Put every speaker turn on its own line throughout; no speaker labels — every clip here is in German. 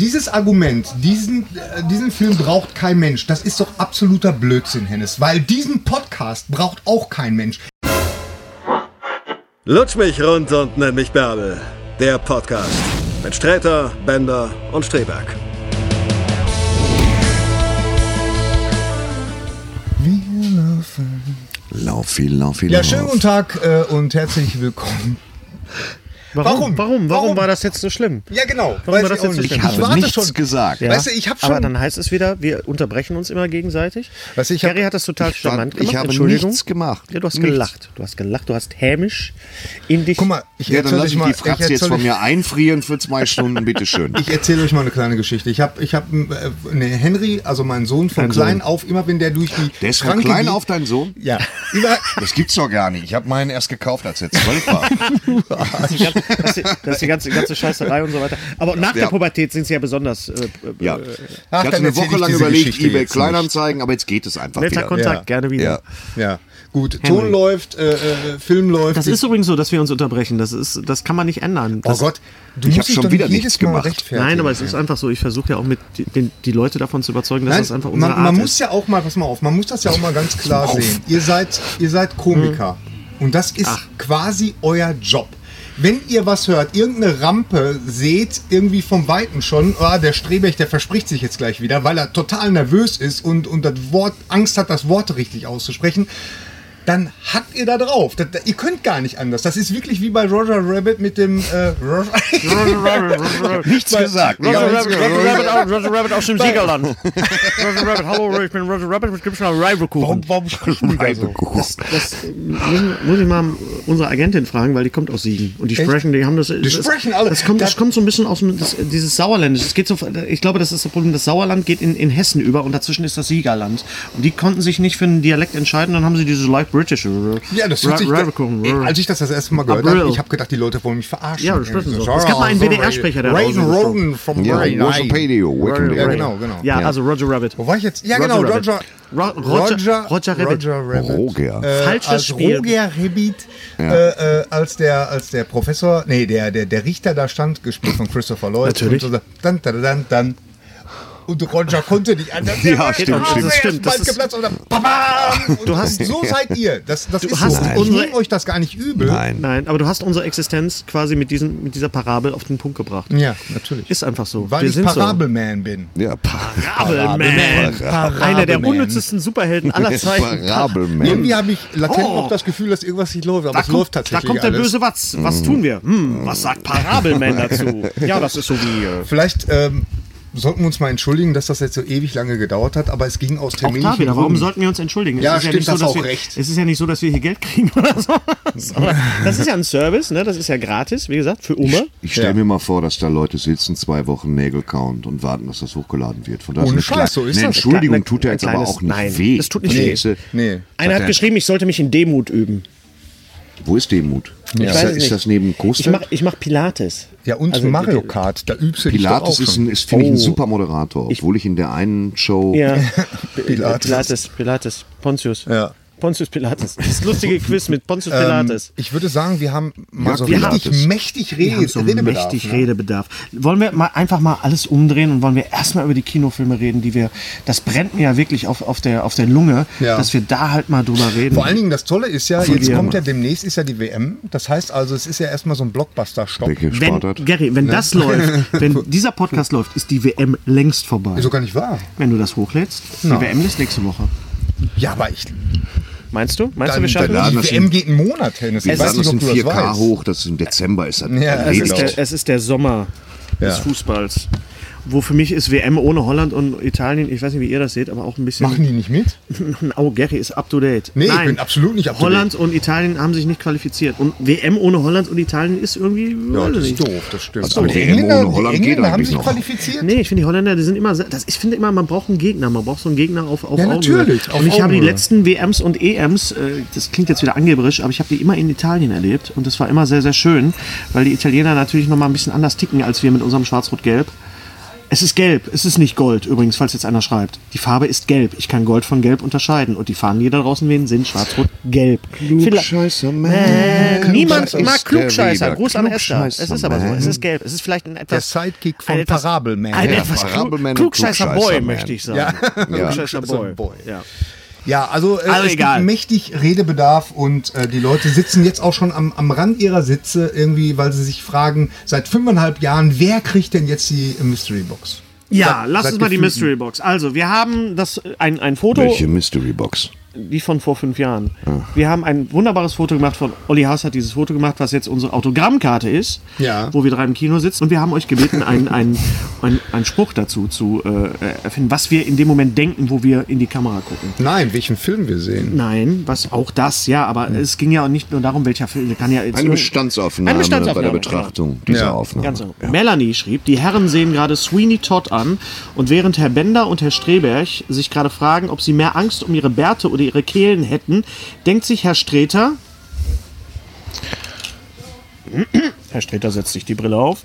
Dieses Argument, diesen, äh, diesen Film braucht kein Mensch, das ist doch absoluter Blödsinn, Hennes, weil diesen Podcast braucht auch kein Mensch.
Lutsch mich rund und nenn mich Bärbel. Der Podcast mit Sträter, Bender und Streberg.
Wir laufen.
Laufi, Laufi,
Ja,
lauf.
schönen guten Tag äh, und herzlich willkommen. Warum?
Warum? Warum? Warum,
Warum?
war das jetzt so schlimm?
Ja, genau.
Warum war
weiß
das
ich auch
jetzt so
nicht.
schlimm?
Ich habe
ich warte
nichts
schon.
gesagt.
Weißt du, ich habe
Aber
schon-
dann heißt es wieder, wir unterbrechen uns immer gegenseitig.
Weißt du, ich hab-
Gary hat das total
war-
charmant
ich
gemacht.
habe
Entschuldigung.
nichts gemacht.
Ja, du hast
Nichts.
gelacht. Du hast gelacht. Du hast hämisch in dich.
Guck mal, ich
Ja, dann
erzähl
lass
euch
ich
mal,
die Fratze
ich
jetzt
erzähl
von
euch-
mir einfrieren für zwei Stunden, bitteschön.
Ich erzähle euch mal eine kleine Geschichte. Ich habe, ich habe, äh, ne, Henry, also mein Sohn von
Dein
klein
Sohn.
auf, immer wenn der durch die
Der ist von
Schranke
klein
geht-
auf dein Sohn?
Ja, über,
Das gibt's doch gar nicht. Ich habe meinen erst gekauft, als er zwölf war.
Das ist die ganze, das ist die- das ist die ganze, ganze Scheißerei und so weiter. Aber nach
Ja.
der Pubertät sind sie ja besonders. Äh, äh,
Ja.
äh,
Ach,
ich
dann
hatte eine
erzähl
Woche
ich
lang
diese
überlegt,
Geschichte jetzt
eBay
nicht.
Kleinanzeigen, aber jetzt geht es einfach
Netter
wieder.
Kontakt,
Ja.
gerne wieder.
Ja.
ja, gut. Ton läuft, äh, äh, Film läuft.
Das ist übrigens so, dass wir uns unterbrechen. Das, ist, das kann man nicht ändern.
oh
Das,
Gott, du
Ich hab
musst dich
schon
doch
wieder
jedes
nichts
Mal
gemacht.
rechtfertigen.
Nein, aber es ist einfach so. Ich versuche ja auch mit die- den, die Leute davon zu überzeugen, dass
Nein,
das einfach
man,
unsere Art
man
ist.
muss ja auch mal, pass mal auf, man muss das ja auch mal ganz klar sehen. Ihr seid, ihr seid Komiker.
Hm.
Und das ist quasi euer Job. Wenn ihr was hört, irgendeine Rampe seht, irgendwie vom Weiten schon, ah, der Strebech, der verspricht sich jetzt gleich wieder, weil er total nervös ist und, und das Wort, Angst hat, das Wort richtig auszusprechen, dann hackt ihr da drauf. Das, ihr könnt gar nicht anders. Das ist wirklich wie bei Roger Rabbit mit dem äh, Roger,
Nichts gesagt.
Roger
Ja,
Rabbit,
nichts gesagt.
auch, Roger Rabbit aus dem Siegerland. Roger Rabbit, hallo, ich bin Roger Rabbit, was gibt's noch? Reibekuchen.
warum sprechen die da so?
Das, das äh, müssen, muss ich mal unsere Agentin fragen, weil die kommt aus Siegen. Und die sprechen, die haben das. Die das,
sprechen alle.
Das kommt,
Das-
das kommt so ein bisschen aus dem, das, dieses Sauerland. Das geht so, ich glaube, das ist das Problem. Das Sauerland geht in, in Hessen über und dazwischen ist das Siegerland. Und die konnten sich nicht für einen Dialekt entscheiden, dann haben sie dieses Light British.
Ja, das hört sich,
Reibekuchen.
Ey, als ich das das erste Mal gehört
April.
habe, ich habe gedacht, die Leute wollen mich verarschen.
Ja, das sprechen
Irgendwie
so. Es gab mal einen
so,
WDR-Sprecher, der
Raven
rausgesprochen.
Roden vom
Ja,
Ray.
Wikipedia, Wikipedia.
Ja, genau, genau.
Ja, also Roger Rabbit.
Wo war ich jetzt? Ja,
Roger
genau,
Rabbit.
Roger,
Ro- Roger- Roger Rabbit.
Roger Rabbit.
Roger.
Äh,
Falsches
als
Spiel.
Roger Rabbit, äh, äh, als, der, als der Professor, nee, der, der, der Richter da stand, gespielt von Christopher Lloyd.
Natürlich.
Und, so, dann, dann, dann, dann. und Roger konnte nicht anders.
Ja, stimmt, stimmt.
Stimmt, das
Das
ist-
geplatzt und dann, babam, und
Du hast-
so seid ihr. Das, das ist
hast
so. Ich
unsere-
nehme euch das gar nicht übel.
Nein.
Nein, aber du hast unsere Existenz quasi mit, diesem, mit dieser Parabel auf den Punkt gebracht.
Ja, natürlich.
Ist einfach so.
Weil
Wir
ich
sind
Parabelman bin.
Ja, Parabel.
Parabelman.
Parabelman.
Einer der unnützesten Superhelden aller Zeiten.
Parabelman.
Irgendwie habe ich latent
Oh.
noch das Gefühl, dass irgendwas nicht läuft, aber es läuft
da
tatsächlich
kommt der
alles.
böse Watz. Was tun wir? Hm, was sagt Parabelman dazu? Ja, das ist so wie. äh,
Vielleicht ähm, sollten wir uns mal entschuldigen, dass das jetzt so ewig lange gedauert hat, aber es ging aus
Auch
terminlichen
da wieder. Warum
Gründen.
sollten wir uns entschuldigen?
Ja,
ist
stimmt,
nicht so,
das
dass
auch
wir,
recht.
Es ist ja nicht so, dass wir hier Geld kriegen oder sowas. Aber das ist ja ein Service, ne? Das ist ja gratis, wie gesagt, für Ume.
Ich stelle
Ja.
mir mal vor, dass da Leute sitzen, zwei Wochen Nägel kauen und warten, dass das hochgeladen wird. Von daher
Ohne
eine
Scheiß,
kleine-
so ist
eine
das.
Entschuldigung
Ein
tut ja jetzt aber
kleines-
auch nicht
nein,
weh.
das tut nicht
Nee,
Verstehst du?
nee.
Einer hat geschrieben, ich sollte mich in Demut üben.
Wo ist Demut?
Ich
Ist,
weiß
das,
es
ist
nicht.
das neben
Ich
Kostet?
mache ich mach Pilates.
Ja, und
Also,
Mario Kart, da übst du dich doch auch
Pilates ist,
schon.
ein- ist finde ich, ein
Oh.
super Moderator, obwohl ich in der einen Show
Ja.
Pilates.
Pilates, Pilates, Pontius.
Ja. Ähm,
Pontius Pilatus. Das lustige Quiz mit Pontius Pilatus.
Ich würde sagen, wir haben mal
Ja,
so
wir
richtig
haben-
mächtig
Wir haben
Rede,
so
Redebedarf.
mächtig
ne?
Redebedarf. Wollen wir mal einfach mal alles umdrehen und wollen wir erstmal über die Kinofilme reden, die wir, das brennt mir ja wirklich auf, auf, der, auf der Lunge,
Ja.
dass wir da halt mal drüber reden.
Vor allen Dingen, das Tolle ist ja,
Von
jetzt
dir,
kommt ja
Mann.
demnächst ist ja die WM. Das heißt also, es ist ja erstmal so ein Blockbuster-Stopp.
Welche
wenn,
Sportart?
Gary,
Ne?
wenn das läuft, wenn dieser Podcast läuft, ist die WM längst vorbei.
So gar nicht wahr.
Wenn du das hochlädst,
Na.
die WM ist nächste Woche.
Ja, aber ich,
Meinst du? Meinst
dann, dann,
du, wir schaffen das?
laden
die
das
WM
in-
geht einen Monat hin. Ich
Wir
weiß
laden
nicht,
das
ob
in
du das
4K
weißt.
hoch, das ist im Dezember ist. Das
das
Es
ist
ist,
erledigt.
der, es ist der Sommer des
Ja.
Fußballs. Wo für mich ist WM ohne Holland und Italien, ich weiß nicht, wie ihr das seht, aber auch ein bisschen.
Machen die nicht mit?
Oh, Gary ist up to date.
Nee, ich bin absolut nicht up to date.
Holland und Italien haben sich nicht qualifiziert. Und WM ohne Holland und Italien ist irgendwie.
Ja,
weiß
das
ich
ist
nicht.
doof, das stimmt.
Also mit WM ohne Holland
die
geht
Engländer haben
eigentlich
sich
noch.
qualifiziert.
Nee, ich finde die Holländer, die sind immer, sehr- das, ich finde immer, man braucht einen Gegner, man braucht so einen Gegner auf, auf
Ja,
Augenhöhe.
natürlich, auf
Und ich habe die
Augenhöhe.
letzten WMs und EMs, äh, das klingt jetzt wieder angeberisch, aber ich habe die immer in Italien erlebt und das war immer sehr, sehr schön, weil die Italiener natürlich nochmal ein bisschen anders ticken als wir mit unserem Schwarz-Rot-Gelb. Es ist gelb, es ist nicht Gold übrigens, falls jetzt einer schreibt. Die Farbe ist gelb, ich kann Gold von Gelb unterscheiden und die Fahnen, die da draußen wehen, sind schwarz-rot-gelb.
Klugscheißer, Mann.
Äh, niemand
Klugscheißer
mag
ist der
Klugscheißer.
Weber.
Gruß an Esther. Es ist aber so.
Klugscheißer,
Es ist gelb. Es ist vielleicht ein etwas.
Der Sidekick von
ein etwas-
Parabelman.
Ein
Ja,
etwas
Parabelman
Klug,
und
Klugscheißer
Klugscheißer
Boy,
Man.
möchte ich sagen. Klugscheißer Boy.
Boy.
Ja.
Ja, also, äh,
Also
es
egal.
gibt mächtig Redebedarf und äh, die Leute sitzen jetzt auch schon am, am Rand ihrer Sitze irgendwie, weil sie sich fragen, seit fünfeinhalb Jahren, wer kriegt denn jetzt die äh, Mystery Box?
Ja,
Seit-
lass
seit
uns mal die
gefühlten-
Mystery Box. Also, wir haben das, äh, ein, ein Foto,
Welche Mystery Box?
die von vor fünf Jahren. Wir haben ein wunderbares Foto gemacht von Olli Haas hat dieses Foto gemacht, was jetzt unsere Autogrammkarte ist,
Ja.
wo wir drei im Kino sitzen. Und wir haben euch gebeten, einen einen- einen- einen Spruch dazu zu äh, erfinden, was wir in dem Moment denken, wo wir in die Kamera gucken.
Nein, welchen Film wir sehen.
Nein, was auch das, ja, aber es ging ja auch nicht nur darum, welcher Film, der kann ja jetzt
Eine Bestandsaufnahme,
Eine Bestandsaufnahme,
bei der
genau.
Betrachtung dieser
Ja.
Aufnahme.
Ganz genau. Melanie schrieb, die Herren sehen gerade Sweeney Todd an und während Herr Bender und Herr Streberg sich gerade fragen, ob sie mehr Angst um ihre Bärte oder ihre Kehlen hätten, denkt sich Herr Streter. Herr Streter setzt sich die Brille auf.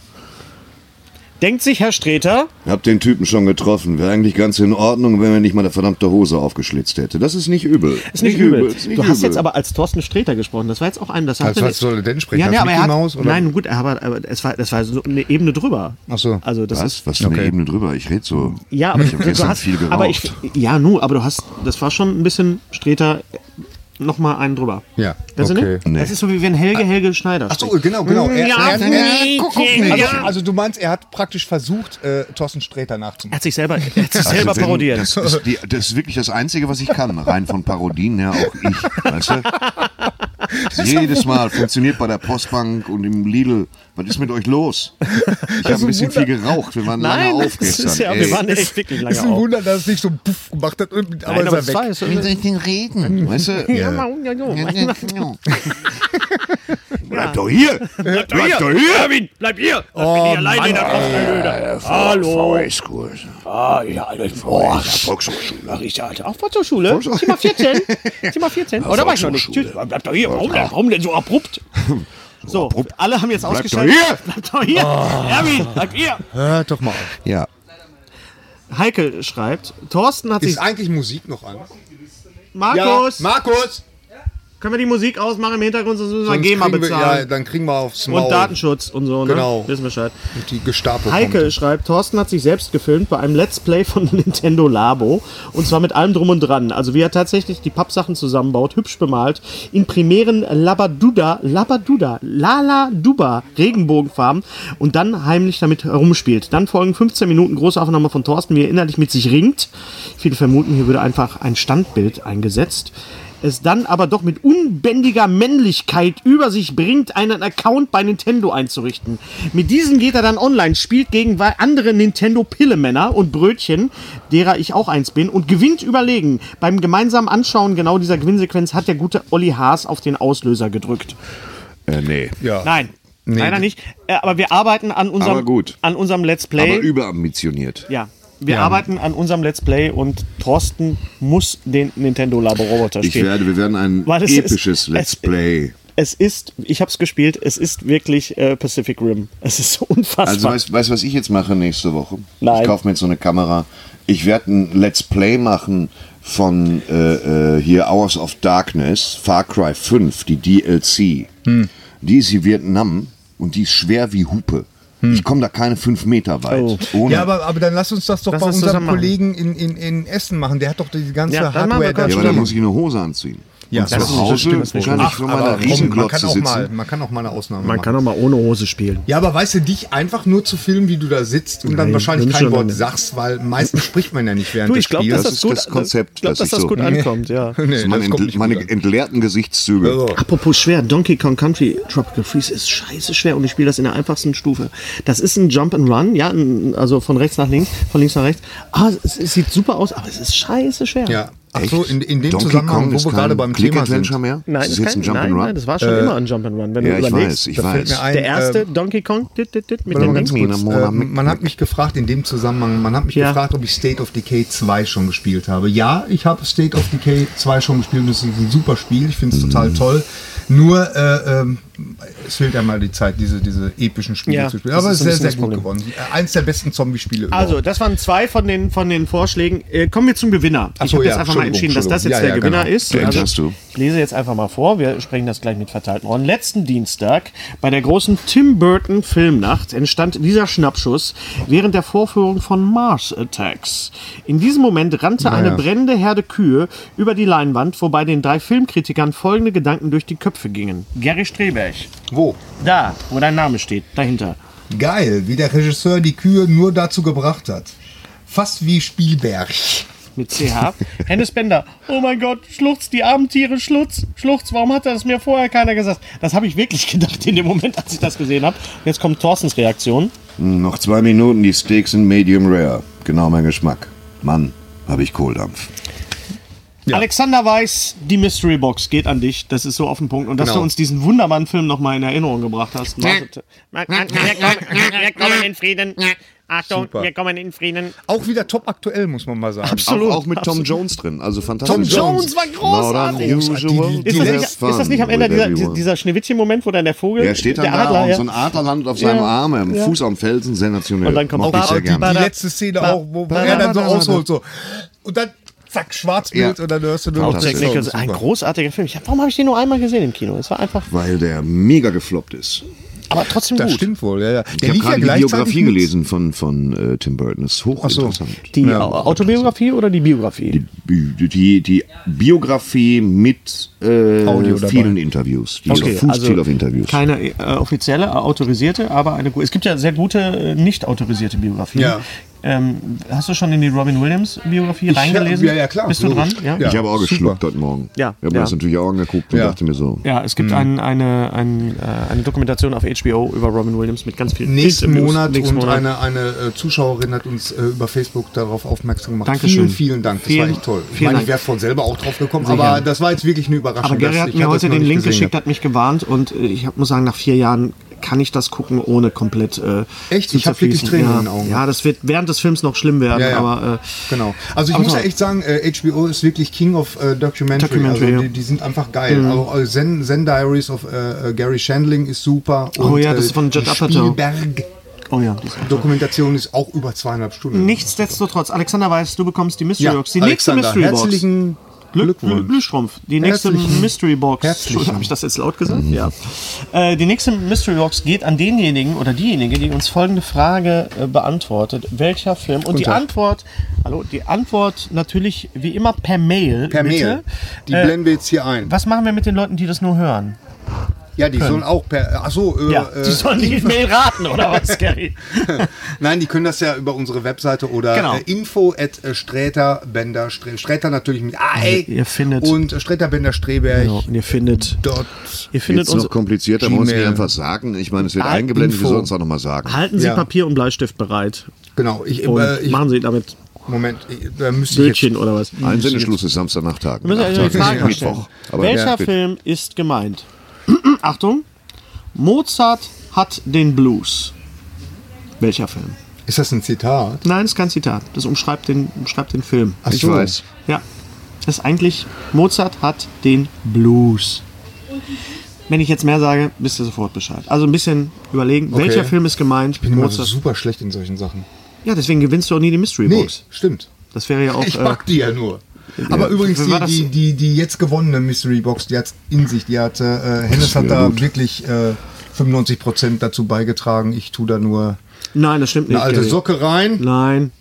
Denkt sich Herr Streter,
Hab den Typen schon getroffen. Wäre eigentlich ganz in Ordnung, wenn mir nicht meine verdammte Hose aufgeschlitzt hätte. Das ist nicht übel.
ist nicht, übel.
ist nicht
du hast
übel.
jetzt aber als Thorsten Streter gesprochen. Das war jetzt auch ein, das
Als
hat-
Also was soll er denn sprechen?
Ja,
Als
nee, aber er
Mickey
hat,
Mouse oder-
Nein, gut, aber, aber es war, das war so eine Ebene drüber.
Ach so.
Also das ist
Was? Was für eine
Okay.
Ebene drüber? Ich rede so.
Ja, aber
ich habe gestern
hast,
viel geraucht.
aber ich, ja, nu, aber du hast, das war schon ein bisschen Streter noch mal einen drüber.
Ja,
Weißt du
okay. Ah,
nicht? Das ist so wie wenn Helge Helge Schneider.
Ach so,
spricht.
genau, genau. Er,
Ja,
er, er, er, guck, guck,
ja.
also, also du meinst, er hat praktisch versucht, äh, Thorsten Sträter
Er
nachzumachen.
hat sich selber, er hat sich
Also
selber
wenn-
parodiert.
Das ist, die, das ist wirklich das Einzige, was ich kann. Rein von Parodien her auch ich. Weißt du? Jedes Mal funktioniert bei der Postbank und im Lidl. Was ist mit euch los? Ich habe ein bisschen viel geraucht. Wir waren
Also Nein,
lange
das
auf gestern.
ist ja,
Ey.
wir waren echt wirklich lange
Ist ein
auf.
Wunder, dass es nicht so puff gemacht hat, und- aber
Nein, aber
ist
es
er
war
weg.
es.
Wie soll ich denn reden? Weißt du? genau.
Ja, mal, ja, ja, ja.
Bleib doch hier! Bleib doch hier!
Erwin, bleib hier! Lass
Oh,
mich nicht alleine in der Kopfhöhle. Hallo!
School.
Ah, ja, Alter, boah. Ach, ich Alter. Auf Volkshochschule? Zimmer 14? Zimmer 14? Oder war ich noch nicht? Tschüss. Bleib doch hier. Warum denn, warum denn so abrupt? So, alle haben jetzt ausgeschaltet. Bleib doch hier! Ah. Erwin, bleib hier!
Hört doch mal auf.
Ja.
Heike schreibt, Thorsten hat sich...
Ist eigentlich Musik noch an?
Markus,
Markus!
können wir die Musik ausmachen im Hintergrund, sonst müssen wir
Sonst
GEMA
kriegen wir- Ja,
bezahlen.
dann kriegen wir aufs Maul.
Und Datenschutz und so, ne?
Genau.
Wissen wir Bescheid.
Die Gestapo
Heike
kommt.
schreibt, Thorsten hat sich selbst gefilmt bei einem Let's Play von Nintendo Labo. Und zwar mit allem drum und dran. Also wie er tatsächlich die Pappsachen zusammenbaut, hübsch bemalt, in primären Labaduda, Labaduda, Lala Duba, Regenbogenfarben und dann heimlich damit herumspielt. Dann folgen 15 Minuten Großaufnahme von Thorsten, wie er innerlich mit sich ringt. Viele vermuten, hier würde einfach ein Standbild eingesetzt es dann aber doch mit unbändiger Männlichkeit über sich bringt, einen Account bei Nintendo einzurichten. Mit diesem geht er dann online, spielt gegen wa- andere Nintendo-Pillemänner und Brötchen, derer ich auch eins bin, und gewinnt überlegen. Beim gemeinsamen Anschauen genau dieser Gewinnsequenz hat der gute Olli Haas auf den Auslöser gedrückt.
Äh, nee.
Ja.
Nein. Leider nicht. Äh, Aber wir arbeiten an unserem,
Aber gut.
An unserem Let's Play.
Aber überambitioniert.
ja. Wir arbeiten an unserem Let's Play und Thorsten muss den Nintendo Labo Roboter
Ich
spielen.
werde, wir werden ein
Weil es ist-
episches Let's
es-
Play.
Es ist, ich habe es gespielt, es ist wirklich äh, Pacific Rim. Es ist unfassbar.
Also weißt weißt du, was ich jetzt mache nächste Woche?
Nein.
Ich kaufe mir jetzt so eine Kamera. Ich werde ein Let's Play machen von äh, äh, hier Hours of Darkness, Far Cry 5, die DLC.
Hm.
Die ist in Vietnam und die ist schwer wie Hupe.
Hm.
Ich komme da keine fünf Meter weit.
Oh.
Ohne.
Ja, aber, aber dann lass uns das doch
Lass
bei
uns
unserem
zusammen machen.
Kollegen in, in, in Essen machen. Der hat doch die ganze
Ja, dann machen wir
Hardware da
ganz
ja, aber da
stimmt.
muss ich eine Hose anziehen.
Ja,
und
das
zu
ist ein
Hause
bestimmtes
kann ich
Problem.
nur meiner
komm, man, kann
Riesenglotze
auch mal,
sitzen.
man kann auch mal eine Ausnahme
Man
machen.
kann auch mal ohne Hose spielen.
Ja, aber weißt du, dich einfach nur zu filmen, wie du da sitzt und dann
Nein,
wahrscheinlich
bin ich
kein
schon
Wort
lange.
sagst, weil meistens spricht man ja nicht während
Du,
des
ich glaube,
Spiels.
dass das,
das ist
gut,
das Konzept,
ich glaub,
das
dass
ich
das
so-
gut ankommt, ja.
nee,
Also meine,
das kommt
entle
nicht
meine
gut an.
entleerten Gesichtszüge.
Also,
Apropos schwer, Donkey Kong Country Tropical Freeze ist scheiße schwer und ich spiele das in der einfachsten Stufe. Das ist ein Jump and Run, ja, ein- also von rechts nach links, von links nach rechts. Ah, es, es sieht super aus, aber es ist scheiße schwer.
ja. Ach so, in, in dem
Donkey
Zusammenhang,
Kong
wo
ist
wir gerade
kein
beim
Click
Thema sind.
Adventure mehr?
Nein,
das
das,
ist jetzt ein
kein,
Jump
nein,
and Run.
nein, das war schon
Äh,
immer ein Jump'n'Run, wenn
ja,
du
ich weiß,
überlegst.
ich
da fällt
weiß.
mir ein-
der erste
ähm,
Donkey Kong dit, dit, dit, mit
Warte
dem
mal ganz
Ding.
Mick,
kurz.
Mick,
Äh,
Mick,
man hat mich gefragt, in dem Zusammenhang, man hat mich
Ja.
gefragt, ob ich State of Decay 2 schon gespielt habe. Ja, ich habe State of Decay 2 schon gespielt und es ist ein super Spiel, ich finde es total toll. Nur, äh, ähm, es fehlt einmal die Zeit, diese, diese epischen Spiele
Ja,
zu spielen.
das
Aber es
ist
ist
ein
sehr,
bisschen
sehr
das
gut
Problem.
geworden. Äh, Eins der besten Zombie-Spiele
Also,
überhaupt.
das waren zwei von den, von den Vorschlägen. Äh, kommen wir zum Gewinner.
Ach
ich
so,
habe jetzt
ja,
einfach mal entschieden,
Entschuldigung,
dass das jetzt
Entschuldigung.
der
Ja, ja,
Gewinner
genau.
ist. Also,
Den hast du.
Ich lese jetzt einfach mal vor. Wir sprechen das gleich mit verteilten Ohren. Letzten Dienstag bei der großen Tim Burton Filmnacht entstand dieser Schnappschuss während der Vorführung von Mars Attacks. In diesem Moment rannte eine brennende Herde Kühe über die Leinwand, wobei den drei Filmkritikern folgende Gedanken durch die Köpfe gingen. Gary Streberg.
Wo?
Da, wo dein Name steht, dahinter.
Geil, wie der Regisseur die Kühe nur dazu gebracht hat. Fast wie Spielberg.
mit CH. Hennes Bender. Oh mein Gott, Schluchz, die armen Tiere, Schluchz, Schluchz, warum hat das mir vorher keiner gesagt? Das habe ich wirklich gedacht in dem Moment, als ich das gesehen habe. Jetzt kommt Thorstens Reaktion.
Noch zwei Minuten, die Steaks sind medium rare. Genau mein Geschmack. Mann, habe ich Kohldampf.
Alexander Weiß, die Mystery Box geht an dich. Das ist so auf den Punkt. Und dass
Genau.
du uns diesen Wundermann-Film nochmal in Erinnerung gebracht hast. Marshall-
Wir kommen in Frieden. Achtung, wir kommen in Frieden.
Auch wieder top aktuell, muss man mal sagen.
Auch,
Absolut.
auch mit Tom Jones drin, also fantastisch.
Tom Jones
war großartig.
Not unusual.
Die-
Ist das,
Less
nicht, ist das nicht am Ende dieser, dieser Schneewittchen-Moment, wo dann der Vogel,
Er steht dann
der
da
Adler,
und
ja.
so ein Adler landet auf seinem
Ja.
Arm, im
Ja.
Fuß am Felsen, sensationell.
Und dann kommt
Mochte
Baba
ich sehr
und die
gern.
die
Bada-
letzte Szene
Ba-
auch, wo, wo
Bada-
er dann so
Bada-
ausholt, so. Und dann, zack, Schwarzbild
Ja.
und dann hörst du nur
Auch
noch
Jack
Jack
den Song.
Nicholson, ein
Super.
großartiger Film. Ich hab, warum habe ich den nur einmal gesehen im Kino? Es war einfach,
Weil der mega gefloppt ist.
aber trotzdem
Das
gut.
stimmt wohl, ja, ja.
Ich habe gerade die
gleichzeitig
Biografie
mit-
gelesen von, von äh, Tim Burton. Ist hochinteressant.
Die Au- Autobiografie oder die Biografie?
Die, die, die Biografie mit äh,
Audio dabei.
vielen Interviews. Die
Okay,
okay, fußt
also
viel auf Interviews.
Keine äh, offizielle, äh, autorisierte, aber eine gute. Es gibt ja sehr gute äh, nicht autorisierte Biografien.
Ja.
Ähm, hast du schon in die Robin Williams Biografie
Ich-
reingelesen?
ja, ja, klar,
Bist du dran?
logisch. Ja.
ich habe auch
super.
geschluckt heute Morgen.
Ja,
Ich habe mir
ja.
das natürlich auch angeguckt und
Ja.
dachte mir so.
Ja, es gibt ein, eine, ein, äh, eine Dokumentation auf HBO über Robin Williams mit ganz vielen
Nächsten
Interviews.
Monat
Nächsten
und
Monat.
eine, eine äh, Zuschauerin hat uns äh, über Facebook darauf aufmerksam gemacht.
Dankeschön.
Vielen, vielen Dank. Das war
Vielen-
echt toll. Ich
vielen
meine, ich
Dank.
wäre von selber auch drauf gekommen,
Sehr
aber
gerne.
das war jetzt wirklich eine Überraschung.
Aber Gary
dass
hat
ich
mir
das
heute
noch
den
nicht
Link
gesehen
geschickt,
hab.
hat mich gewarnt und äh, ich hab, muss sagen, nach vier Jahren kann ich das gucken, ohne komplett äh,
Echt?
zu
Ich hab wirklich
zerfließen.
Tränen
ja,
in den Augen.
Ja, das wird während des Films noch schlimm werden,
Ja, ja.
aber äh,
Genau. Also ich
Aber
muss ja
toll.
echt sagen, äh, HBO ist wirklich King of äh, Documentary.
Documentary,
also
ja. Mhm.
die, die sind einfach geil. Also, äh, Zen, Zen Diaries of äh, äh, Gary Shandling ist super. äh,
Oh ja, das ist von Judd
die
Apatow.
Spielberg
oh ja, das ist
Dokumentation ist auch über zweieinhalb Stunden.
Nichtsdestotrotz, Alexander weiß, du bekommst die Mystery
Ja,
Box. Die
Alexander,
nächste Mystery Box.
herzlichen
Glück-
Glückwunsch.
Glühschrumpf. Die nächste
Herzlichen-
Mystery Box.
herzlichen. Mhm.
Habe ich das jetzt laut gesagt? Ja. Äh, die nächste Mystery Box geht an denjenigen oder diejenige, die uns folgende Frage äh, beantwortet. Welcher Film? Und die
Tag.
Antwort, hallo, die Antwort natürlich wie immer per Mail.
Per
bitte.
Mail. Die
Äh,
blenden wir jetzt hier ein.
Was machen wir mit den Leuten, die das nur hören?
Ja, die sollen auch per. Achso, äh,
Ja, die sollen die Mail raten, oder was, Gary?
Nein, die können das ja über unsere Webseite oder
Genau.
äh, info at äh, Sträter Bender Stre Sträter natürlich mit AE
ihr findet-
und äh, Sträter Bender Streberg
Genau, und ihr findet,
dort
ihr findet
Jetzt
uns.
noch komplizierter, wollen wir es
Gmail.
nicht einfach sagen. Ich meine, es wird
Ah,
eingeblendet, wir
Info.
sollen es auch nochmal sagen.
Halten Sie
Ja.
Papier und Bleistift bereit.
genau ich,
Und
äh, ich
machen Sie damit
Moment ich, da müsste ich jetzt,
Bildchen oder was.
Ein Sendeschluss ist Samstagnachtag.
Wir müssen also die Frage mal stellen.
Mittwoch. Aber
Welcher
ja,
Film ist gemeint? Achtung. Mozart hat den Blues. Welcher Film?
ist das ein Zitat
Nein, das ist kein Zitat. Das umschreibt den, umschreibt den Film.
Ach
Ich
so.
weiß.
Ja. Das ist eigentlich, Mozart hat den Blues. Wenn ich jetzt mehr sage, wisst ihr sofort Bescheid. Also ein bisschen überlegen,
Okay.
welcher Film ist gemeint?
ich bin immer so super schlecht in solchen Sachen
Ja, deswegen gewinnst du auch nie die Mystery
nee
Box.
stimmt
Das wäre ja auch.
ich
äh,
pack die ja nur Aber übrigens,
Das war das-
die, die, die, die jetzt gewonnene Mystery Box, die hat in sich. Die hat, äh, Hennes hat da wirklich äh, 95% dazu beigetragen. Ich tue da nur
äh, Nein, das stimmt nicht.
eine alte
Gary.
Socke rein.
Nein.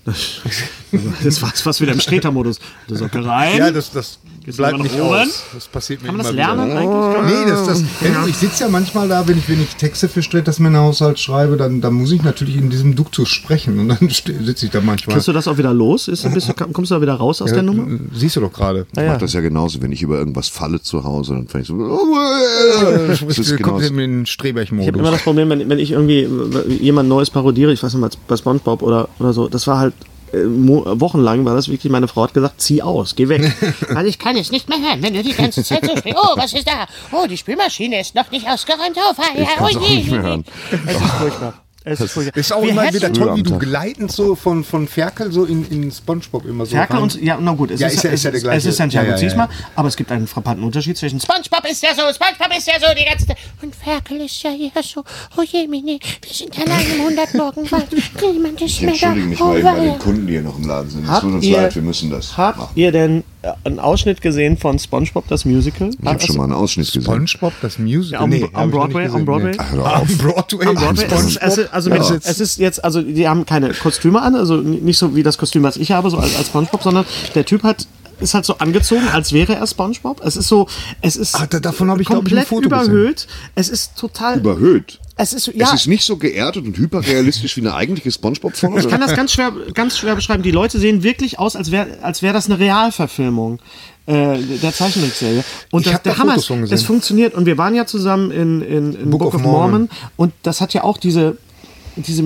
Das war fast wieder im Streter-Modus. Das ist auch rein.
Ja, das, das
Geht's
bleibt
immer nach
nicht
oben?
aus. Das passiert mir
Kann man
immer
das lernen
wieder.
eigentlich?
Nee, das,
Ähm,
das, wenn du, ich sitze ja manchmal da, wenn ich wenig Texte für Stretermännerhaushalt schreibe, dann, dann muss ich natürlich in diesem Duktus sprechen und dann sitze ich da manchmal. Äh,
Kriegst du das auch wieder los? Ist ein bisschen, kommst du da wieder raus aus der Nummer?
Siehst du doch gerade.
Ich mach das ja genauso, wenn ich über irgendwas falle zu Hause, dann fange ich so.
Äh,
Das ist
Kommt
genauso.
in den Streberch-Modus.
Ich habe immer das Problem, wenn, wenn ich irgendwie äh, jemand Neues parodiere, ich weiß nicht mal, bei SpongeBob oder, oder so, das war halt äh, mo- wochenlang, war das wirklich, meine Frau hat gesagt, zieh aus, geh weg.
Also ich kann es nicht mehr hören, wenn du die ganze Zeit so sprichst. Oh, was ist da? Oh, die Spülmaschine ist noch nicht ausgeräumt. Oh, Feuer.
Ich
oh,
kann es auch
je,
nicht
je,
mehr
je.
hören.
es ist furchtbar. Es ist furchtbar.
Ist auch
Wir
immer
hätten-
wieder toll, wie du
Frühabend.
gleitend so von, von Ferkel so in, in Spongebob immer so.
Ferkel
rein.
und, ja, na gut, es
Ja,
ist,
ist ja-
es,
ist ja der
ist, es
gleiche.
ist Santiago
Ja, ja, ja,
Ziesmer,
ja.
aber es gibt einen frappanten Unterschied zwischen
Spongebob ist ja so, Spongebob ist ja so die ganze Zeit. Und Ferkel ist ja hier so. Oh je, Mini, wir sind allein im 100 Morgenwald. Niemand ist
Ich
mehr da.
entschuldige mich
Oh,
mal eben bei
weia.
den Kunden, die hier noch im Laden sind. Es
Habt
tut uns
ihr-
leid, wir müssen das
Habt
machen.
ihr denn äh, einen Ausschnitt gesehen von SpongeBob das Musical?
Ich habe schon mal einen Ausschnitt gesehen.
Spongebob, das Musical.
am-
Nee,
am
hab ich noch
Broadway,
nicht gesehen,
am Broadway?
Nee.
Ach, hör auf.
Am Broadway,
Am Broadway, es, ist, es, ist- also mit,
Ja.
es ist jetzt, also die haben keine Kostüme an, also n- nicht so wie das Kostüm, was ich habe, so als, als Spongebob, sondern der Typ hat ist halt so angezogen, als wäre er Spongebob. Es ist so, es ist
Ah, da- davon habe ich, glaub ich, ein
komplett
Foto
überhöht. Es ist total
Überhöht.
Es ist ja,
Es ist nicht so geerdet und hyperrealistisch wie eine eigentliche Spongebob-Folge.
ich kann das ganz schwer, ganz schwer beschreiben. Die Leute sehen wirklich aus, als wäre als wär das eine Realverfilmung äh, der Zeichentrickserie. Und
Ich
das,
hab
der
da
Hammer
Fotos
ist,
von gesehen.
es funktioniert. Und wir waren ja zusammen in, in, in Book, of Mormon. und das hat ja auch diese diese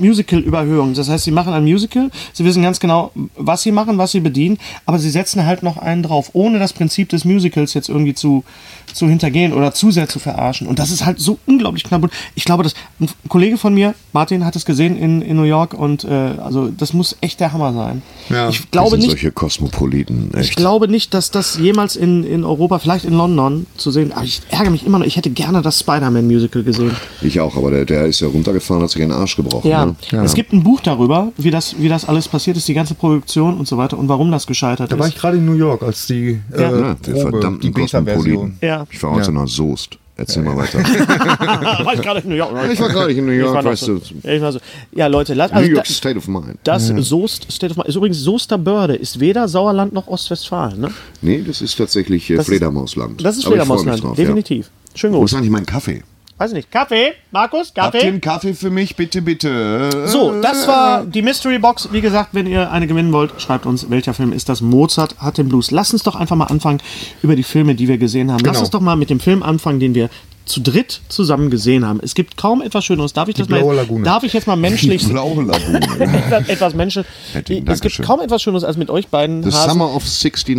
Musical-Überhöhung. Das heißt, sie machen ein Musical, sie wissen ganz genau, was sie machen, was sie bedienen, aber sie setzen halt noch einen drauf, ohne das Prinzip des Musicals jetzt irgendwie zu, zu hintergehen oder zu sehr zu verarschen. Und das ist halt so unglaublich knapp. Und ich glaube, dass ein Kollege von mir, Martin, hat es gesehen in, in New York und äh, also das muss echt der Hammer sein.
Ja,
ich glaube
sind
nicht,
solche Kosmopoliten,
ich
echt.
glaube nicht, dass das jemals in, in Europa, vielleicht in London zu sehen, aber ich ärgere mich immer noch, ich hätte gerne das Spider-Man-Musical gesehen.
Ich auch, aber der, der ist ja runtergefahren, hat sich den Arsch gebrochen.
Ja.
Ne?
es gibt ein Buch darüber, wie das, wie das alles passiert ist, die ganze Produktion und so weiter und warum das gescheitert
Da war ich
ist.
gerade in New York, als die äh,
Ja,
Ja, der
Probe, die
verdammten
Beta-Version.
Kosmopoliten.
Ja. Also
Ich war heute noch Soest. Erzähl mal weiter.
war ich gerade in New York.
Ich war gerade in New
Ich war
York,
noch
weißt
so,
du.
ich war so. Ja, Leute, lasst,
New
also
York
das,
State of Mind.
das Soest State of Mind ist übrigens Soester Börde, ist weder Sauerland noch Ostwestfalen. Ne?
Nee, das ist tatsächlich äh,
Das ist-
Fledermausland.
Das ist
Aber ich freu mich drauf,
Fledermausland,
ja.
definitiv. Schön
Wo ist
groß.
eigentlich mein Kaffee?
Weiß nicht. Kaffee? Markus,
Habt ihr
Kaffee?
einen Kaffee für mich, bitte, bitte?
So, das war die Mystery Box. Wie gesagt, wenn ihr eine gewinnen wollt, schreibt uns, welcher Film ist das? Mozart hat den Blues. Lass uns doch einfach mal anfangen über die Filme, die wir gesehen haben. Lass
Genau.
uns doch mal mit dem Film anfangen, den wir zu dritt zusammen gesehen haben. Es gibt kaum etwas Schöneres. Darf ich das mal?
Blaue
jetzt-
Lagune.
Darf ich jetzt mal menschlich?
Blaue Lagune.
etwas, etwas menschlich.
Hättchen,
es gibt
Dankeschön.
kaum etwas Schöneres als mit euch beiden.
The
Hasen.
Summer of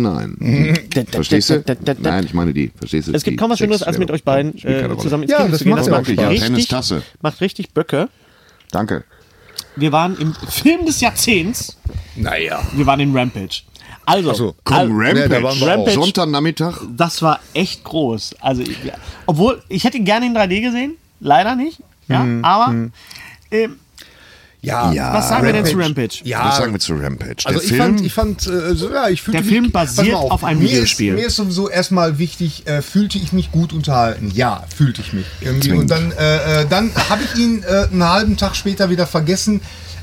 69. Verstehst du? Nein, ich meine die. Verstehst du?
Es gibt
Die
kaum was Schöneres als mit euch beiden
Spielt keine
äh,
Rolle.
zusammen ins
Ja,
Kino
das
zu gehen.
macht ja auch
macht
Spaß.
richtig,
Tennistasse.
macht richtig Böcke.
Danke.
Wir waren im Film des Jahrzehnts. Naja. Wir waren in Rampage. Also,
Komm,
Nee, da
Rampage.
waren wir
Rampage.
Rampage. Sonntagnachmittag.
das war echt groß. Also, ich, obwohl, ich hätte ihn gerne in 3D gesehen, leider nicht. Ja, aber ähm,
Ja,
was sagen wir denn zu Rampage?
Ja,
Was sagen wir zu Rampage? Der
Also ich
Film,
fand, ich fand, äh, so, ja, ich fühlte
Der Film
mich,
basiert
pass mal
auf einem
mir
Videospiel.
Ist, mir ist sowieso erstmal wichtig, äh, fühlte ich mich gut unterhalten. Ja, fühlte ich mich irgendwie. Und dann, äh, äh, dann habe ich ihn äh, einen halben Tag später wieder vergessen.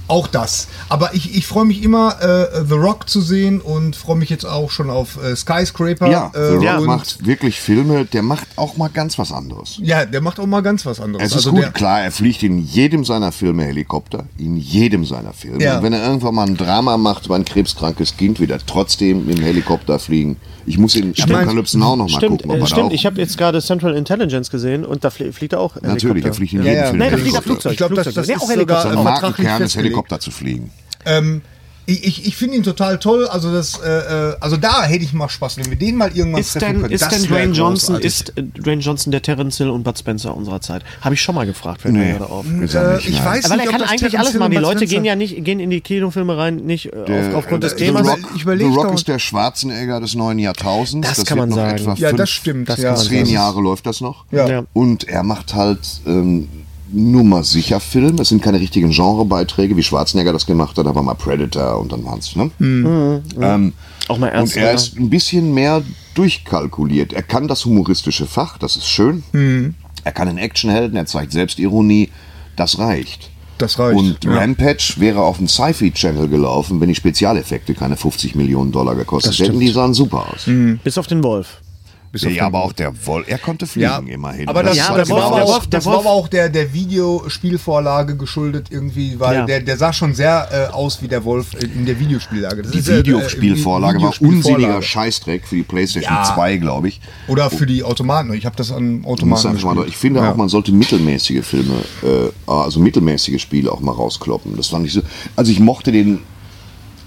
Auch das. Aber ich, ich freue mich immer, äh, The Rock zu sehen und freue mich jetzt auch schon auf äh, Skyscraper.
ja,
äh,
The Rock
und,
macht wirklich Filme, der macht auch mal ganz was anderes.
Ja, der macht auch mal ganz was anderes.
Es ist
Also
gut,
der-
klar, er fliegt in jedem seiner Filme Helikopter, in jedem seiner Filme.
Ja.
Und wenn er irgendwann mal ein Drama macht über ein krebskrankes Kind, wird er trotzdem mit dem Helikopter fliegen. Ich muss ihn Apokalypse Now noch mal
Stimmt,
gucken, ob er
äh,
da
stimmt.
auch...
ich habe jetzt gerade Central Intelligence gesehen und da flie fliegt er auch.
natürlich, er
Helikopter.
fliegt in
Ja,
jedem
ja.
Film
Nein,
da fliegt er
Helikopter.
Flugzeug.
Ich glaube, das, das
Ja,
ist
auch
sogar
Helikopter.
Sein
äh, vertraglich
Markenkern ist
festgelegt.
Helikopter zu fliegen.
Ähm, ich ich, ich finde ihn total toll. Also, das, äh, äh, also da hätte ich mal Spaß, wenn wir den mal irgendwann
Ist
treffen
denn,
können.
ist
Das
denn
wär
Dwayne Johnson,
großartig.
ist äh, Dwayne Johnson der Terence Hill und Bud Spencer unserer Zeit? Habe ich schon mal gefragt, fällt mir
Nee,
gerade auf.
ist er nicht,
Äh, ich weiß
nein.
Weil
nicht,
er
ob
kann
das
eigentlich
Terence
alles
Hill
machen. Die
und Bud
Leute
Spencer-
gehen ja nicht, gehen in die Kinofilme rein, nicht äh, auf, aufgrund des
The
Themas.
Rock,
Ich überleg
The Rock
doch.
ist der Schwarzenegger des neuen Jahrtausends.
Das kann
wird
man
noch
sagen.
Etwa
Ja,
fünf,
das stimmt.
das
ja.
kann
Zehn Jahre läuft das noch.
Ja.
Ja.
Und er macht halt ähm, Nummer sicher Film. Es sind keine richtigen
Hm.
Genrebeiträge, wie Schwarzenegger das gemacht hat. Da war mal Predator und dann waren's. Ne? Ähm,
auch mal ernst.
Und er
oder?
ist ein bisschen mehr durchkalkuliert. Er kann das humoristische Fach, das ist schön.
Hm.
Er kann den Actionhelden, er zeigt Selbstironie. Das reicht.
Das reicht.
Und
ja.
Rampage wäre auf dem Sci-Fi-Channel gelaufen, wenn die Spezialeffekte keine 50 Millionen Dollar gekostet hätten. Die sahen super aus.
Mhm.
bis auf den Wolf.
Ja, ja, aber auch der Woll, er konnte
Ja,
fliegen immerhin.
aber das,
ist
Ja,
halt
der
das, war,
Wolf-
aber
der
auch,
Wolf- der
das war
Wolf-
aber auch der, der Videospielvorlage geschuldet irgendwie, weil
Ja.
der, der sah schon sehr äh, aus wie der Wolf in der Videospiellage. Das
Die
ist, äh, äh,
Videospielvorlage war
Videospielvorlage.
unsinniger Scheißdreck für die PlayStation
Ja.
2, glaube ich.
Oder für die Automaten. Ich habe das an
Ich muss
Automaten
einfach mal-
gespielt.
Ich finde auch, man sollte mittelmäßige Filme, äh, also mittelmäßige Spiele auch mal rauskloppen. Das fand ich so. Also ich mochte den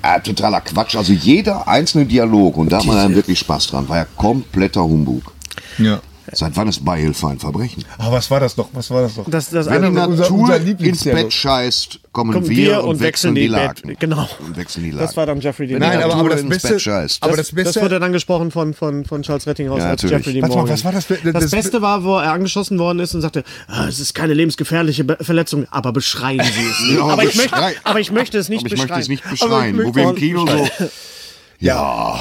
äh, totaler Quatsch. Also jeder einzelne Dialog, und da hat man dann wirklich Spaß dran, war ja kompletter Humbug.
ja.
Seit wann ist Beihilfe ein Verbrechen?
Ah, was war das doch? Was war das doch?
Das, das
Wenn die
eine,
unser-
Natur
unser
ins
Lieblingsdialog.
Bett scheißt, kommen,
Kommen
wir, und, wechseln die, Lagen.
Bett- genau.
Und wechseln die Lagen.
das war dann Jeffrey Dean
Wenn die
Nein, aber-
Natur
aber das
ins
Beste-
Bett scheißt.
aber
das,
das Beste-
das wurde dann gesprochen von, von, von Charles Rettinghaus
Ja,
als
natürlich.
Jeffrey Dean
Warte mal,
Morgan.
was war das?
Das,
Das-
Beste war, wo er angeschossen worden ist und sagte, ah, es ist keine lebensgefährliche Be Verletzung, aber beschreien Sie es nicht.
Ja,
aber, ich möchte,
beschrei-
aber ich möchte es
aber
nicht
ich
beschreiben.
möchte es nicht
Aber ich
beschreien. Wo
möchte-
wir im Kino so. Ja,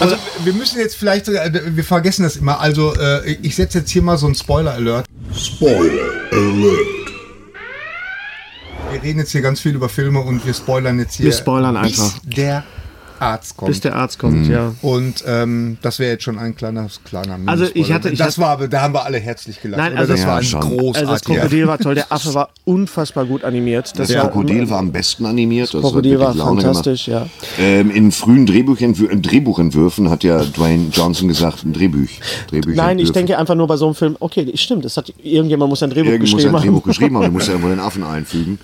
Also wir müssen jetzt vielleicht, sogar- wir vergessen das immer. Also äh, ich setze jetzt hier mal so einen Spoiler-Alert. Wir reden jetzt hier ganz viel über Filme und wir spoilern jetzt hier.
Wir spoilern einfach.
Bis der Arzt kommt.
Bis der Arzt kommt,
Hm.
ja.
und ähm, das wäre jetzt schon ein kleiner, kleiner
Also,
Minispoiler.
ich hatte- ich
das
hatte-
war, aber- da haben wir alle herzlich gelacht.
Nein,
oder?
also-
das
Ja,
war ein
schon.
Also das
großartiger.
Krokodil war toll, der Affe war unfassbar gut animiert. Das
Das
war,
Krokodil war am besten animiert. Das
Krokodil
hat
war
wirklich Laune
fantastisch,
gemacht.
ja.
Ähm, in frühen Drehbuchentwür Drehbuchentwürfen hat ja Dwayne Johnson gesagt, ein Drehbuch. Drehbuchentwürfe.
Nein, ich denke einfach nur bei so einem Film, okay, stimmt, das hat, irgendjemand muss ein Drehbuch
Irgendwo muss er
geschrieben
ein Drehbuch
haben.
geschrieben haben, du musst ja irgendwo den Affen einfügen.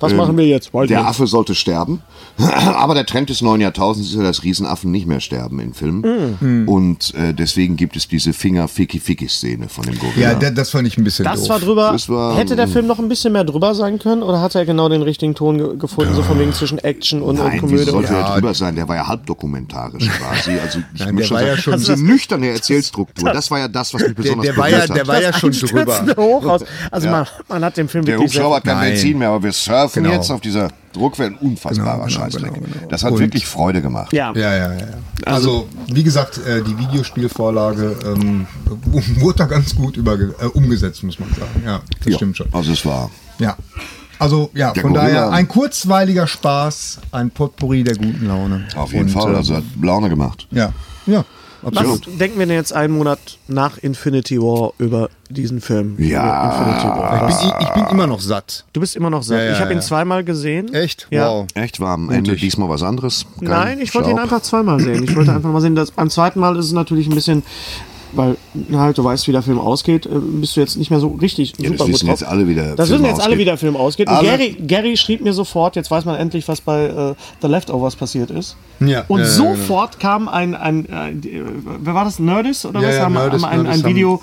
Was machen wir jetzt? Weiß
Ähm, Der
nicht.
Affe sollte sterben, aber der Trend des neuen Jahrtausends ist ja, dass Riesenaffen nicht mehr sterben in Filmen.
Mhm.
Und äh, deswegen gibt es diese Finger-Ficky-Ficky-Szene von dem Gorilla.
ja, da- das fand ich ein bisschen
Das
doof.
war drüber.
Das war,
hätte der
ähm,
Film noch ein bisschen mehr drüber sein können oder hat er genau den richtigen Ton ge gefunden, so von wegen zwischen Action und, und
Nein, wie
Komödie?
sollte
Und
er drüber sein? Der war ja halbdokumentarisch quasi. Also ich
Nein,
muss
der war ja schon-
diese nüchterne Erzählstruktur, das war ja das, was mich
der,
besonders
der war ja,
berührt
der
hat.
war ja schon drüber.
stürzte hoch aus. Also man, man hat dem Film
Der
wirklich
Hubschrauber hat kein
Nein.
Benzin mehr, aber wir surfen
Genau.
jetzt auf dieser Druckwelle.
Genau,
Unfassbarer
genau,
Scheißdreck.
genau, genau.
Das hat
Und-
wirklich Freude gemacht.
ja,
Ja, ja, ja. ja. Also, wie gesagt, äh, die Videospielvorlage ähm, wurde da ganz gut überge äh, umgesetzt, muss man sagen. Ja, das
Ja,
stimmt schon.
Also es war.
Ja. Also, ja,
Der
von
Gorilla-
daher ein kurzweiliger Spaß, ein Potpourri der guten Laune.
Auf jeden
Und,
Fall.
äh,
Also hat Laune gemacht.
ja, ja,
was
absolut.
denken wir denn jetzt einen Monat nach Infinity War über diesen Film?
Ja.
Über Infinity War.
Ich bin, ich bin immer noch satt.
Du bist immer noch satt.
Ja, ja,
ich habe ihn
ja.
zweimal gesehen.
Echt?
Ja.
Wow.
Echt war am Ende diesmal was anderes. Kein
Nein, ich wollte ihn
Staub.
einfach zweimal sehen. Ich wollte einfach mal sehen, dass beim zweiten Mal ist es natürlich ein bisschen, weil na halt, du weißt, wie der Film ausgeht, äh, bist du jetzt nicht mehr so richtig
Ja,
super
das
gut
wissen
drauf.
jetzt alle, wie der
das
Film
wissen jetzt alle,
ausgeht.
wie der Film ausgeht. Und
Alle-
Gary, Gary schrieb mir sofort, jetzt weiß man endlich, was bei äh, The Leftovers passiert ist.
Ja,
Und
ja, genau. ja,
sofort kam ein, ein, ein, äh, wer war das, Nerdist oder
Ja,
was?
ja,
haben,
Nerdist,
haben ein,
Nerdist
ein Video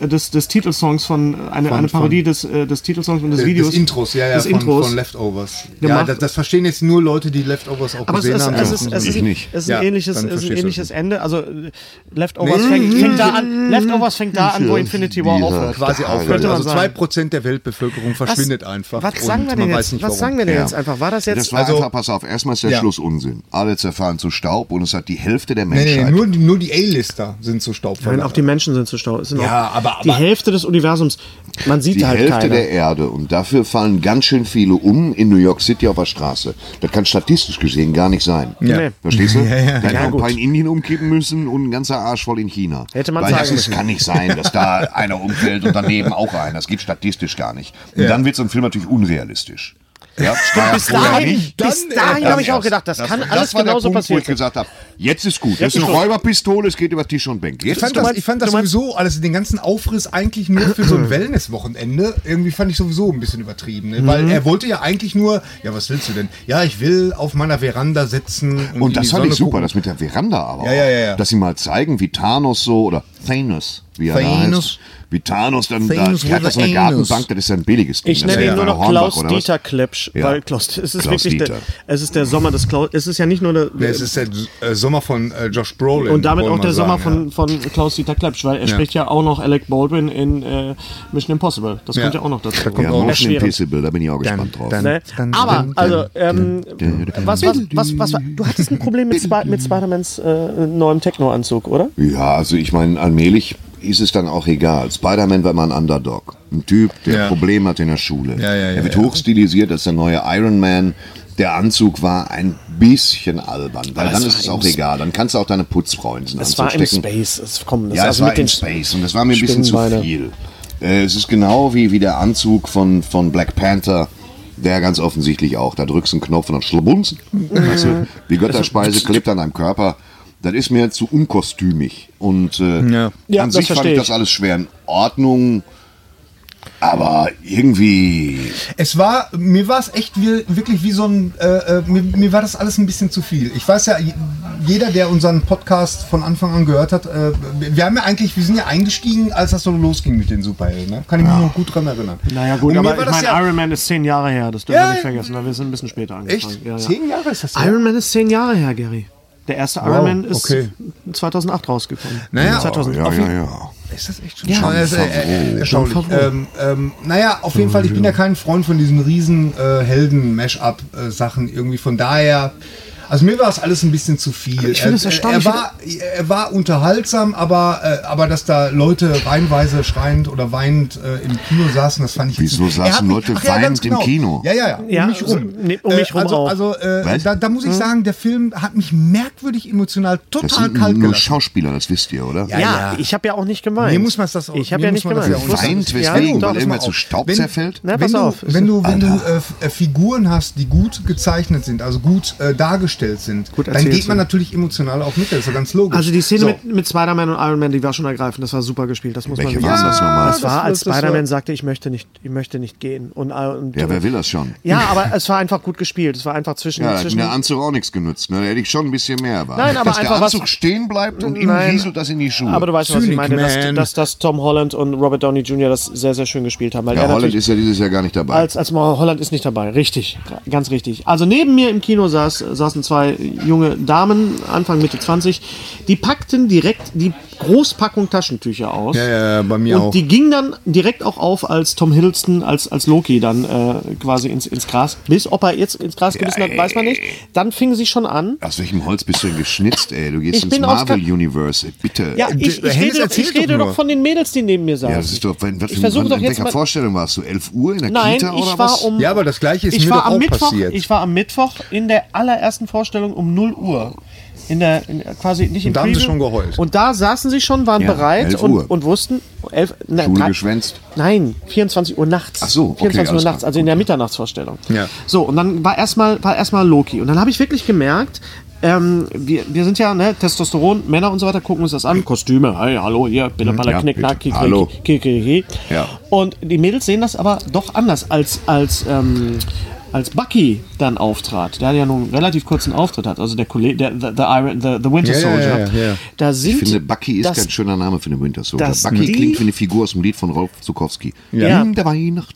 äh, des, des Titelsongs von, eine, eine Parodie des, äh, des Titelsongs und des Videos.
Des Intros, ja, ja,
des
von,
Intros.
von Leftovers. Ja,
Gemacht.
das, das verstehen jetzt nur Leute, die Leftovers auch
Aber es
gesehen
ist,
haben.
es ist, es
Ich
ist,
nicht.
Es ist
Ja,
ein ähnliches,
dann
es ist ein
verstehst du
ähnliches
es.
Ende. Also äh, Leftovers fängt, fängt da an. Leftovers fängt da an, wo Infinity War
Ja.
aufhört.
quasi
Ja,
aufhört.
könnte
man
Also
sagen.
2% der Weltbevölkerung verschwindet einfach.
Was sagen
und
wir denn
man
jetzt?
Weiß nicht,
Was
warum.
sagen wir denn
Ja.
jetzt einfach? War das
Das
jetzt?
war
Also-
einfach, pass auf, erstmal ist der
Ja.
Schluss Unsinn. Alle zerfahren zu Staub und es hat die Hälfte der
Nee,
Menschheit.
nee, nur, die- nur die A-Lister sind zu Staub
Nein, auch die Menschen sind zu Stau. Es sind
Ja,
auch
aber-
die
aber-
Hälfte des Universums. Man sieht
die
halt
Hälfte
keiner.
der Erde und dafür fallen ganz schön viele um in New York City auf der Straße. Das kann statistisch gesehen gar nicht sein.
Ja. Nee.
Verstehst du?
Ja, ja,
da hätte
ja,
man ein paar
gut.
in Indien umkippen müssen und ein ganzer Arsch voll in China.
Hätte man
Weil
sagen
das ist,
müssen.
kann nicht sein, dass da einer umfällt und daneben auch einer. Das geht statistisch gar nicht. Und dann wird so ein Film natürlich unrealistisch. Ja, war ja
Bis
vorher
dahin,
nicht.
bis
Dann
dahin
Dann
habe ich auch
erst.
gedacht, das, kann
das
alles
war der
genauso
Punkt, Wo
passieren.
ich gesagt habe, jetzt ist gut. Das
Jetzt
ist eine
ist gut.
Räuberpistole, es geht über Tisch und Bank. Jetzt
Ich fand,
ist
das, ich fand das sowieso alles, den ganzen Aufriss eigentlich nur für so ein Wellness-Wochenende, irgendwie fand ich sowieso ein bisschen übertrieben. Ne?
Mhm.
Weil er wollte ja eigentlich nur, ja, was willst du denn? Ja, ich will auf meiner Veranda sitzen. Und, in
Und das
die
fand
Sonne
ich super,
gucken.
das mit der Veranda aber.
Ja,
auch.
ja, ja, ja.
Dass sie mal zeigen, wie Thanos so oder Thanos, wie er da
Thanos.
heißt. Wie Thanos dann
Thanos
da
with
kackt das in der
the
Gartenbank,
anus.
das ist ja ein billiges Ding.
Ich
Das
nenne
ist
ihn nur
ja
noch
Hornbach, oder was?
Klaus-Dieter Klepsch,
Ja.
weil Klaus, es ist
Klaus
wirklich der,
Dieter.
es ist der Sommer des Klaus, es ist ja nicht nur der,
Nee, es ist der äh, Sommer von äh, Josh Brolin.
und damit
wollen
auch
wir
der
sagen,
Sommer
ja.
von, von Klaus-Dieter Klepsch, weil er spricht ja auch noch Alec Baldwin in äh, Mission Impossible. Das
Ja.
kommt ja auch noch dazu.
Da kommt
Ja,
auch-
Motion
Erschwerend.
Impossible, da bin ich auch gespannt drauf.
dann,
Ne?
dann,
Aber,
dann,
also,
dann,
ähm,
dann, dann,
was, was, was, was, du hattest ein Problem mit, Spi mit Spider-Mans äh, neuem Techno-Anzug, oder?
Ja, also ich meine, allmählich ist es dann auch egal. Spider-Man war mal ein Underdog. Ein Typ, der
Ja.
Probleme hat in der Schule.
Ja, ja, ja,
er wird
ja.
hochstilisiert als der neue Iron Man. Der Anzug war ein bisschen albern, weil dann
es
ist
war
es
im
auch
Sp-
egal. Dann kannst du auch deine Putzfrau in diesen Anzug
Es war im
stecken.
Space. Es, komm, das
Ja,
also
es war
mit den
im Space und das war mir ein bisschen zu
Spinnenbeine.
viel. Äh, es ist genau wie, wie der Anzug von, von Black Panther, der ganz offensichtlich auch, da drückst du einen Knopf und dann schlabunz. Weißt du, die Götterspeise klebt an deinem Körper. Das ist mir zu unkostümig. Und äh,
Ja.
an
Ja, das
sich fand
verstehe
ich
ich.
das alles schwer in Ordnung. Aber irgendwie
Es war, mir war es echt wie, wirklich wie so ein, äh, äh, mir, mir war das alles ein bisschen zu viel. Ich weiß ja, j- jeder, der unseren Podcast von Anfang an gehört hat, äh, wir haben ja eigentlich, wir sind ja eingestiegen, als das so losging mit den Superhelden. Ne? Kann ich mich noch gut dran erinnern.
Naja gut,
Und mir
aber
war
ich
das
meine,
ja,
Iron Man ist zehn Jahre her, das dürfen
Ja,
wir nicht
ja.
vergessen, weil wir sind ein bisschen später angefangen.
echt,
Ja, ja.
zehn Jahre ist das ja.
Iron Man ist zehn Jahre her, Gary. Der erste Iron
Wow,
Man ist
okay.
2008 rausgekommen.
Naja,
2000,
ja,
auf
ja,
jeden-
ja.
Ist das echt schon ja, das ist, äh, äh, erstaunlich.
John Favreau.
Ähm, ähm, naja, auf jeden Fall, ich bin ja kein Freund von diesen riesen äh, Helden-Mash-up-Sachen irgendwie. Von daher, also mir war es alles ein bisschen zu viel.
Ich finde es
Er- äh,
erstaunlich,
Er war, er war unterhaltsam, aber, äh, aber dass da Leute reihenweise schreiend oder weinend äh, im Kino saßen, das fand ich...
Wieso
Er
saßen
hat mich-
Leute
ach ja, ganz
weinend im Kino?
Ja, ja, ja, um
Ja,
mich
so-
rum.
nee, um mich rum
also,
auch. Hm?
Also, äh,
Was?
da, da muss ich sagen, der Film hat mich merkwürdig emotional
Das
total
sind
kalt
nur
gelassen.
Schauspieler, das wisst ihr, oder?
Ja, ich habe ja auch nicht gemeint.
Mir muss man's das auch-
Ich habe
mir
ja
muss
nicht
man das
gemeint.
ja auch
Ich wusste
Weint
das nicht.
weswegen,
Ja,
weil
doch,
irgendwer
auf.
zu Staub
Wenn-
zerfällt?
Na,
wenn
pass
du,
auf.
Wenn du, wenn du äh, F- äh, Figuren hast, die gut gezeichnet sind, also gut äh, dargestellt sind,
Gut
dann
erzählt
geht man
sind.
natürlich emotional auch mit. Das ist ja ganz logisch.
Also die Szene
So.
mit, mit Spider-Man und Iron Man, die war schon ergreifend. Das war super gespielt. Das muss
Welche
man
waren das nochmal?
Das war, als
das war-
Spider-Man sagte, ich möchte nicht, ich möchte nicht gehen. Und, äh, und,
Ja, wer will das schon?
Ja, aber es war einfach gut gespielt. Es war einfach zwischen,
Ja, da hat
zwischen
mir der Anzug auch nichts genützt. Ne? Da hätte ich schon ein bisschen mehr erwartet.
Nein, aber
Dass
einfach
der
was-
Anzug stehen bleibt und ihm
Nein.
rieselt das in die Schuhe.
Aber du weißt, was ich
Cynic
meine, dass,
Man.
dass, dass Tom Holland und Robert Downey Jr. das sehr, sehr schön gespielt haben. Weil
ja,
er
Holland
natürlich-
ist ja dieses Jahr gar nicht dabei.
Als, als Mauer Holland ist nicht dabei, richtig, ganz richtig. Also neben mir im Kino saß, saßen zwei junge Damen, Anfang Mitte 20, die packten direkt die Großpackung Taschentücher aus.
Ja, ja, ja, bei mir
und
auch.
die ging dann direkt auch auf, als Tom Hiddleston, als, als Loki dann äh, quasi ins, ins Gras bis Ob er jetzt ins Gras gebissen hat, weiß man nicht. Dann fing sie schon an.
Aus welchem Holz bist du denn geschnitzt, ey? Du gehst
Ich
ins
bin aus Ka-
Marvel-Universe, ey, bitte.
Ja, ich,
Hennes
ich rede, doch- ich
Äh, erzählt doch
rede doch
nur.
von den Mädels, die neben mir saßen.
Ja, das ist doch, wenn, was
Ich
für-
versuche
wann-
doch
in
jetzt
welcher
mal-
Vorstellung warst du? 11 Uhr in der
Nein,
Kita oder
ich war
was?
um.
Ja, aber das Gleiche ist
ich
mir
war
doch
am
auch
Mittwoch,
passiert.
Ich war am Mittwoch in der allerersten Vorstellung um 0 Uhr. In der, in, quasi nicht in
da haben sie schon geheult.
Und da saßen sie schon, waren
Ja,
bereit
11
und,
Uhr.
und wussten. Elf, na,
Schule
drei-
geschwänzt.
Nein, 24 Uhr nachts.
Ach so, okay,
24 Uhr
alles
nachts,
klar.
also in der Mitternachtsvorstellung.
Ja.
So, und dann war erstmal war erstmal Loki. Und dann habe ich wirklich gemerkt, ähm, wir, wir sind ja, ne, Testosteron, Männer und so weiter, gucken uns das an. Kostüme, hey, hallo, hier, bitte mal
Ja,
knick, knack,
bitte.
kick,
Hallo.
kick, kick, kick, kick.
Ja.
Und die Mädels sehen das aber doch anders als, als, ähm, als Bucky dann auftrat, der ja nun einen relativ kurzen Auftritt hat, also der Kollege, der, the, the, Iron, the, the Winter
Ja, ja,
Soldier.
ja, ja, ja.
Da sind
Ich finde, Bucky ist
das,
kein schöner Name für den Winter Soldier.
das
Bucky
die-
klingt wie eine Figur aus dem Lied von Rolf Zukowski.
Ja.
In der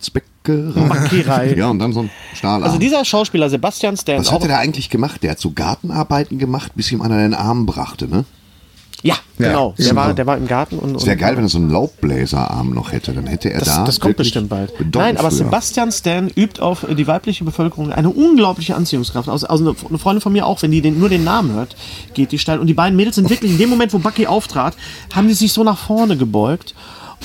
Weihnachtsbäckerei.
Bucky-Rei.
Ja, und dann so ein Stahlarm.
Also dieser Schauspieler Sebastian Stan,
was hat er da eigentlich gemacht? Der hat so Gartenarbeiten gemacht, bis ihm einer den Arm brachte, ne?
Ja,
Ja,
genau.
ist
Der war,
so.
der war im Garten und.
Es wäre
und-
geil, wenn er so einen Laubbläserarm noch hätte. Dann hätte er
Das,
da.
das kommt
wirklich
bestimmt bald.
bedeutend
Nein, aber
früher.
Sebastian Stan übt auf äh, die weibliche Bevölkerung eine unglaubliche Anziehungskraft aus. Also eine eine Freundin von mir auch, wenn die den, nur den Namen hört, geht die steil. Und die beiden Mädels sind wirklich in dem Moment, wo Bucky auftrat, haben die sich so nach vorne gebeugt.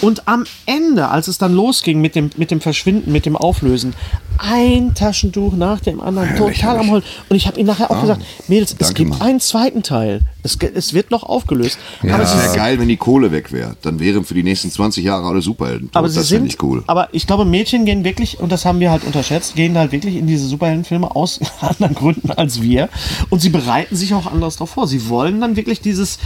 Und am Ende, als es dann losging mit dem, mit dem Verschwinden, mit dem Auflösen, ein Taschentuch nach dem anderen, total am Holen. Und ich habe ihm nachher auch gesagt, Mädels, es
Ah, Danke,
gibt
Mann.
einen zweiten Teil. Es, ge- es wird noch aufgelöst.
Ja,
aber
das
es ist
wäre geil, wenn die Kohle weg wäre. Dann wären für die nächsten 20 Jahre alle Superhelden. tot.
aber sie
das fänd
sind,
ich cool.
aber ich glaube, Mädchen gehen wirklich, und das haben wir halt unterschätzt, gehen halt wirklich in diese Superheldenfilme aus anderen Gründen als wir. Und sie bereiten sich auch anders drauf vor. Sie wollen dann wirklich dieses,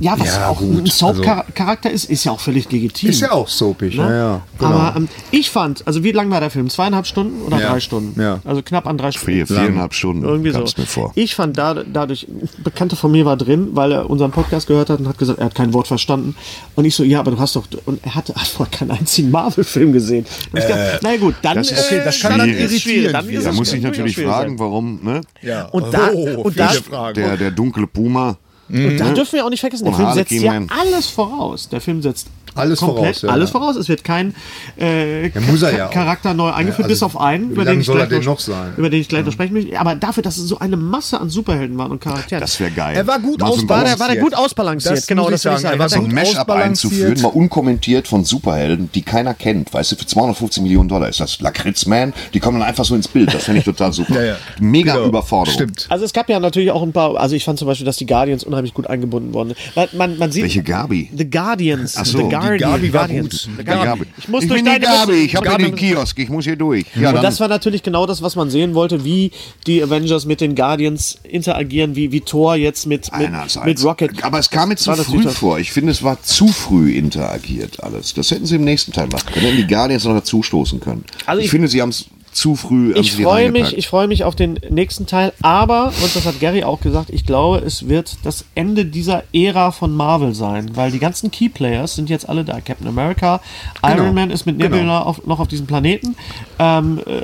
ja, was
Ja,
auch
gut, also
ein Soap-Charakter ist, ist ja auch völlig legitim.
ist ja auch soapig. Ja, ja, genau.
Aber ähm, ich fand, also wie lang war der Film? Zweieinhalb Stunden oder
Ja,
drei Stunden?
ja.
Also knapp an drei Stunden.
Vier, viereinhalb Stunden
Irgendwie
Hm, kam
so.
es mir vor.
Ich fand da, dadurch, Bekannte von mir war drin
hin, weil er unseren Podcast gehört hat und hat gesagt, er hat kein Wort verstanden. Und ich so, ja, aber du hast doch. Und er hatte einfach keinen einzigen Marvel-Film gesehen. Und ich dachte, na gut, dann.
Äh, das ist-
Okay, das kann dann irritieren.
Dann ist
Da
es
muss ich
durchaus
natürlich
schwierig sein.
fragen, warum, ne?
Ja.
Und da-
oh,
und
viele
da-
Fragen.
Der, der dunkle Puma.
Und
Mhm.
da dürfen wir auch nicht vergessen, der
Oh,
Und
Film setzt
Harlequin
ja
Man.
alles voraus. Der Film setzt
Alles voraus, ja,
alles
ja.
voraus. Es wird kein äh,
muss er
Ka-
ja auch.
Charakter neu eingeführt,
also,
bis auf einen,
wie
über
lang
den, ich
soll er
gleich
denn noch sein? Mhm.
über den ich gleich noch sprechen möchte. Aber dafür, dass es so eine Masse an Superhelden waren und Charakteren.
Das wäre geil.
Er war gut
Mal so ein
ausbalanciert.
großes-
War der gut ausbalanciert?
Das
genau,
muss
das
ich
würde ich
sagen.
sagen.
Er war
so
gut
ein Mashup
ausbalanciert.
einzuführen, mal unkommentiert von Superhelden, die keiner kennt, weißt du, für 250 Millionen Dollar ist das Lakritz-Man, die kommen dann einfach so ins Bild, das finde ich total super.
Ja, ja.
Mega
Genau.
Überforderung.
Stimmt.
Also es gab ja natürlich auch ein paar, also ich fand zum Beispiel, dass die Guardians unheimlich gut eingebunden wurden. Weil man, man sieht,
Welche Gabi?
The Guardians.
Ach so,
The
die
Guardian,
Gabi war
Guardians.
gut.
The
Die
Guardian.
Gabi.
Ich muss
ich
durch
bin die
deine
Gabi, ich habe
Gabi-
den Kiosk, ich muss hier durch. Ja,
Und
dann,
das war natürlich genau das, was man sehen wollte, wie die Avengers mit den Guardians interagieren, wie, wie Thor jetzt mit, mit,
einerseits.
mit Rocket.
Aber es kam mir
Das
zu
war natürlich
früh
das-
vor. Ich finde, es war zu früh interagiert alles. Das hätten sie im nächsten Teil machen können. Hätten die Guardians noch dazu stoßen können.
Also
ich,
ich-
finde, sie haben es zu früh haben
Ich
sie die
freue
reingepackt.
mich, ich freue mich auf den nächsten Teil, aber, und das hat Gary auch gesagt, ich glaube, es wird das Ende dieser Ära von Marvel sein, weil die ganzen Keyplayers sind jetzt alle da. Captain America,
Genau.
Iron Man ist mit Nebula auf, noch auf diesem Planeten, ähm, äh,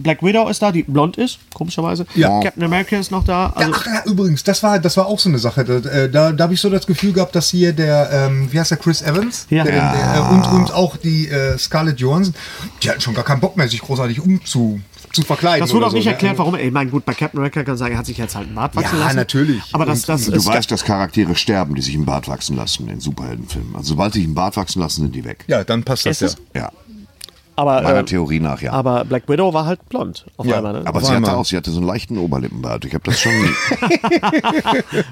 Black Widow ist da, die blond ist, komischerweise.
Ja.
Captain America ist noch da. Also,
Ach ja, übrigens, das war, das war auch so eine Sache. Da, äh, da, da habe ich so das Gefühl gehabt, dass hier der, ähm, wie heißt der, Chris Evans
Ja.
der, der, und, und auch die äh, Scarlett Johansson, die hatten schon gar keinen Bock mehr, sich großartig umzu zu verkleiden.
Das wurde
oder
auch
so,
nicht
ne?
erklärt, warum. Ich meine, gut, bei Captain America kann man sagen, er hat sich jetzt halt einen Bart wachsen
Ja,
lassen.
natürlich.
Aber das, das
Du
ist.
weißt, dass Charaktere sterben, die sich im Bart wachsen lassen in Superheldenfilmen. Also sobald sie sich im Bart wachsen lassen, sind die weg.
Ja, dann passt das
Ist
ja.
es?
Ja, meiner
aber, äh,
Theorie nach, ja. Aber,
aber Black Widow war halt blond auf
Ja,
einmal. Ne?
sie
Warte
hatte
mal.
auch, sie hatte so einen leichten Oberlippenbart. Ich habe das schon.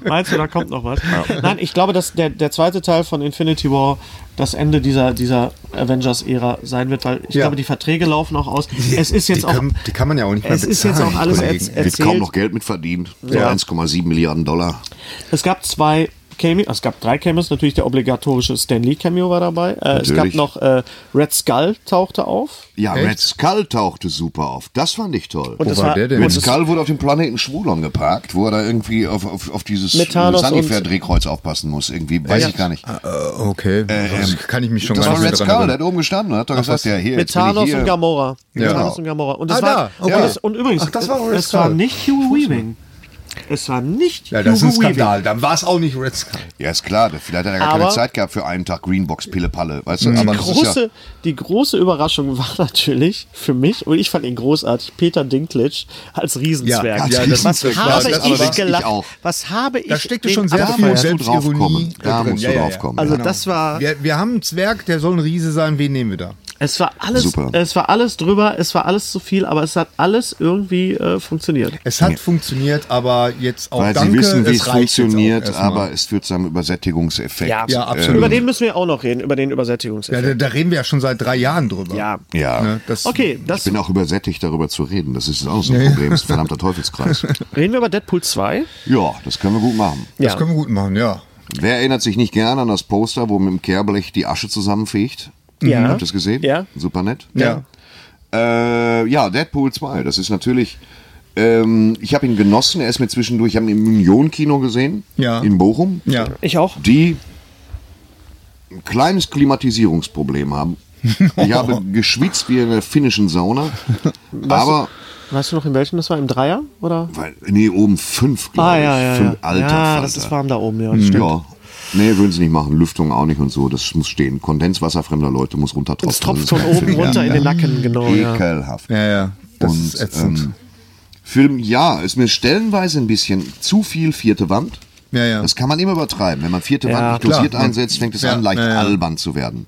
Meinst du, da kommt noch was? Nein, ich glaube, dass der, der zweite Teil von Infinity War das Ende dieser, dieser Avengers-Ära sein wird, weil ich
Ja.
glaube, die Verträge laufen auch aus. Es ist
die,
jetzt auch.
können, die kann man ja auch nicht mehr
Es ist jetzt äh,
bezahlen,
auch alles
die
erz-
Kollegen.
wird kaum noch
erzählt.
Geld mit verdient. So 1,7 Milliarden Dollar.
Es gab zwei Cameos, es gab drei Cameos, natürlich der obligatorische Stanley Cameo war dabei. Äh, es gab
Natürlich.
noch äh, Red Skull tauchte auf.
Ja,
Echt?
Red Skull tauchte super auf. Das fand ich toll.
Und das
war
war
der denn?
Red
und das-
Skull wurde auf dem Planeten Schwulon geparkt, wo er da irgendwie auf, auf, auf dieses
Mit Thanos und-
Sanifair-Drehkreuz aufpassen muss. Irgendwie, weiß ich gar nicht. ähm,
Äh, okay, das kann ich mich schon
das
gar
war
nicht mehr
Red
dran
Skull, der
erinnern.
hat oben gestanden und hat doch gesagt, ja, hier,
Mit
jetzt bin ich
Thanos
hier.
und Gamora. Mit
Ja.
Thanos und Gamora. Und, das
Ah,
war,
da, okay.
und, das, und übrigens,
Ach, das war Red
es war
Skull.
nicht Hugh Weaving. Es war nicht
Ja,
Hugh
das ist ein
Weaving.
Skandal. Dann war es auch nicht Red Skull.
Ja, ist klar, vielleicht hat er gar keine
Aber-
Zeit gehabt für einen Tag Greenbox Pille-Palle. Weißt du, aber das ist ja,
Große, die große Überraschung war natürlich für mich, und ich fand ihn großartig, Peter Dinklage als Riesenzwerg.
Ja, ja,
was,
das ist klar,
habe
das
ich
weiß ich
gelacht?
auch.
Was habe ich
Da steckte
den
schon sehr
da
abgefeiert?
viel
musst du
Selbstironie
drauf kommen. Da
drin.
musst
Ja,
du
ja, ja.
drauf kommen.
Also das war,
Wir, wir haben einen Zwerg, der soll ein Riese sein. Wen nehmen wir da?
es war alles,
Super.
es war alles drüber, es war alles zu viel, aber es hat alles irgendwie äh, funktioniert.
Es hat funktioniert, aber jetzt auch
Weil
danke.
sie wissen, wie es
es reicht jetzt auch
funktioniert,
erstmal.
aber es führt zu einem Übersättigungseffekt.
Ja, absolut.
Über den müssen wir auch noch reden, über den
ja,
Übersetzungseffekt.
da, da reden wir ja schon seit drei Jahren drüber.
Ja.
Ja.
Ne, das,
Okay,
Ich
das
bin auch übersättigt, darüber zu reden. Das ist auch so ein Problem. Das ist ein verdammter Teufelskreis.
reden wir über Deadpool 2.
Ja, das können wir gut machen.
Das können wir gut machen, ja.
Wer erinnert sich nicht gerne an das Poster, wo mit dem Kehrblech die Asche zusammenfegt? Mhm.
Ja.
Habt ihr das gesehen?
Ja.
Super nett.
Ja.
Äh, ja, Deadpool 2. Das ist natürlich. Ähm, ich habe ihn genossen. Er ist mir zwischendurch. Ich habe ihn im Union-Kino gesehen.
Ja.
In Bochum.
Ja.
Ich auch.
die ein kleines Klimatisierungsproblem haben. Ich habe geschwitzt wie in der finnischen Sauna, aber
Weißt du noch in welchem das war? Im Dreier? Oder?
weil, nee, oben fünf, glaube
Ah,
ich.
ja, ja.
fünf,
Ja,
alter
ja
Falter.
das ist warm da oben, ja.
Ja. Nee, würden sie nicht machen. Lüftung auch nicht und so. Das muss stehen. Kondenswasser fremder Leute muss runtertropfen.
Es tropft
Das
von
ist kein
oben
Film.
runter in den
Ja.
Nacken, genau. Ja.
Ekelhaft.
Ja, ja. Das ist
Und
ätzend.
ähm, Film, ja, ist mir stellenweise ein bisschen zu viel vierte Wand.
Ja, ja.
Das kann man immer übertreiben. Wenn man vierte Wand nicht
klar.
dosiert einsetzt, fängt es
Ja,
an, leicht
ja, ja.
albern zu werden.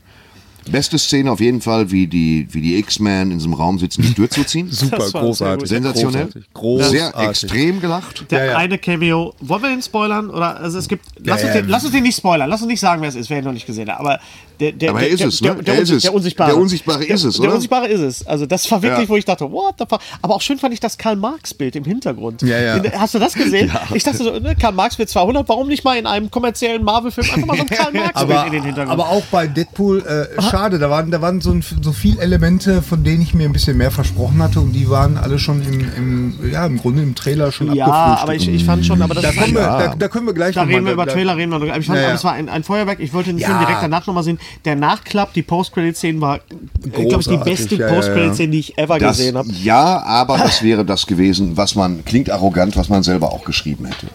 Beste Szene auf jeden Fall, wie die, wie die X-Men in diesem Raum sitzen, die Tür zuziehen.
Super,
Das war
großartig.
sehr gut. Sensationell.
Großartig. großartig.
Sehr extrem gelacht.
Ja,
Der
ja.
eine Cameo. Wollen wir den spoilern? Oder also es gibt. Lass, uns
ja.
den, lass uns den nicht spoilern. Lass uns nicht sagen, wer es ist, wer ihn noch nicht gesehen hat. Aber Der, der,
Aber er
der,
ist
der,
es,
der,
ne?
der,
Er ist
Unsi-
es.
der Unsichtbare.
Der Unsichtbare ist es,
Der
oder?
Unsichtbare ist es. Also das war wirklich,
Ja.
wo ich dachte, what the fuck. Aber auch schön fand ich das Karl-Marx-Bild im Hintergrund.
Ja, ja.
In- Hast du das gesehen? Ich dachte so, ne, Karl-Marx wird 200, warum nicht mal in einem kommerziellen Marvel-Film einfach mal so ein Karl-Marx-Bild
Aber,
in den Hintergrund? Ah.
aber auch bei Deadpool, äh, schade, da waren, da waren so, ein, so viele Elemente, von denen ich mir ein bisschen mehr versprochen hatte und die waren alle schon im, im, ja, im Grunde im Trailer schon
ja,
abgefrühstückt.
aber ich, ich fand schon, aber das
da,
ist ein-
kommen wir, da, da können wir gleich
Da
noch mal-
reden wir über
da-
Trailer, reden wir noch. Ich fand,
Ja, ja.
aber es war ein, ein Feuerwerk. Ich wollte den Film
Ja.
direkt danach nochmal sehen. Der Nachklapp, die Post-Credit-Szene war, glaube ich, die
Großartig,
beste
ja, ja, ja.
Post-Credit-Szene, die ich ever
Das,
gesehen habe.
ja, aber das wäre das gewesen, was man, klingt arrogant, was man selber auch geschrieben hätte.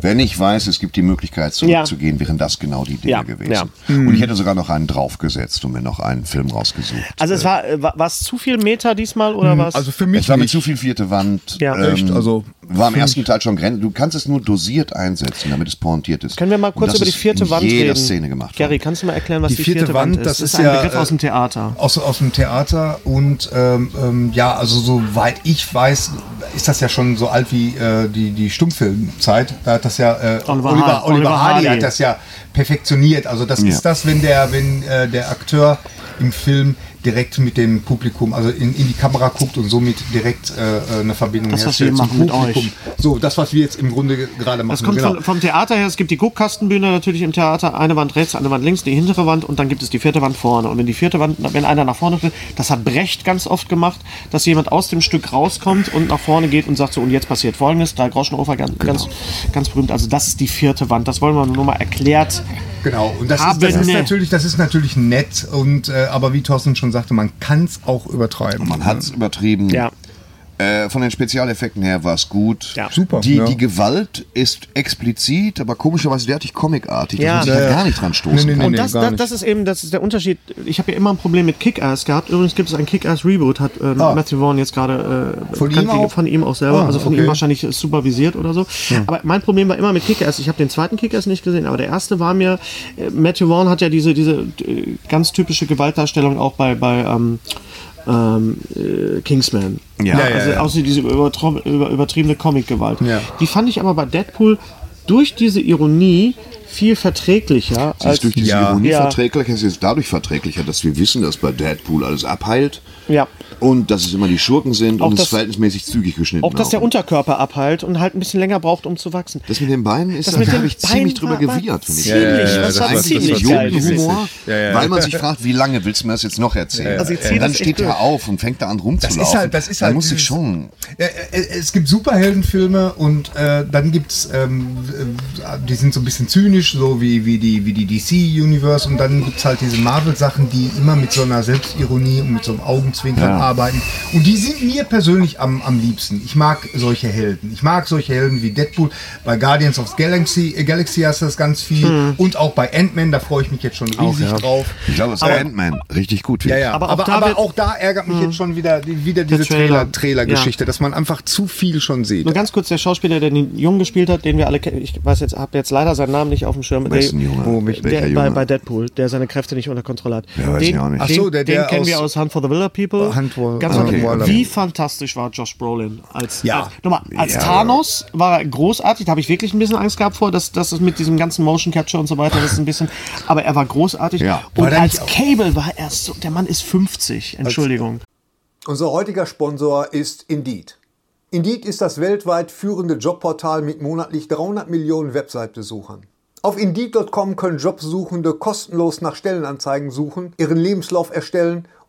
Wenn ich weiß, es gibt die Möglichkeit zurückzugehen, wären das genau die Dinge
Ja,
gewesen.
ja. Hm.
Und ich hätte sogar noch einen draufgesetzt und mir noch einen Film rausgesucht.
Also es war, äh, war war es zu viel Meta diesmal oder was?
Also für mich
es war mir
nicht.
zu viel vierte Wand. ähm,
Ja.
Echt? Also,
war im
find
ersten Teil schon grenzen. Du kannst es nur dosiert einsetzen, damit es pointiert ist.
Können wir mal
Und
kurz
das
über die
ist
vierte
in
Wand
jeder
reden?
Szene gemacht.
Gary,
worden.
kannst du mal erklären, was die,
Die vierte Wand, das ist
ein
ja,
Begriff
äh,
aus dem Theater.
aus, aus dem Theater und ähm, ähm, ja, also soweit ich weiß, ist das ja schon so alt wie äh, die, die Stummfilmzeit. Da hat das ja äh, Oliver,
Oliver
Oliver,
Hardy. Oliver
Hardy
Hardy.
hat das ja perfektioniert. Also das
Ja.
ist das, wenn der, wenn äh, der Akteur im Film direkt mit dem Publikum, also in, in die Kamera guckt und somit direkt äh, eine Verbindung
Das, was
herstellt
wir machen mit
So, das, was wir jetzt im Grunde ge- gerade machen.
Das kommt
genau.
von, vom Theater her. Es gibt die Guckkastenbühne natürlich im Theater. Eine Wand rechts, eine Wand links, die hintere Wand und dann gibt es die vierte Wand vorne. Und wenn die vierte Wand, wenn einer nach vorne tritt, das hat Brecht ganz oft gemacht, dass jemand aus dem Stück rauskommt und nach vorne geht und sagt so, und jetzt passiert Folgendes. Drei Groschenhofer, ganz,
Genau.
ganz, ganz berühmt. Also das ist die vierte Wand. Das wollen wir nur mal erklärt.
Genau, und das ist,
Haben
das ist
wir.
natürlich, das ist natürlich nett und äh, aber wie Thorsten schon sagte, man kann es auch übertreiben.
Man hat es übertrieben.
Ja.
Äh, von den Spezialeffekten her war es gut.
Ja.
Super,
Die,
ja.
die Gewalt ist explizit, aber komischerweise derartig comicartig,
Ja.
dass
Ja,
man sich da halt
ja.
gar nicht dran stoßen
Nee, nee,
kann.
nee,
das,
gar
das,
nicht.
das ist eben, das ist der Unterschied. Ich habe ja immer ein Problem mit Kick-Ass gehabt. Übrigens gibt es ein Kick-Ass-Reboot, hat äh,
Ah.
Matthew Vaughn jetzt gerade äh,
Von ihm
bekannt gegeben.
auch?
von ihm auch selber.
Ah,
also von
okay. Hm.
ihm wahrscheinlich äh, supervisiert oder so. Aber mein Problem war immer mit Kick-Ass. Ich habe den zweiten Kick-Ass nicht gesehen, aber der erste war mir, äh, Matthew Vaughn hat ja diese, diese äh, ganz typische Gewaltdarstellung auch bei, bei ähm, ähm, äh, Kingsman.
Ja. Ja, ja,
also
ja.
außer diese übertro- über, übertriebene Comic-Gewalt.
Ja.
Die fand ich aber bei Deadpool durch diese Ironie viel verträglicher
Sie ist durch diese
Ja.
Ironie
Ja.
verträglicher, es ist dadurch verträglicher, dass wir wissen, dass bei Deadpool alles abheilt.
Ja.
Und dass es immer die Schurken sind
Auch
und es
das-
verhältnismäßig zügig geschnitten
Auch dass der
auch.
Unterkörper abheilt und halt ein bisschen länger braucht, um zu wachsen.
genau. Das mit den Beinen ist,
Das
da
mit den
habe ich ziemlich
Beinen
drüber
war-
gewirrt.
war
wenn ich
ziemlich-
ehrlich bin.
das war
ist eigentlich
ziemlich geil
Idiotenhumor,
gewesen.
weil man sich fragt, wie lange willst du mir das jetzt noch erzählen?
Also ich zieh
und dann
das echt
steht
durch.
er auf und fängt da an rumzulaufen.
Das ist halt, das ist
dann
halt
muss ich
dieses-
schon
Äh, äh, Es gibt Superheldenfilme und äh, dann gibt's, ähm, äh, die sind so ein bisschen zynisch, so wie, wie die, wie die DC-Universe und dann gibt's halt diese Marvel-Sachen, die immer mit so einer Selbstironie und mit so einem Augenzwinkern arbeiten. Und die sind mir persönlich am, am liebsten. Ich mag solche Helden. Ich mag solche Helden wie Deadpool. Bei Guardians of the Galaxy, äh, Galaxy hast du das ganz viel und auch bei Ant-Man, da freue ich mich jetzt schon riesig drauf.
Ich glaube, dass Ant-Man richtig gut wird.
Ja, ja.
Aber
Aber,
auch
aber,
da
aber
wird- Hm.
auch da ärgert mich jetzt schon wieder, die- wieder diese
Trailer.
Trailer- Trailer-Geschichte, dass man einfach zu viel schon sieht.
Nur ganz kurz, der Schauspieler, der den Jungen gespielt hat, den wir alle kennen, ich weiß jetzt, habe jetzt leider seinen Namen nicht auf dem Schirm. Der,
Wessen Junge?
Wo mich-
Welcher
der, bei,
Junge?
bei Deadpool, der seine Kräfte nicht unter Kontrolle hat.
Ja, weiß
den,
ich auch nicht.
Den,
Ach
so, der-
der, den
der
kennen
aus-
wir aus Hunt for the Villa People.
Hunt for-
Ganz
Hunt
okay.
for the
Wie
Wilder.
fantastisch war Josh Brolin als,
Ja.
als, nochmal, als Thanos war er großartig. Da habe ich wirklich ein bisschen Angst gehabt vor, dass, dass es mit diesem ganzen Motion Capture und so weiter, das ist ein bisschen. Aber er war großartig.
Ja.
Und
War der
als
nicht auch-
Cable war er so. Der Mann ist 50. Entschuldigung.
Unser heutiger Sponsor ist Indeed. Indeed ist das weltweit führende Jobportal mit monatlich 300 Millionen Website-Besuchern. Auf Indeed.com können Jobsuchende kostenlos nach Stellenanzeigen suchen, ihren Lebenslauf erstellen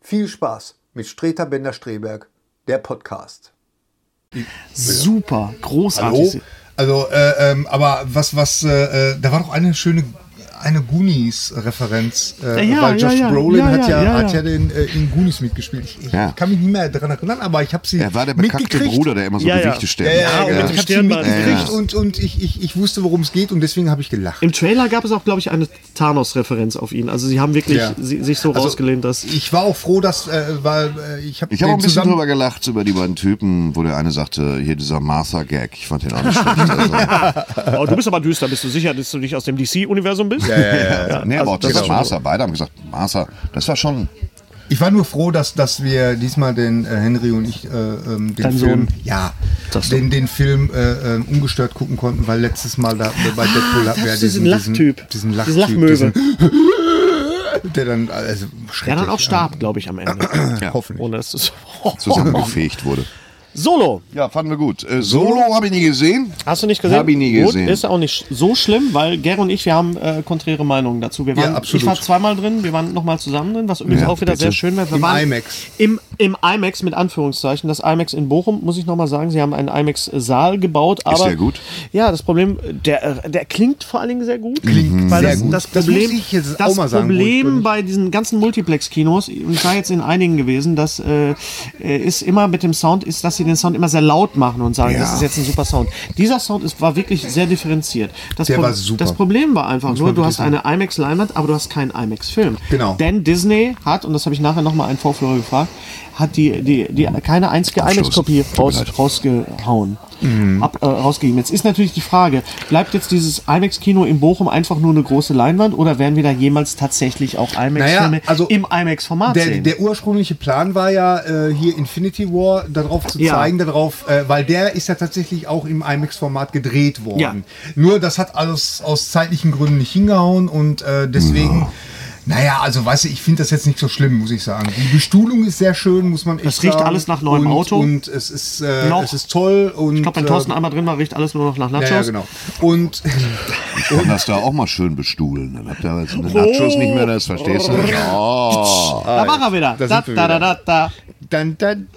viel Spaß mit Streter Bender-Streberg, der Podcast.
Super, großartig.
Hallo? Also, äh, ähm, aber was, was, äh, äh, da war doch eine schöne eine Goonies-Referenz, äh,
Ja,
weil
ja,
Josh
ja.
Brolin
Ja,
hat ja,
ja, ja,
hat
ja.
ja den äh, in Goonies mitgespielt. Ich, ich
Ja.
kann mich nicht mehr daran erinnern, aber ich habe sie
Er war der bekackte
mitgekriegt.
Bruder, der immer so
Ja, ja.
Gewichte
Ja,
stellt.
ja,
mit
genau. ja.
dem
Ich habe sie
Stirnband.
mitgekriegt
Ja, ja.
und, und ich, ich, ich wusste, worum es geht und deswegen habe ich gelacht.
Im Trailer gab es auch, glaube ich, eine Thanos-Referenz auf ihn. Also sie haben wirklich
Ja.
si- sich so
Also
rausgelehnt, dass
Ich war auch froh, dass, äh, weil äh, ich habe
Ich habe auch ein bisschen
zusammen
drüber gelacht, über die beiden Typen, wo der eine sagte, hier dieser Martha-Gag. Ich fand den auch nicht schlecht. Also,
Oh, du bist aber düster, bist du sicher, dass du nicht aus dem DC-Universum bist? also
nee, aber auch
Also,
das
dieses
war schon-
Martha, beide haben gesagt, Martha, das war schon
Ich war nur froh, dass, dass wir diesmal den äh, Henry und ich äh, ähm, den
Dein
Film,
Sohn.
ja, den, den Film äh, ähm, ungestört gucken konnten, weil letztes Mal da bei Deadpool hatten wir ja
Ah, das ist ein Lachtyp.
diesen
Diese
Lachtyp,
Lachmöwe.
diesen- der dann also
er
schrecklich.
dann auch starb, glaube ich, am Ende.
Ja. Hoffentlich.
Ohne dass es.
zusammengefegt wurde.
Solo,
Ja, fanden wir gut. Äh, Solo habe ich nie gesehen.
Hast du nicht gesehen?
Hab ich nie gesehen.
Gut, ist auch nicht so schlimm, weil Ger und ich, wir haben äh, konträre Meinungen dazu. Wir waren,
Ja, absolut.
Ich war zweimal drin, wir waren nochmal zusammen drin, was übrigens
Ja,
auch wieder
bitte.
sehr schön war. Wir
Im
waren
IMAX.
Im, Im IMAX mit Anführungszeichen. Das IMAX in Bochum, muss ich nochmal sagen, sie haben einen IMAX-Saal gebaut. Aber
der gut?
Ja, das Problem, der, äh, der klingt vor allen Dingen sehr gut.
Klingt
Weil
sehr
das,
gut.
das
Das
Problem,
muss ich jetzt auch
das
mal sagen, wo ich
Problem
bin.
bei diesen ganzen Multiplex-Kinos, und ich war jetzt in einigen gewesen, das äh, äh, ist immer mit dem Sound, ist, dass sie den Sound immer sehr laut machen und sagen, das ist jetzt ein super Sound. Dieser Sound ist, war wirklich sehr differenziert. Das
Der war super.
Das Problem war einfach nur,
man
du
wirklich
hast eine IMAX-Leinwand, aber du hast keinen IMAX-Film.
Genau.
Denn Disney hat, und das habe ich nachher nochmal einen Vorführer gefragt, hat die, die, die keine einzige IMAX-Kopie raus, rausgehauen.
Mhm.
Ab, äh, rausgegeben. Jetzt ist natürlich die Frage, bleibt jetzt dieses IMAX-Kino in Bochum einfach nur eine große Leinwand oder werden wir da jemals tatsächlich auch IMAX-Filme
Naja, also
im IMAX-Format
Der,
sehen?
der ursprüngliche Plan war ja äh, hier Infinity War darauf zu
Ja.
zeigen, darauf, äh, weil der ist ja tatsächlich auch im IMAX-Format gedreht worden.
Ja.
Nur das hat alles aus zeitlichen Gründen nicht hingehauen und äh, deswegen. Naja, also weißt du, ich finde das jetzt nicht so schlimm, muss ich sagen. Die Bestuhlung ist sehr schön, muss man echt
Das riecht
sagen.
alles nach neuem
und,
Auto.
Und es ist, äh,
Noch.
es ist toll. Und,
ich glaube, wenn Thorsten einmal drin war, riecht alles nur noch nach
äh,
Nachos.
ja, ja, genau. Und
Und das da auch mal schön bestuhlen. Dann habt ihr jetzt eine Nachos nicht mehr, das verstehst du nicht. Oh.
Da war er wieder.
da
Da,
sind wir
da, da, da,
wieder.
da.
dann, dann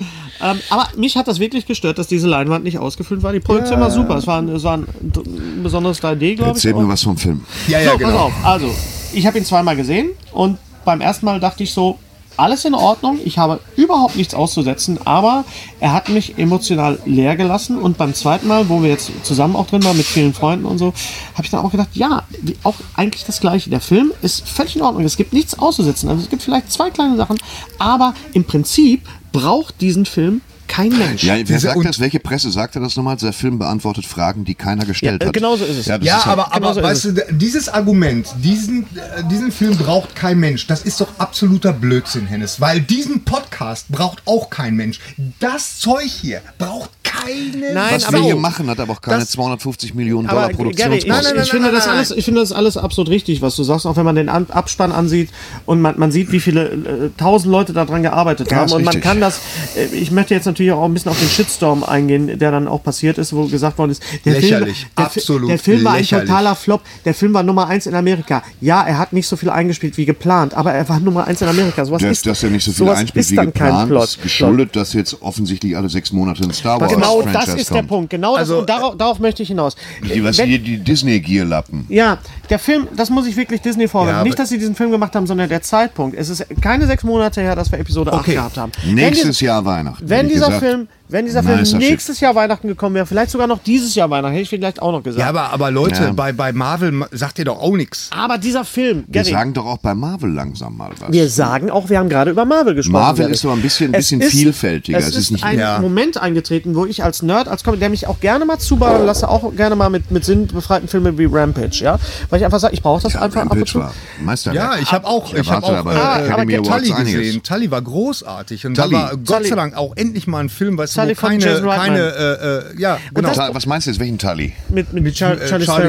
Ähm, aber mich hat das wirklich gestört, dass diese Leinwand nicht ausgefüllt war. Die Produktion war super. Es war ein, es war ein, ein besonderes 3D, glaube ich.
Erzähl mir
Und-
was vom Film.
Ja, ja,
so, pass
genau.
auf. Also, ich habe ihn zweimal gesehen und beim ersten Mal dachte ich so, alles in Ordnung, ich habe überhaupt nichts auszusetzen, aber er hat mich emotional leer gelassen und beim zweiten Mal, wo wir jetzt zusammen auch drin waren mit vielen Freunden und so, habe ich dann auch gedacht, ja, wie- auch eigentlich das gleiche. Der Film ist völlig in Ordnung, es gibt nichts auszusetzen. Also es gibt vielleicht zwei kleine Sachen, aber im Prinzip braucht diesen Film kein Mensch.
Ja, wer
Diese-
sagt
und-
das? Welche Presse sagte das nochmal? Der Film beantwortet Fragen, die keiner gestellt
Ja, äh,
hat.
genau so ist es.
Ja, das
Ja,
ist halt,
aber, aber
Genau so ist
weißt du, dieses Argument, diesen, äh, diesen Film braucht kein Mensch, das ist doch absoluter Blödsinn, Hennes. Weil diesen Podcast braucht auch kein Mensch. Das Zeug hier braucht keine
Nein,
was
Sau.
wir
aber-
hier machen, hat aber auch keine 250 Millionen Dollar
Aber, Gary, nein, nein,
Produktionskosten.
nein,
ich finde das alles, ich finde das alles absolut richtig, was du sagst, auch wenn man den An Abspann ansieht und man, man sieht, wie viele äh, tausend Leute daran gearbeitet haben
ist
und man
richtig.
kann das, äh, ich möchte jetzt natürlich auch ein bisschen auf den Shitstorm eingehen, der dann auch passiert ist, wo gesagt worden ist, der
Lächerlich,
Film, der, Fi-
absolut
der Film war ein
lächerlich.
totaler Flop, der Film war Nummer eins in Amerika. Ja, er hat nicht so viel eingespielt wie geplant, aber er war Nummer eins in Amerika. Sowas
Dass,
ist,
dass er nicht so viel
sowas
einspielt
ist
wie
dann kein
geplant,
Plot.
ist geschuldet, dass jetzt offensichtlich alle sechs Monate ein Star Wars
Genau das
Franchise
ist der
kommt.
Punkt. Genau das, und darauf, darauf möchte ich hinaus.
Die, was,
Wenn-
die, die Disney-Gierlappen.
Ja, der Film, das muss ich wirklich Disney vorwerfen.
Ja, aber-
Nicht, dass sie diesen Film gemacht haben, sondern der Zeitpunkt. Es ist keine sechs Monate her, dass wir Episode 8
Okay.
gehabt haben.
Nächstes
wenn
Jahr Weihnachten.
Wenn
hätte ich
dieser,
gesagt.
Film, wenn dieser Film
Nicer Shit.
nächstes Jahr Weihnachten gekommen wäre, vielleicht sogar noch dieses Jahr Weihnachten, hätte ich vielleicht auch noch gesagt.
Ja,
aber,
aber, aber Leute,
Ja.
Bei, bei Marvel ma- sagt ihr doch auch nichts.
dieser Film,
Wir
Gary,
sagen doch auch bei Marvel langsam mal was.
wir sagen auch, wir haben gerade über Marvel gesprochen.
Marvel
Gary.
ist aber ein bisschen,
Es
bisschen
ist-
vielfältiger.
Es, ist,
nicht
ein
Ja.
Moment eingetreten, wo ich als Nerd, als Comic, der mich auch gerne mal zuballern lasse, auch gerne mal mit, mit sinnbefreiten Filmen wie Rampage, ja, weil ich einfach sage, ich brauche das
ja,
einfach ab und
Rampage
zu.
war Meisterwerk.
Ja, ich habe auch, ich hab
erwarte
auch
aber
äh,
Academy
aber
Awards
Tully
einiges.
gesehen. Tully war großartig. Und
Tully.
da war Gott
Tully.
sei Dank auch endlich mal ein Film, weißt du,
Tully
wo
von
keine,
Jason Reitman.
keine äh, äh, ja, genau.
Ta- Was meinst du jetzt, welchen Tully?
Mit, mit,
mit
Char
äh,
Charlie
Charlie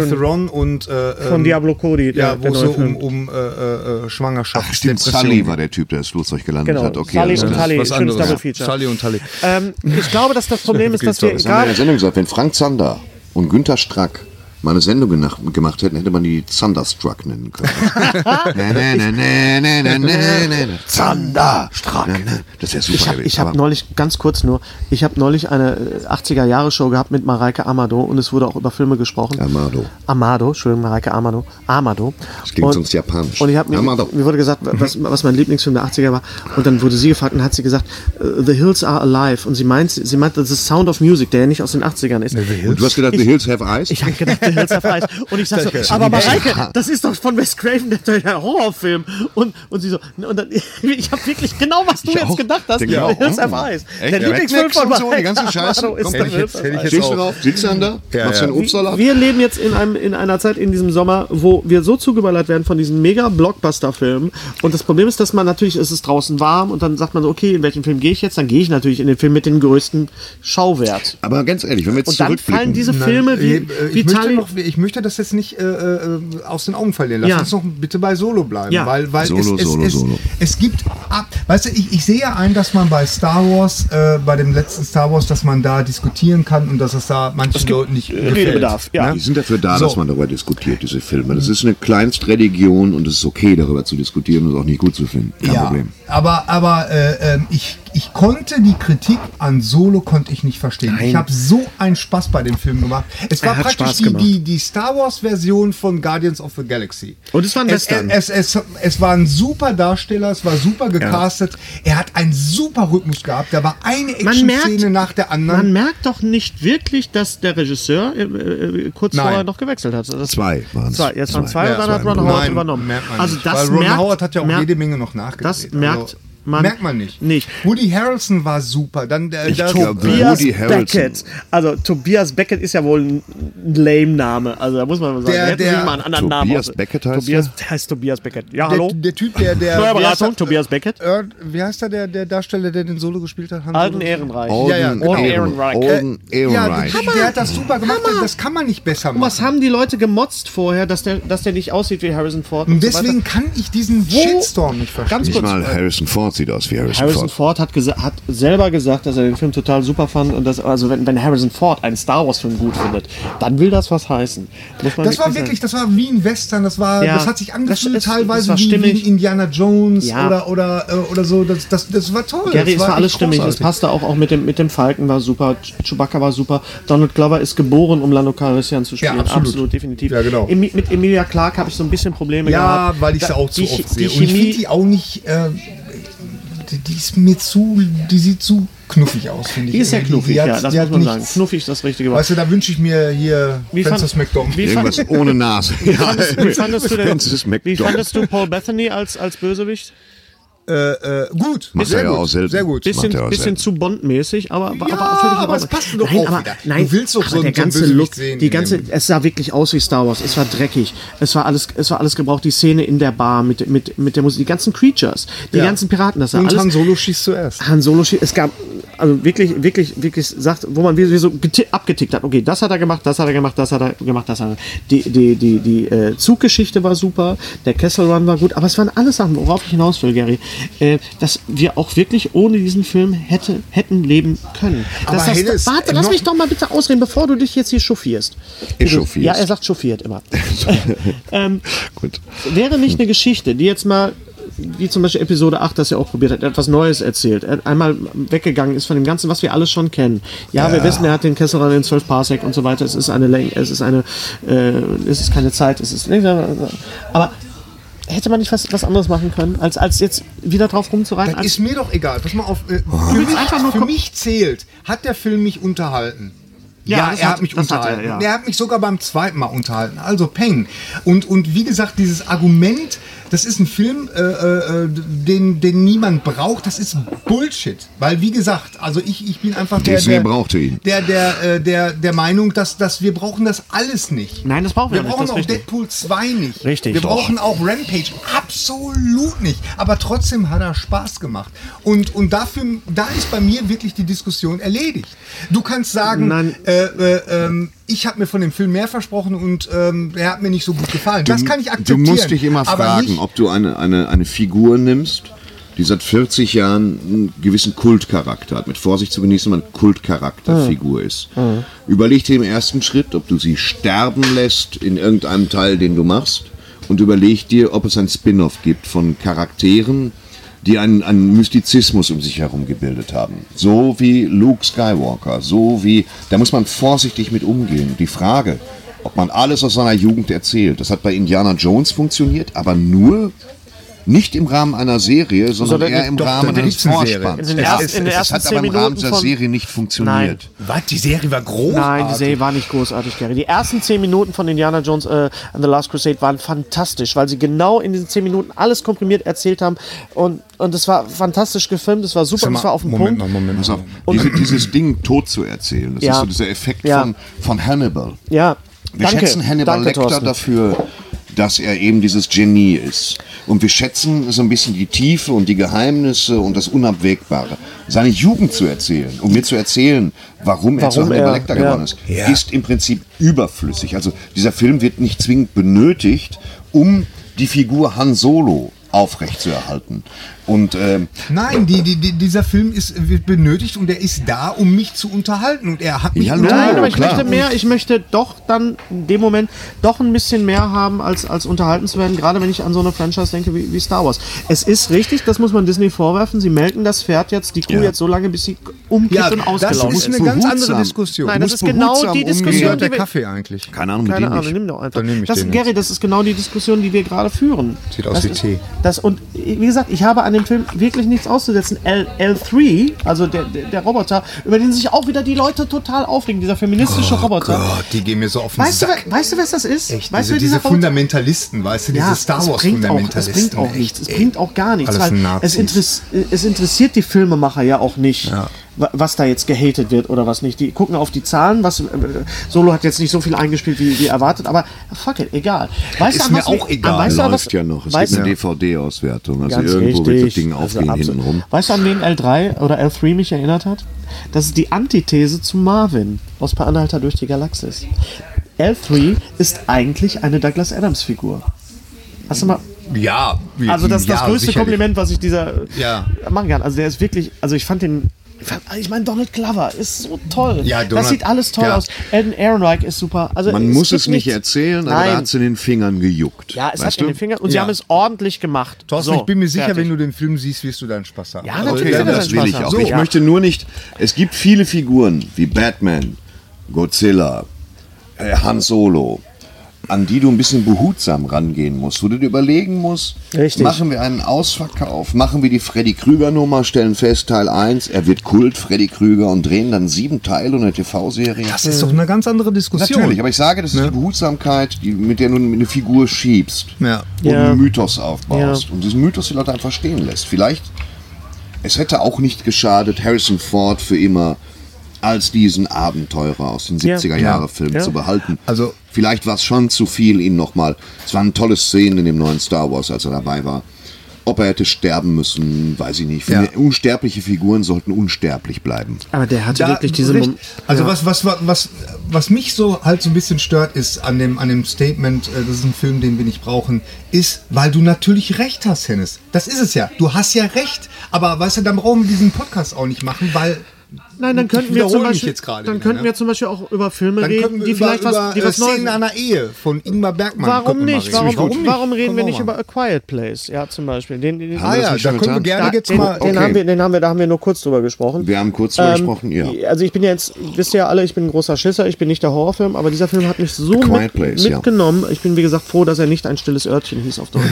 Theron
Theron.
und äh,
Von
ähm,
Diablo Cody, der,
Ja, wo
der
es
neue
so um,
Film.
um äh, äh, Schwangerschaft,
Stimmt, Tully war der Typ, der das Flugzeug gelandet
Genau,
hat. Okay,
Tully
alles
und
klar.
Tully.
was
Schönes
anderes.
Double Feature.
Tully und Tully.
Ähm, ich glaube, dass das Problem ist, dass wir
Das haben wir in
egal.
der Sendung gesagt, wenn Frank Zander und Günther Strack meine Sendung genach- gemacht hätten, hätte man die Thunderstruck nennen können. ne, ne, ne, ne, ne, ne, ne, ne, ne. Thunderstruck. Ne, ne. Das wäre super
Ich habe
gewesen.
ich hab
aber-
neulich, ganz kurz nur, ich habe neulich eine 80er-Jahre-Show gehabt mit Mareike Amado und es wurde auch über Filme gesprochen.
Amado.
Amado, Entschuldigung, Mareike Amado. Amado.
Das klingt sonst japanisch.
Und ich hab mir,
Amado.
mir wurde gesagt, was, was mein Lieblingsfilm der 80er war. Und dann wurde sie gefragt und hat sie gesagt, äh, The Hills Are Alive. Und sie meint, sie meint, das ist Sound of Music, der ja nicht aus den 80ern ist.
Und du hast gedacht, The Hills Have Eyes?
Ich habe gedacht, The Hills Have Eyes. Und ich sag so, aber Mareike, das ist doch von Wes Craven der, der Horrorfilm. Und, und sie so, und dann, ich habe wirklich genau, was du
Ich
jetzt
auch.
gedacht hast,
Denk ich auch.
The Hills Have
Oh.
Eyes.
Echt?
Der
Ja,
Lieblingsfilm
Netflix
von
und so, die
Mareike
ganze Scheiße.
Amado ist
Komm,
The
hätte ich
Hills
jetzt-
Have
hätte ich
Eyes.
jetzt-
Stehst du drauf? Sitzt du dann da?
Ja,
Machst du
ja.
einen Obstsalat?
Wir leben jetzt in, einem, in einer Zeit in diesem Sommer, wo wir so zugeballert werden von diesen mega Blockbuster-Filmen. Und das Problem ist, dass man natürlich, es ist draußen warm und dann sagt man so, okay, in welchen Film gehe ich jetzt? Dann gehe ich natürlich in den Film mit dem größten Schauwert.
Aber ganz ehrlich, wenn wir jetzt
Und dann
zurückblicken. ne?
fallen diese Filme wie,
ich, äh,
wie
ich, möchte
Tali-
noch, ich möchte das jetzt nicht äh, äh, aus den Augen verlieren. Lass
Ja.
uns noch bitte bei Solo bleiben.
Ja.
Weil, weil
Solo,
es, es,
Solo,
es,
Solo.
es gibt. ab- Weißt du, ich, ich sehe ja ein, dass man bei Star Wars, äh, bei dem letzten Star Wars, dass man da diskutieren kann und dass es da manchen Leuten nicht
Äh, Redebedarf, ja.
Die sind dafür da,
So.
dass man darüber diskutiert, diese Filme. Das ist eine Kleinstreligion und es ist okay, darüber zu diskutieren und es auch nicht gut zu finden. Kein
ja,
Problem.
aber, aber äh, ähm, ich, ich konnte die Kritik an Solo konnte ich nicht verstehen. Ich habe so einen Spaß bei dem Film gemacht. Es war
hat
praktisch
Spaß
die,
gemacht.
die, die Star Wars-Version von Guardians of the Galaxy.
Und es war ein Western.
Es, es, es, es war ein super Darsteller, es war super gecastet. Er hat einen super Rhythmus gehabt. Da war eine Action-Szene nach der
Man
anderen.
merkt doch nicht wirklich, dass der Regisseur äh, äh, kurz
Nein.
vorher noch gewechselt hat. Das
Zwei waren's.
Zwei. Jetzt waren
Zwei.
zwei, und dann
Ja,
hat
zwei.
Ron Howard
Nein,
übernommen.
merkt man
also
nicht,
das
weil Ron
merkt,
Howard hat ja auch
merkt,
jede Menge noch nachgedreht.
Das merkt
Also,
man
merkt man nicht.
nicht.
Woody Harrelson war super. Dann der,
äh,
der
Tobias
Woody Harrelson.
Beckett. Also Tobias Beckett ist ja wohl ein Lame-Name. Also da muss man mal sagen,
Der-
der, hätte
der-
sich mal einen anderen
Tobias
Namen. ausgedacht.
Beckett heißt
Tobias, der heißt Tobias Beckett.
der,
Ja, hallo.
der Typ, der der
Steuerberatung,
wie heißt
Tobias Beckett.
er- Äh, Ern- wie heißt er, der, der Darsteller, der den Solo gespielt hat? Han
Alten
Solo?
Ehrenreich.
Olden,
Ja, ja, genau.
Ehrenreich.
Olden
Ja,
Ehrenreich.
der, der hat das super gemacht. Das kann man nicht besser machen.
Was haben die Leute gemotzt vorher, dass der, dass der nicht aussieht wie Harrison Ford?
Und
so
deswegen
weiter?
kann ich diesen Shitstorm nicht verstehen.
ganz
Nicht
kurz. äh,
mal Harrison Ford sieht aus wie Harrison,
Harrison
Ford.
Ford hat, gesa- hat selber gesagt, dass er den Film total super fand und dass also wenn, wenn Harrison Ford einen Star Wars Film gut findet, dann will das was heißen. Muss man
Das war wirklich, das war wie ein Western, das war,
Ja.
das hat sich angefühlt
Das ist-
teilweise
das war
wie, wie ein
stimmig.
Indiana Jones
Ja.
oder oder äh, oder so. Das, das, das war toll. das
Gary, es war alles
echt
stimmig. Es
großartig.
passte auch, auch mit dem, mit dem Falken war super, Chewbacca war super. Donald Glover ist geboren, um Lando Calrissian zu spielen.
Ja, absolut.
definitiv.
Ja, genau.
Emi mit Emilia Clarke habe ich so ein bisschen Probleme
Ja,
gehabt.
weil ich
Da-
sie auch zu
die Chi-
oft sehe.
Die
Und ich
Chemie,
finde die auch nicht. Äh, die, die ist mir zu, die sieht zu knuffig aus, finde ich.
die ist ja
Irgendwie.
knuffig,
Die hat-
ja, das
die
muss
hat
man sagen.
nichts.
Knuffig ist das richtige Wort.
Weißt du, da wünsche ich mir hier
Wie
Francis
fand-
McDormand.
wie fand-
Irgendwas ohne Nase. Wie
fandest- wie fandest du denn- Wie fandest du Paul Bethany als, als Bösewicht?
Äh, äh, gut,
Macht
sehr
er ja
gut,
auch selten.
sehr gut.
Macht
Bisschen,
er auch
bisschen
selten.
zu Bond-mäßig, aber, aber,
Ja,
aber völlig in
aber es
Ordnung.
passt doch auch
nein, aber,
wieder. Du
nein,
willst doch
aber
so einen-
der
so einen
ganze
Bösewicht
Look,
sehen
die
in
ganze,
dem-
es sah wirklich aus wie Star Wars. Es war dreckig. Es war alles, es war alles gebraucht. Die Szene in der Bar mit, mit, mit der Musik, die ganzen Creatures, die
Ja.
ganzen Piraten, das sah
Und
alles.
Han Solo schießt zuerst.
Han Solo, schie- es gab also wirklich, wirklich, wirklich sagt, wo man wie, wie so geti- abgetickt hat. Okay, das hat er gemacht, das hat er gemacht, das hat er gemacht, das hat er. Die, die, die, die äh, Zuggeschichte war super, der Kessel Run war gut, aber es waren alles Sachen, worauf ich hinaus will, Gary, äh, dass wir auch wirklich ohne diesen Film hätte, hätten leben können.
Aber
Dass
Hennes,
das, warte,
äh,
lass
noch-
mich doch mal bitte ausreden, bevor du dich jetzt hier chauffierst.
Ich chauffiere.
Ja, er sagt chauffiert immer. ähm,
Gut.
Wäre nicht eine Geschichte, die jetzt mal, wie zum Beispiel Episode 8, das er auch probiert hat, etwas Neues erzählt, er einmal weggegangen ist von dem Ganzen, was wir alles schon kennen. Ja, wir wissen, er hat den Kessel an den 12 Parsec und so weiter. Es ist eine Länge, es ist eine, äh, es ist keine Zeit, es ist. Aber hätte man nicht was, was anderes machen können, als, als jetzt wieder drauf rumzureiten?
Das ist mir doch egal. Pass mal auf. Äh, für, mich,
Oh. einfach nur
für
kom-
mich zählt, hat der Film mich unterhalten.
Ja,
Ja,
das
er hat,
hat-
mich
das hat er,
unterhalten. er,
ja.
hat mich sogar beim zweiten Mal unterhalten. Also Peng. Und, und wie gesagt, dieses Argument, das ist ein Film, äh, äh, den, den niemand braucht, das ist Bullshit. Weil wie gesagt, also ich, ich bin einfach der,
Disney
der,
brauchte ihn.
der, der, äh, der, der Meinung, dass, dass wir brauchen das alles nicht.
Nein, das brauchen wir nicht,
brauchen
das ist
auch
richtig.
Deadpool 2 nicht.
Richtig.
Wir
Doch.
brauchen auch Rampage. Absolut nicht. Aber trotzdem hat er Spaß gemacht. Und, und dafür, da ist bei mir wirklich die Diskussion erledigt. Du kannst sagen,
Nein.
äh, äh, ähm, ich habe mir von dem Film mehr versprochen und ähm, er hat mir nicht so gut gefallen. das kann ich akzeptieren.
Du musst dich immer
Aber
fragen,
nicht-
ob du eine, eine, eine Figur nimmst, die seit 40 Jahren einen gewissen Kultcharakter hat. Mit Vorsicht zu genießen, weil eine
Hm.
Kultcharakterfigur ist. Überleg dir im ersten Schritt, ob du sie sterben lässt in irgendeinem Teil, den du machst. Und überleg dir, ob es ein Spin-off gibt von Charakteren, die einen, einen Mystizismus um sich herum gebildet haben. So wie Luke Skywalker, so wie, da muss man vorsichtig mit umgehen. Die Frage, ob man alles aus seiner Jugend erzählt, das hat bei Indiana Jones funktioniert, aber nur nicht im Rahmen einer Serie, sondern
Sondern
eher
in-
im
doch,
Rahmen
da
eines
gibt's eine Serie.
Vorspanns.
Also In den
Es
ersten-
ist-
in den
es
ersten
hat
zehn
aber im Rahmen
Minuten
dieser
von-
Serie nicht funktioniert.
Was? Die Serie war großartig.
Nein, die Serie war nicht großartig, Gary. Die ersten 10 Minuten von Indiana Jones äh, and the Last Crusade waren fantastisch, weil sie genau in diesen 10 Minuten alles komprimiert erzählt haben. Und und es war fantastisch gefilmt, es war super, es war auf dem
Moment
Punkt.
noch, Moment
Pass
noch.
auf, diese, dieses Ding tot zu erzählen, das
Ja.
ist so dieser Effekt
Ja.
von, von Hannibal.
Ja,
Wir
danke.
schätzen Hannibal
danke,
Lecter
Thorsten.
dafür, dass er eben dieses Genie ist. Und wir schätzen so ein bisschen die Tiefe und die Geheimnisse und das Unabwägbare. Seine Jugend zu erzählen und mir zu erzählen, warum, er zu
Warum
Hannibal
er-
Lecter
ja.
geworden ist,
Ja.
ist im Prinzip überflüssig. Also dieser Film wird nicht zwingend benötigt, um die Figur Han Solo aufrechtzuerhalten. Und ähm,
Nein, die, die, die, dieser Film ist, wird benötigt und er ist da, um mich zu unterhalten. Und er hat mich
Ja,
Nein,
Oh,
aber ich
klar.
möchte mehr, ich möchte doch dann in dem Moment doch ein bisschen mehr haben, als, als unterhalten zu werden, gerade wenn ich an so eine Franchise denke wie, wie Star Wars. Es ist richtig, das muss man Disney vorwerfen, sie melken das Pferd jetzt, die Kuh jetzt so lange, bis sie umkippt
Ja,
und
das
ausgelaufen
ist
ist.
eine
Behutsam.
ganz andere Diskussion.
Nein, das
muss
ist genau
behutsam
die
umgehen.
Wie
Diskussion,
hört der
die wir,
Kaffee eigentlich?
keine Ahnung, mit
Keine
dem
Ahnung,
nicht.
nimm doch einfach.
Dann nehm ich
das,
den
Gary,
jetzt.
das ist genau die Diskussion, die wir gerade führen.
Sieht aus
das
wie
ist-
Tee.
Das, und wie gesagt, ich habe an dem Film wirklich nichts auszusetzen. L, L3, also der, der, der Roboter, über den sich auch wieder die Leute total aufregen, dieser feministische Roboter.
Oh Gott, die gehen mir so auf den
Weißt du,
Sack.
wer- weißt du, was das ist?
Echt,
weißt
diese,
du,
diese
wer dieser Roboter-
Fundamentalisten, weißt du, diese
ja,
Star
es
Wars
bringt auch, es
Fundamentalisten.
bringt auch
echt,
nichts. Es
ey.
bringt auch gar nichts,
Alles
weil
Nazis.
es, interess es interessiert die Filmemacher ja auch nicht, wa- was da jetzt gehatet wird oder was nicht. Die gucken auf die Zahlen, was äh, Solo hat jetzt nicht so viel eingespielt wie, wie erwartet, aber fuck it, egal. Weißt
Ist
an
mir
was wir-
auch egal.
an- Weißt du, an
läuft
was,
ja noch. Es
weißt,
gibt eine DVD-Auswertung. Also
Ganz
irgendwo
richtig.
wird das Ding aufgehen
absolut.
hinten rum.
Weißt du, an wen L3 oder L3 mich erinnert hat? Das ist die Antithese zu Marvin aus Per Anhalter durch die Galaxis. L3 ist eigentlich eine Douglas Adams-Figur. Hast du mal.
Ja, wir-
Also, das ist das
ja,
größte
sicherlich.
Kompliment, was ich dieser
Ja.
machen kann. Also, der ist wirklich. Also, ich fand den. Ich meine, Donald Glover ist so toll.
Ja, Donald-
das sieht alles toll
ja.
aus. Elden Ehrenreich ist super. Also,
Man muss es
gibt
nicht
nichts-
erzählen, aber
Nein.
da hat es in den Fingern gejuckt.
Ja, es hat
weißt
in
du?
den Fingern. Und sie
Ja.
haben es ordentlich gemacht.
Thorsten,
So,
ich bin mir sicher,
fertig.
wenn du den Film siehst, wirst du deinen Spaß haben.
Ja,
Also,
natürlich
Okay,
Ja,
dann
das
das
ist
will ich
Spaß
auch.
haben.
Ich
Ja.
möchte nur nicht. Es gibt viele Figuren wie Batman, Godzilla, äh, Han Solo, an die du ein bisschen behutsam rangehen musst, wo du dir überlegen musst,
Richtig.
machen wir einen Ausverkauf, machen wir die Freddy Krüger Nummer, stellen fest, Teil 1, er wird Kult, Freddy Krüger und drehen dann sieben Teile einer TV-Serie.
Das ist doch eine ganz andere Diskussion.
Natürlich, aber ich sage, das ist
Ne?
die Behutsamkeit, die, mit der du eine Figur schiebst
Ja.
und
Ja.
einen Mythos aufbaust
Ja.
und diesen Mythos die Leute einfach stehen lässt. Vielleicht, es hätte auch nicht geschadet, Harrison Ford für immer als diesen Abenteurer aus den 70er-Jahre-Film
Ja.
zu behalten.
Also-
Vielleicht war es schon zu viel, ihn nochmal. Es waren tolle Szenen in dem neuen Star Wars, als er dabei war. Ob er hätte sterben müssen, weiß ich nicht. Ich finde,
Ja.
Unsterbliche Figuren sollten unsterblich bleiben.
Aber der hatte
Da-
wirklich diese.
richtig.
Mom-
also was, was, was, was, was mich so halt so ein bisschen stört, ist an dem, an dem Statement, äh, das ist ein Film, den wir nicht brauchen, ist, weil du natürlich recht hast, Hennes. Das ist es ja. Du hast ja recht. Aber weißt du, dann brauchen wir diesen Podcast auch nicht machen, weil.
Nein, dann
Ich
könnten wir
wiederhole
zum
mich
Beispiel,
jetzt gerade
dann
wieder,
könnten
ne?
wir zum Beispiel auch über Filme
Dann
reden,
können wir
die
über,
vielleicht
über
was, die
äh,
was
Szenen
Neues.
einer Ehe von Ingmar Bergmann.
Warum
könnten wir mal
nicht?
reden.
Warum,
Warum nicht?
warum reden wir
Können
nicht
auch
über
mal.
A Quiet Place? Ja, zum Beispiel. Den, den,
Ah ja,
wir das
da
nicht
können wir
schon
gerne
da,
jetzt
den,
mal.
den, haben wir, den haben wir, da haben wir nur kurz drüber gesprochen.
Wir haben kurz drüber gesprochen, ja.
Also ich bin jetzt, wisst ihr ja alle, ich bin ein großer Schisser, ich bin nicht der Horrorfilm, aber dieser Film hat mich so
Quiet
mit,
Place, ja.
mitgenommen. Ich bin wie gesagt froh, dass er nicht ein stilles Örtchen hieß auf Deutsch.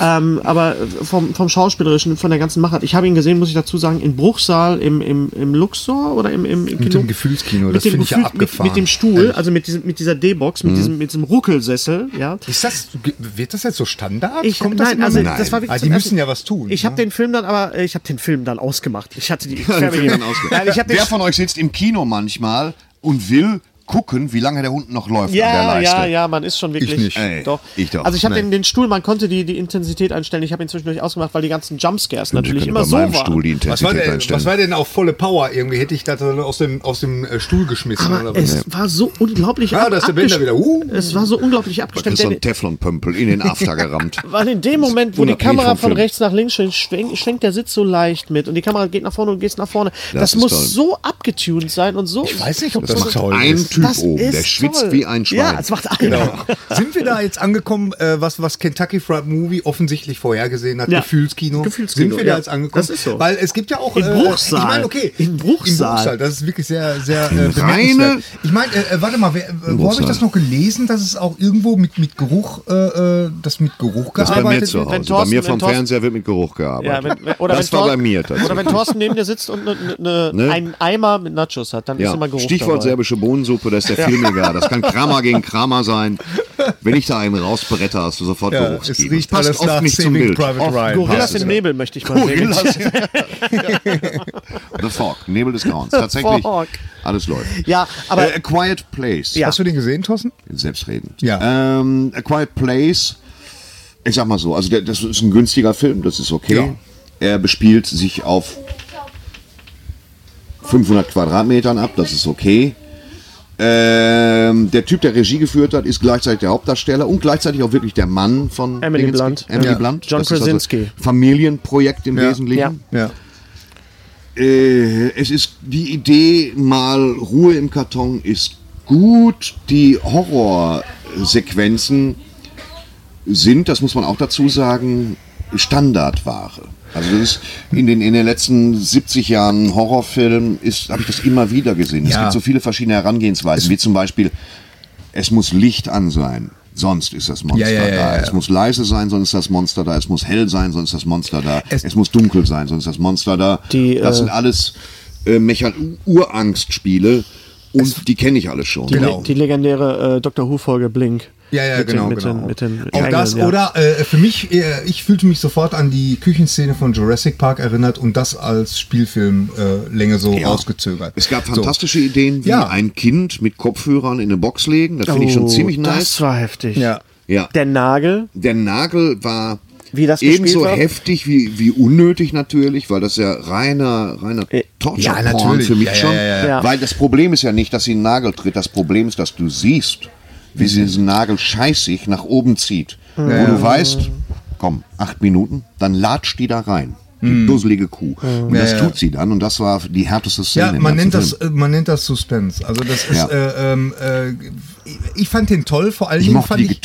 ähm, aber vom, vom Schauspielerischen, von der ganzen Machart. Ich habe ihn gesehen, muss ich dazu sagen, in Bruchsal, im, im, im Luxor oder im, im Kino.
Mit dem Gefühlskino,
Mit
das
dem
finde ich ja
Gefühl-
abgefahren. Mhm.
Mit, mit dem Stuhl, also mit, diesem, mit dieser D-Box, mit, diesem, mit diesem Ruckelsessel, ja.
Ist das, wird das jetzt so Standard?
Ich,
Kommt das
nein,
immer
also
mit?
das war
Ah,
wirklich
die
zum
müssen
ersten-
ja was tun.
Ich habe
ne?
den Film dann aber, äh, ich habe den Film dann ausgemacht. Ich hatte die
Ja, den Film dann
Nein,
ausgewählt.
ich hab den
Wer von euch sitzt im Kino manchmal und will gucken, wie lange der Hund noch läuft an der
Ja,
Leiste.
ja, ja, man ist schon wirklich.
Ich nicht.
Ey,
Doch.
ich doch,
Also ich habe
nee.
den, den Stuhl, man konnte die, die Intensität einstellen. Ich habe ihn zwischendurch ausgemacht, weil die ganzen Jumpscares natürlich
Ich
immer
bei
so
meinem
waren.
Stuhl die
Was war,
Intensität
denn,
einstellen.
was war denn auf volle Power irgendwie? Hätte ich das dann aus dem, aus dem äh, Stuhl geschmissen
Aber
oder was?
es war so unglaublich
Ah, da ist der Bänder
abgest-
wieder. Uh.
Es war so unglaublich
das ist
abgestimmt.
so ein
Denn,
Teflonpömpel in den After gerammt.
weil in dem Moment, wo die
Unabhängig
Kamera
vom
von
Film.
rechts nach links schwenkt, schwenkt, schwenkt der Sitz so leicht mit und die Kamera geht nach vorne und geht nach vorne. Das,
Das ist
muss
toll.
so abgetuned sein und so.
Ich weiß nicht, ob das,
macht
toll
ein
ist.
Typ
Das
oben, der
ist
schwitzt
toll.
wie ein Schwein.
Ja, es macht einer.
Genau. Sind wir da jetzt angekommen, äh, was, was Kentucky Fried Movie offensichtlich vorhergesehen hat?
Ja.
Gefühlskino.
Gefühlskino,
Sind wir da
ja.
jetzt angekommen?
Das ist so.
Weil es gibt ja auch.
In
Äh,
Bruchsal.
ich meine, okay.
In Bruchsal.
In Bruchsal. Das ist wirklich sehr, sehr äh,
Reine-
bemerkenswert. Ich meine, äh, äh, warte mal, wer, äh, wo habe ich
Bruchsal.
das noch gelesen, dass es auch irgendwo mit, mit Geruch, äh, äh, das mit Geruch
Das ist bei mir
gearbeitet
zu
wird?
Hause.
Thorsten-
bei mir
wenn
vom
Thorsten-
Fernseher wird mit Geruch
Ja,
gearbeitet.
wenn, wenn- oder
das
wenn
war
Thorsten,
bei mir
Oder wenn
tatsächlich.
Thorsten neben dir sitzt und ne, ne, ne,
Ne?
einen Eimer mit Nachos hat, dann ist
Ja.
immer Geruch
Stichwort
dabei.
serbische Bohnensuppe, das ist der Film egal. Das kann Kramer gegen Kramer sein. Wenn ich da einen rausbretter, hast du sofort
Ja,
Geruchsgeber.
es riecht
Passt
alles
oft
nach
nicht zum
Saving
Bild.
Private
Oft
Ryan.
passt es
Gorillas im
nicht.
Nebel möchte ich mal sehen.
Gorillas im The Fog, Nebel des Grauens. Tatsächlich,
Fog.
alles läuft.
Ja, aber
Äh, A Quiet Place.
Ja.
Hast du den gesehen, Thorsten?
Selbstredend.
Ja.
Ähm, A Quiet Place, ich sag mal so, also der, das ist ein günstiger Film, das ist okay.
Ja.
Er bespielt sich auf 500 Quadratmetern ab, das ist okay. Ähm, der Typ, der Regie geführt hat, ist gleichzeitig der Hauptdarsteller und gleichzeitig auch wirklich der Mann von
Emily
Dingens-
Blunt.
Emily
Ja.
Blunt.
John
Das ist also
Krasinski.
Familienprojekt im
Ja.
Wesentlichen.
Ja.
Ja.
Äh, es ist die Idee, mal Ruhe im Karton ist gut. Die Horrorsequenzen sind, das muss man auch dazu sagen, Standardware. Also das ist in den, in den letzten 70 Jahren Horrorfilm ist, habe ich das immer wieder gesehen. Es
Ja.
gibt so viele verschiedene Herangehensweisen, wie zum Beispiel, es muss Licht an sein. Sonst ist das Monster
Ja, ja, ja,
da.
ja, ja.
Es muss leise sein, sonst ist das Monster da. Es muss hell sein, sonst ist das Monster da.
Es-
Es, muss dunkel sein, sonst ist das Monster da.
Die,
das
äh,
sind alles äh, Mechan Urangstspiele und die kenne ich alle schon.
die,
Genau.
die legendäre äh, Dr. Who-Folge Blink.
Ja, ja,
mit
genau,
den, mit
genau.
Den, mit den
auch das,
Engeln, ja.
oder äh, für mich, äh, ich fühlte mich sofort an die Küchenszene von Jurassic Park erinnert und das als Spielfilmlänge äh, Länge so
Ja.
rausgezögert.
Es gab
So.
fantastische Ideen, wie
Ja.
ein Kind mit Kopfhörern in eine Box legen. Das finde ich schon
Oh,
ziemlich nice.
Das war heftig.
Ja.
Ja.
Der Nagel,
Der Nagel war
wie das gespielt
ebenso
wird.
heftig wie, wie unnötig natürlich, weil das ja reiner, reiner
ja,
Torture-Porn
natürlich.
für mich
Ja, ja,
schon.
ja,
Äh, ja. Ja.
Weil das Problem ist ja nicht, dass sie einen Nagel tritt, das Problem ist, dass du siehst, wie
Mhm.
sie diesen Nagel scheißig nach oben zieht. Wo du weißt, komm, acht Minuten, dann latscht die da rein. Die
Mhm.
dusselige Kuh. Und das tut sie dann und das war die härteste Szene.
Ja,
im
man
ganzen
nennt, das,
Film.
äh, man nennt das Suspense. Also das ist,
Ja.
äh, ähm, äh, ich- ich fand den toll, vor allen
Ich
Dingen
mochte
fand
die
ich...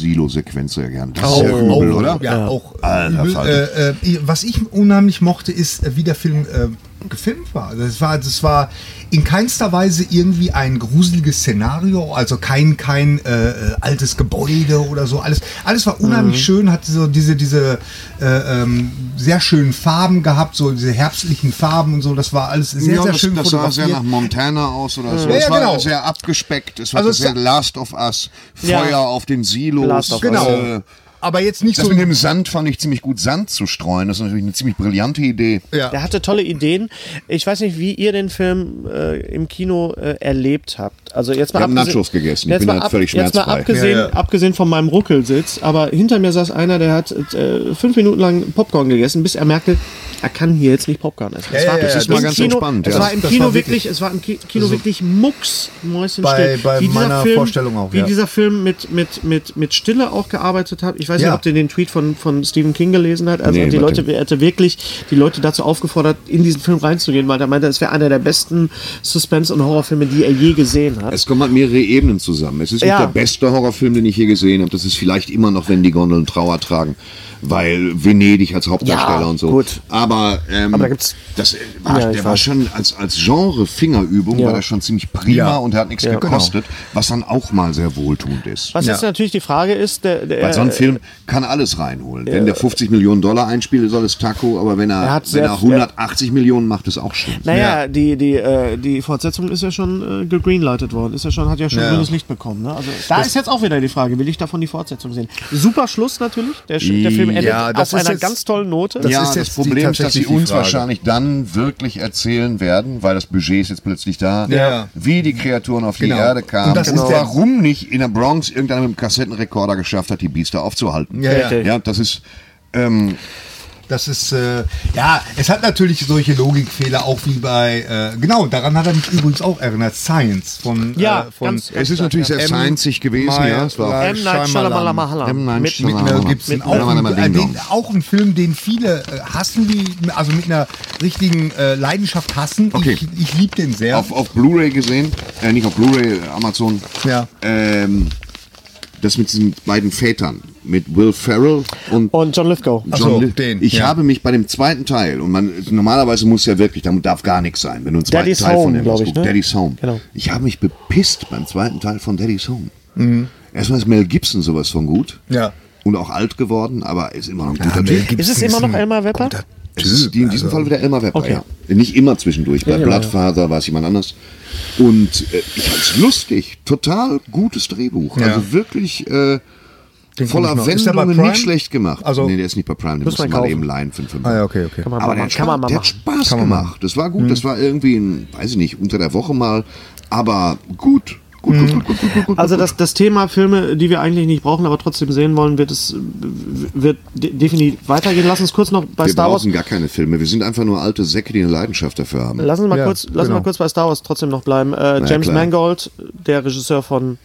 Getreidesilo-Sequenz sehr gern. Das ist ja übel,
auch,
oder?
Ja, auch.
Alter
übel.
Falter.
Äh, äh, ich- was ich unheimlich mochte, ist, äh, wie der Film äh, gefilmt war. Das war, das war in keinster Weise irgendwie ein gruseliges Szenario, also kein, kein äh, äh, altes Gebäude oder so. Alles, alles war unheimlich schön, hatte so diese, diese äh, ähm, sehr schönen Farben gehabt, so diese herbstlichen Farben und so. Das war alles sehr,
ja,
sehr
das,
schön
das sah sehr
fotografiert.
nach Montana aus oder so.
Ja,
es
ja,
war
genau.
sehr abgespeckt. Es war
Also es
sehr
sah-
Last of Us,
Ja.
Feuer auf den Silos.
Last of Us.
Genau.
Äh,
Aber jetzt nicht
das
so
mit dem Sand fand ich ziemlich gut, Sand zu streuen. Das ist natürlich eine ziemlich brillante Idee.
Ja.
Der hatte tolle Ideen. Ich weiß nicht, wie ihr den Film äh, im Kino äh, erlebt habt. Also jetzt mal
Ich hab
abgesehen-
Nachos gegessen. Ich
Jetzt
bin
mal
halt
ab-
völlig
Jetzt mal
schmerzfrei.
abgesehen,
Ja, ja.
abgesehen von meinem Ruckelsitz, aber hinter mir saß einer, der hat äh, fünf Minuten lang Popcorn gegessen, bis er merkte, er kann hier jetzt nicht Popcorn essen. Es
ja,
war-
ja,
es
das
war
war
im
ganz
Kino,
entspannt,
Es
ja.
war im
Das
Kino
war
wirklich,
wirklich-
es war im Ki- Kino wirklich Mucks, Mäuschenstill.
Bei- bei
Wie dieser
meiner
Film,
Vorstellung auch,
Wie
ja.
dieser Film mit, mit, mit, mit Stille auch gearbeitet hat. Ich weiß nicht,
Ja.
ob ihr den Tweet von, von Stephen King gelesen habt. Also
Nee,
die
warte.
Leute er hatte wirklich die Leute dazu aufgefordert, in diesen Film reinzugehen, weil er meinte, es wäre einer der besten Suspense- und Horrorfilme, die er je gesehen hat.
Es kommen halt mehrere Ebenen zusammen. Es ist
Ja.
nicht der beste Horrorfilm, den ich je gesehen habe. Das ist vielleicht immer noch, wenn die Gondeln Trauer tragen, weil Venedig als Hauptdarsteller
Ja,
und so.
gut.
Aber, ähm,
Aber da gibt's-
das äh, war,
Ja, ich
der war
weiß.
schon als, als Genre-Fingerübung
Ja. genau.
war der schon ziemlich prima
Ja.
und der hat nichts gekostet, was dann auch mal sehr wohltuend ist.
Was äh,
Ja.
jetzt natürlich die Frage ist, der, der,
Weil so ein Film kann alles reinholen. Wenn der 50 Millionen Dollar einspielt, soll es Taco, aber wenn er,
äh, Er hat
wenn
sehr-
er 180 Millionen macht, ist auch schön.
Naja, die, die, äh, die Fortsetzung ist ja schon äh, gegreenlightet worden. Ist ja schon, hat ja schon
Ja.
grünes Licht bekommen. Ne? Also da ist jetzt auch wieder die Frage, will ich davon die Fortsetzung sehen? Super Schluss natürlich. Der, Sch- der Film endet
Ja, das
auf
ist
einer
jetzt-
ganz tollen Note.
das
ja,
ist jetzt
Ah, das
die-
Problem ist, dass sie
tatsächlich die
uns
Frage.
wahrscheinlich dann wirklich erzählen werden, weil das Budget ist jetzt plötzlich da,
Ja.
wie die Kreaturen auf die
Genau.
Erde
Und
kamen und,
das ist der-
warum nicht in der Bronx irgendeiner mit dem Kassettenrekorder geschafft hat, die Biester aufzuhalten.
Ja, ja.
ja. das ist... Ähm,
Das ist, äh, ja, es hat natürlich solche Logikfehler auch wie bei, äh, genau, daran hat er mich übrigens auch erinnert, Science von,
Ja,
äh, von
ganz-
es ist natürlich sehr
M.
sciencig gewesen,
Meyer,
ja. Es war
Lal
M. Night Shyamalan.
M. Night
Mit-
mit Mel
Shyamalan.
Gibson.
Ja,
auch,
warte mal,
ein, äh,
Ding Dong.
den, auch ein Film, den viele äh, hassen, die, also mit einer richtigen äh, Leidenschaft hassen.
Okay.
Ich, ich liebe den sehr.
auf, auf Blu-ray gesehen, äh, nicht auf Blu-ray, äh, Amazon.
Ja.
Ähm, das mit diesen beiden Vätern, mit Will Ferrell und
Und John Lithgow.
John
so,
Lith-
den,
Ich
ja.
habe mich bei dem zweiten Teil, und man normalerweise muss ja wirklich, da darf gar nichts sein, wenn du einen zweiten
Daddy's
Teil von
Home,
dem
glaub ich,
ausguckst.
ne?
Daddy's Home.
Genau.
Ich habe mich bepisst beim zweiten Teil von Daddy's Home. Erstmal ist Mel Gibson sowas von gut.
Mhm. Ja.
Und auch alt geworden, aber ist immer noch ein guter Typ.
Ist es immer noch Elmar Wepper?
Es ist die in diesem Fall wieder Elmar Webber,
Also, Okay.
ja. Nicht immer zwischendurch. Bei Bloodfather war es jemand anders. Und äh, ich fand's lustig. Total gutes Drehbuch.
Ja.
Also wirklich äh, voller
guck ich noch. Ist der bei
Wendungen,
Prime?
nicht schlecht gemacht.
Also-
nee, der ist nicht bei Prime, den muss
Muss man
man
kaufen.
eben leihen für einen Fünfer.
Ah, ja, okay, okay.
Aber der, hat
kann
Spaß-
man mal
der hat
machen. Mhm.
Spaß gemacht. Das war gut. Das war irgendwie, ein, weiß ich nicht, unter der Woche mal. Aber gut. Gut, gut, gut, gut, gut, gut, gut.
Also
gut.
das, das Thema Filme, die wir eigentlich nicht brauchen, aber trotzdem sehen wollen, wird es wird de- definitiv weitergehen. Lass uns kurz noch bei
wir
Star Wars.
brauchen gar keine Filme. Wir sind einfach nur alte Säcke, die eine Leidenschaft dafür haben.
Lass uns mal
Ja,
kurz, lass uns
genau.
mal kurz bei Star Wars trotzdem noch bleiben. Äh, James
klar.
Mangold, der Regisseur von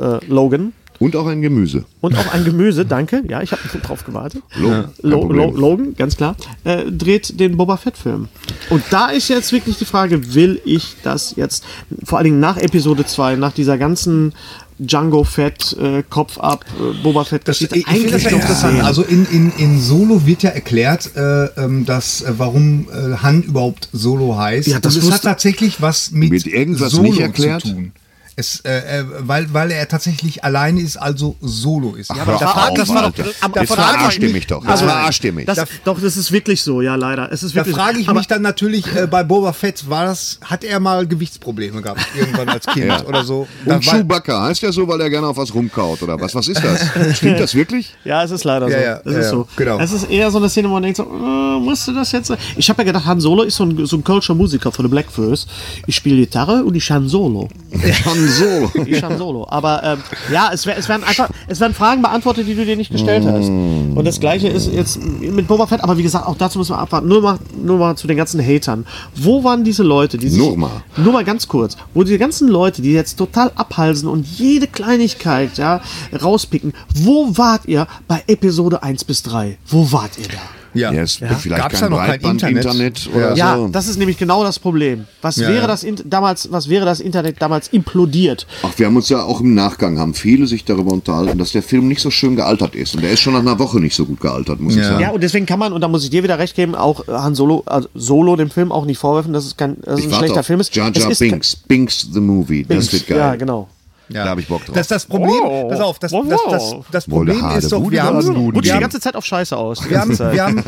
äh, Logan
Und auch ein Gemüse.
und auch ein Gemüse, danke. Ja, ich habe drauf gewartet.
Logan, kein
Lo
Problem.
Lo Logan, ganz klar, äh, dreht den Boba Fett-Film. Und da ist jetzt wirklich die Frage, will ich das jetzt, vor allen Dingen nach Episode 2, nach dieser ganzen Django Fett, äh, Kopf ab, äh, Boba Fett,
Das, ich
Geschichte,
ich finde das ja interessant.
sehen?
Also in, in, in Solo wird ja erklärt, äh, ähm, dass, äh, warum äh, Han überhaupt Solo heißt.
Ja, das
Und es hat
wusste-
tatsächlich was mit
Wird irgendwas
Solo
nicht erklärt?
zu tun. Es, äh, äh, weil, weil er tatsächlich alleine ist, also Solo ist.
Hör
da
auf,
frag- das war doch-
Alter.
da- da
Oh, Jetzt
frag ich
verarscht ihr
mich-
mich doch.
Also,
Jetzt verarscht ihr mich.
das, doch, das ist wirklich so, ja, leider. Es ist
Da
wirklich so.
frage ich
Aber-
mich dann natürlich, äh, bei Boba Fett war das, hat er mal Gewichtsprobleme gehabt, irgendwann als Kind
Ja.
oder so? Da
Und
war-
Chewbacca heißt ja so, weil er gerne auf was rumkaut oder was? Was ist das? Stimmt das wirklich?
Ja, es ist
Ja,
leider so.
ja,
es
ja,
ist
ja,
so.
genau.
Es ist eher so eine Szene, wo man denkt so, äh, musste das jetzt sein? Ich habe ja gedacht, Han Solo ist so ein, so ein Culture Musiker von den Blackfurs. Ich spiele Gitarre und ich Han Solo.
Schon so.
Ich Han Solo. Aber ähm, ja, es, wär, es werden einfach, es werden Fragen beantwortet, die du dir nicht
Mm.
gestellt hast. Und das Gleiche ist jetzt mit Boba Fett. Aber wie gesagt, auch dazu müssen wir abwarten. Nur mal, nur mal zu den ganzen Hatern. Wo waren diese Leute, die sich
Nur mal.
nur mal ganz kurz, wo die ganzen Leute, die jetzt total abhalsen und jede Kleinigkeit ja, rauspicken, wo wart ihr bei Episode 1 bis 3? Wo wart ihr da?
Ja.
Ja, es
Ja.
vielleicht
Gab's
kein
da noch kein
Breitband,
Internet?
Internet oder
Ja.
so.
Ja, das ist nämlich genau das Problem. Was,
Ja,
wäre
ja.
Das in, damals, was wäre das Internet damals implodiert?
Ach, wir haben uns ja auch im Nachgang, haben viele sich darüber unterhalten, dass der Film nicht so schön gealtert ist. Und der ist schon nach einer Woche nicht so gut gealtert, muss ich sagen.
Ja, und deswegen kann man, und da muss ich dir wieder recht geben, auch äh, Han Solo, also Solo dem Film auch nicht vorwerfen, dass es, kein, dass es
ich
ein
warte
schlechter
auf
Film ist.
Jar
es
Jar
ist
Binks. Binks the Movie.
Binks.
Das wird geil.
Ja, genau.
Ja.
Da hab ich Bock drauf.
Das, das Problem,
Wow.
pass auf, das,
Wow,
das, das,
wow.
das
Wolle
Problem
Hade,
ist doch,
Bude
wir haben,
Hasen, Bude
Rutscht
wir
Also, die
haben,
ganze Zeit auf Scheiße aus. die
wir haben,
ganze Zeit.
wir haben,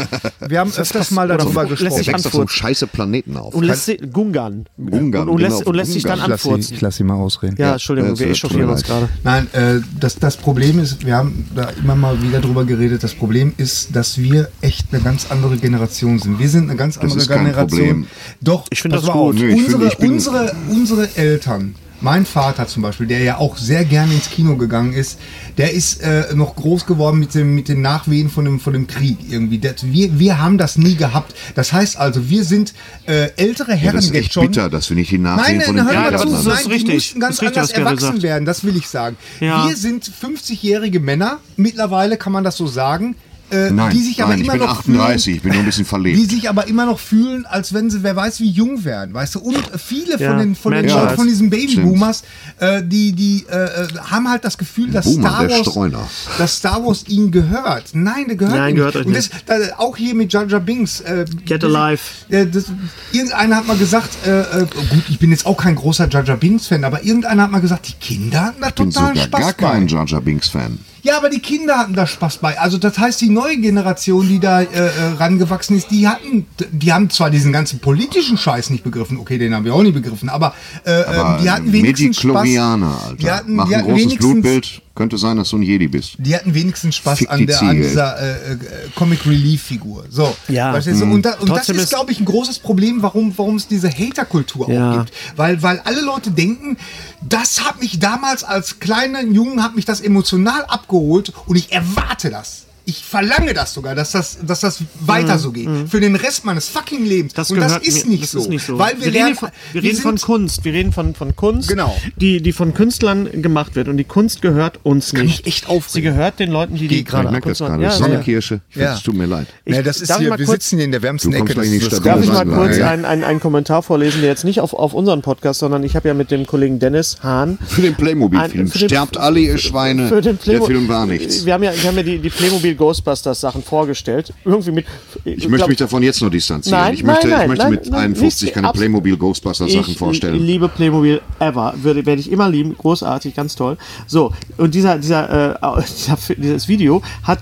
wir haben öfters mal darüber
lässt sich
gesprochen.
der wächst auf so einem
Antwort.
scheiße Planeten auf.
und lässt sie, Gungan.
Ungarn,
und, und, lässt,
genau,
und lässt sich dann
Ungarn.
lass sie-
anfurzen.
lass sie mal ausreden.
Ja, Entschuldigung,
das
wir
tut mir
echauffieren uns
leid.
gerade.
Nein, äh, das, das Problem ist, wir haben da immer mal wieder drüber geredet, das Problem ist, dass wir echt eine ganz andere Generation sind. Wir sind eine ganz andere
ist kein
Generation.
Problem.
Doch,
Ich find
pass
das
mal
gut.
auf.
Nö, ich
unsere,
find- ich bin-
unsere, unsere Eltern, mein Vater zum Beispiel, der ja auch sehr gerne ins Kino gegangen ist, der ist äh, noch groß geworden mit, dem, mit den Nachwehen von dem, von dem Krieg irgendwie. Das, wir, wir haben das nie gehabt. Das heißt also, wir sind äh, ältere Herren
das ist
jetzt
echt
schon.
bitter, dass wir nicht die Nachsehen
Nein,
von
nein,
den
hör mal
Kriegern
zu.
das ist
haben.
Nein,
richtig.
die mussten ganz
Das ist richtig,
anders
was Gerrit
erwachsen
sagt.
werden, das will ich sagen.
Ja.
Wir sind 50-jährige Männer, mittlerweile kann man das so sagen, äh,
Nein,
die sich aber
nein, ich
immer
bin
noch
38, ich
fühlen,
bin nur ein bisschen
die
verlegt.
sich aber immer noch fühlen, als wenn sie wer weiß wie jung wären, weißt du? Und äh, viele
Ja,
von den von, den,
Menschheit.
von diesen Babyboomers, äh, die die äh, äh, haben halt das Gefühl, dass
Boomer,
Star
der
Wars,
Streuner.
dass Star Wars ihnen gehört. Nein, der gehört
Nein,
ihnen
gehört euch
Und das, da, auch hier mit Jar Jar Binks. Äh,
Get Alive.
äh, das, irgendeiner hat mal gesagt, äh, äh, gut, ich bin jetzt auch kein großer Jar Jar Binks Fan, aber irgendeiner hat mal gesagt, die Kinder hatten da
Ich bin
total
sogar
Spaß
gar kein
bei. Ähm,
Jar Jar Binks Fan.
Ja, aber die Kinder hatten da Spaß bei. Also das heißt, die neue Generation, die da äh, äh, rangewachsen ist, die hatten, die haben zwar diesen ganzen politischen Scheiß nicht begriffen. Okay, den haben wir auch nicht begriffen, aber, äh,
Aber
ähm, die hatten wenigstens Spaß.
Medichlorianer, Alter.
Die hatten,
Mach
die
ein
hatten
großes
wenigstens
Blutbild. Könnte sein, dass du ein Jedi bist.
die hatten wenigstens Spaß
Fick
an,
die
der, an
Ziege.
dieser äh, äh, Comic Relief Figur. So,
Ja.
Weißt
Mhm.
du, und, da, und das
Trotzdem
ist,
ist-
glaube ich, ein großes Problem, warum warum es diese Haterkultur auch
Ja.
gibt, weil weil alle Leute denken, das hat mich damals als kleiner Jungen hat mich das emotional abgeholt und ich erwarte das. Ich verlange das sogar, dass das, dass das weiter so geht. Für den Rest meines fucking Lebens.
Mhm. Das
und das,
gehört
ist
mir-
nicht,
das
so,
ist nicht so.
Weil wir,
wir reden,
lernen-
hier von, wir reden von
sind-
Kunst. Wir reden von, von Kunst,
Genau.
die, die von Künstlern gemacht wird. Und die Kunst gehört uns
kann mich
nicht.
echt aufregen.
Sie gehört den Leuten, die die
Geh gerade
Ich
Kunst
merke das
machen.
gerade.
Ja,
Sonne
ja.
Kirsche.
Ja.
Es tut mir leid.
Ja, das
Ich-
ist
darf ich
hier,
mal
wir
kurz-
sitzen hier in der wärmsten
Du kommst
Ecke.
gleich nicht
das
stabil
Darf ich mal
Nein,
kurz
ja.
einen, einen, einen Kommentar vorlesen, der jetzt nicht auf, auf unseren Podcast, sondern ich habe ja mit dem Kollegen Dennis Hahn
Für den Playmobil-Film.
Ein- für den-
Sterbt alle, ihr Schweine.
für den
Der
Playmobil.
Film war nichts.
Wir haben ja, wir haben ja die, die Playmobil Ghostbusters Sachen vorgestellt. Irgendwie mit.
Ich möchte mich davon jetzt noch distanzieren.
Nein,
ich möchte, ich
nein, nein,
möchte
nein,
mit
nein,
51
nicht-
keine
abs-
Playmobil-Ghostbusters-Sachen
ich
vorstellen.
liebe Playmobil ever. Würde, werde ich immer lieben. Großartig, ganz toll. So, und dieser, dieser, äh, dieser Fi- dieses Video hat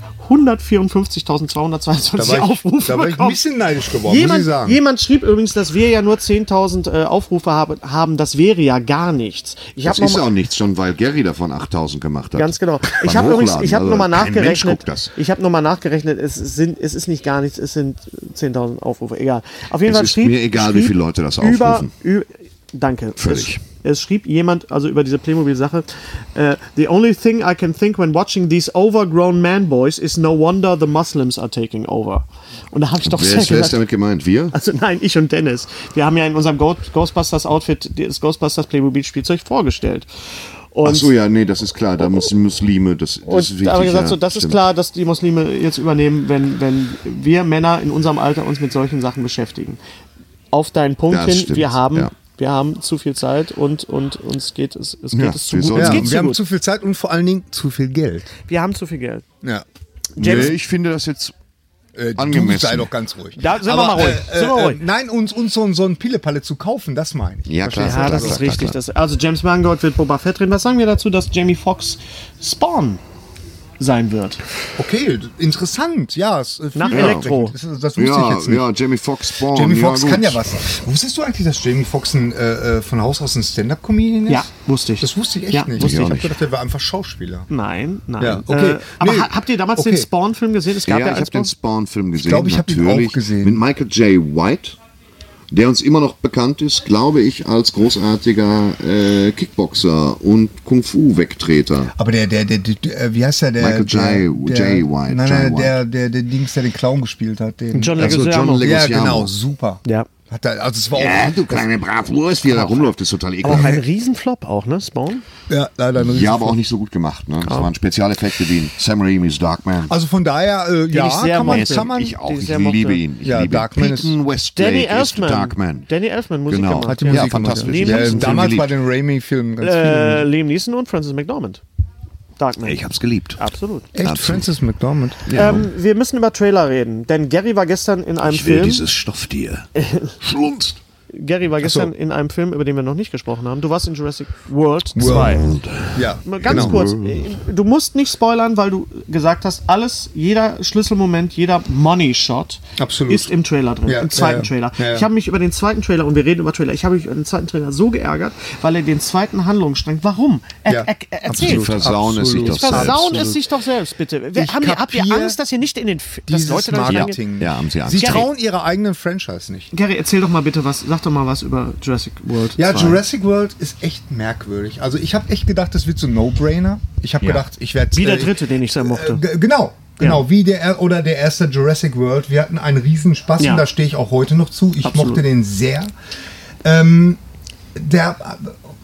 Da war
154.222
ich-
Aufrufe
da war ich ein
bekommen.
bisschen neidisch geworden, muss
jemand,
ich sagen.
Jemand schrieb übrigens, dass wir ja nur 10.000 äh, Aufrufe haben, haben. Das wäre ja gar nichts. Ich
Das
habe noch
ist
mal-
auch nichts, schon weil Gary davon 8000 gemacht hat.
Ganz genau. Ich
Beim
habe übrigens, ich habe
Hochladen,
nochmal
also kein Mensch
nachgerechnet.
guckt das.
Ich habe nochmal nachgerechnet. Es sind, es ist nicht gar nichts. Es sind 10.000 Aufrufe. Egal. Auf jeden
Es
Fall
ist
schrieb
mir egal, wie
schrieb
viele Leute das
über,
aufrufen.
ü- Danke.
Völlig.
Es, es schrieb jemand, also über diese Playmobil-Sache, äh, The only thing I can think when watching these overgrown man-boys is no wonder the Muslims are taking over. Und da habe ich doch
wer, ist,
sehr
wer ist
gedacht,
damit gemeint? Wir?
also nein, ich und Dennis. Wir haben ja in unserem Go Ghostbusters-Outfit das Ghostbusters-Playmobil-Spielzeug vorgestellt. Und
Ach so, ja, nee, das ist klar. Da müssen Muslime, das, das ist
und
wichtig.
da haben wir gesagt,
ja,
so, das ist
stimmt.
klar, dass die Muslime jetzt übernehmen, wenn, wenn wir Männer in unserem Alter uns mit solchen Sachen beschäftigen. Auf deinen Punkt
Das
hin,
stimmt,
wir haben.
ja.
Wir haben zu viel Zeit und, und uns geht es, es, geht
Ja,
es zu
wir
gut.
sollen-
Uns
Ja,
geht's
wir haben
gut.
zu viel Zeit und vor allen Dingen zu viel Geld.
wir haben zu viel Geld.
Ja.
Nee, ich finde das jetzt.
Äh,
Angemessen.
Du sei doch ganz ruhig.
Da sind wir mal ruhig.
Äh,
Sind wir
äh,
ruhig.
nein, uns, uns so, so ein Pillepalle zu kaufen, das meine ich.
Ja, klar.
Ja, das ist richtig. Das, also James Mangold wird Boba Fett reden. Was sagen wir dazu, dass Jamie Foxx Spawn sein wird?
Okay, d- interessant. Ja, es, äh,
Nach
vielversprechend.
Elektro.
Das, das wusste ich
Ja,
jetzt nicht.
ja, Jamie Foxx Spawn.
Jamie
ja,
Foxx
gut.
kann ja was. Wusstest du eigentlich, dass Jamie Foxx ein, äh, äh, von Haus aus ein Stand-Up-Comedian ist?
Ja, wusste ich.
Das wusste ich echt
Ja,
nicht.
wusste
Ich
ich
auch
habe
nicht.
gedacht, der war einfach Schauspieler.
Nein, nein.
Ja, okay.
Äh, aber
Nee.
ha- habt ihr damals den
Okay.
Spawn-Film gesehen? Es gab ja,
Ja, ich
einen
habe den
Spawn-
Spawn-Film gesehen.
glaube, ich hab ihn auch
natürlich.
gesehen.
Mit Michael J. White, der uns immer noch bekannt ist, glaube ich, als großartiger äh, Kickboxer und Kung-Fu-Wegtreter.
Aber der, der, der, der, äh, wie heißt der? der
Michael J.
Der,
J.
der,
White,
Nein,
J.
nein,
White.
der, der, der Dings, der den Clown gespielt hat. Den,
John
Also John
Leguizamo.
ja,
Leguizamo.
genau, super.
Ja.
Hat er, also es war
Ja,
auch,
du kleine Bratwurst, wie er da rumläuft, ist total
Auch ein
ekelhaft.
Riesenflop auch, ne? Spawn?
ja, leider ein riesen
Ja, aber auch nicht so gut gemacht. Ne? Das waren Spezialeffekte wie in Sam Raimi's Darkman.
Also von daher, äh, ja,
ich sehr
kann man,
mochte.
kann man,
ich auch,
die
ich
sehr mochte.
liebe ihn. Ich
Ja,
liebe
Darkman
ihn.
ist-
Peyton Westlake
Danny
ist
Elfman.
Darkman.
Danny Elfman, Musik
genau.
gemacht.
die Musik
ja,
gemacht,
fantastisch.
ja.
Ich
Nee,
hab's
äh,
geliebt.
damals bei den Raimi-Filmen ganz
äh, Liam Neeson und Francis McDormand. Darkman.
Ich hab's geliebt.
Absolut.
viel. Echt, Francis McDormand.
Ähm, wir müssen über Trailer reden, denn Gary war gestern in einem
Ich will
Film.
dieses Stofftier. Schlunzt.
Gary war gestern in einem Film, über den wir noch nicht gesprochen haben. Du warst in Jurassic World 2.
Ja,
Mal Ganz
Genau.
kurz, äh, du musst nicht spoilern, weil du gesagt hast, alles, jeder Schlüsselmoment, jeder Money Shot
Absolut.
ist im Trailer drin,
Ja,
im zweiten
ja, ja.
Trailer.
Ja, ja.
Ich habe mich über den zweiten Trailer, und wir reden über Trailer, ich habe mich über den zweiten Trailer so geärgert, weil er den zweiten Handlungsstrang, warum? Er,
Ja,
er, er,
Die
erzähl.
versauen es sich doch
Absolut.
selbst.
Versauen es sich doch selbst, bitte. Wer,
Ich
haben die, habt ihr
kapier
Angst, dass ihr nicht in den F- dass
Dieses
da nicht reingehen?
Marketing.
Ja, haben sie Angst.
Sie
Gary.
trauen ihrer eigenen Franchise nicht.
Gary, erzähl doch mal bitte was, sag doch mal was über Jurassic World.
Ja,
2.
Jurassic World ist echt merkwürdig. Also ich habe echt gedacht, das wird so ein No-Brainer. Ich habe gedacht, ich äh, werde
Wie der dritte, den ich sehr mochte.
G- Genau. Genau, wie der oder der erste Jurassic World. Wir hatten einen riesen Spaß
Ja.
und da stehe ich auch heute noch zu. Ich
Absolut.
mochte den sehr. Ähm, der,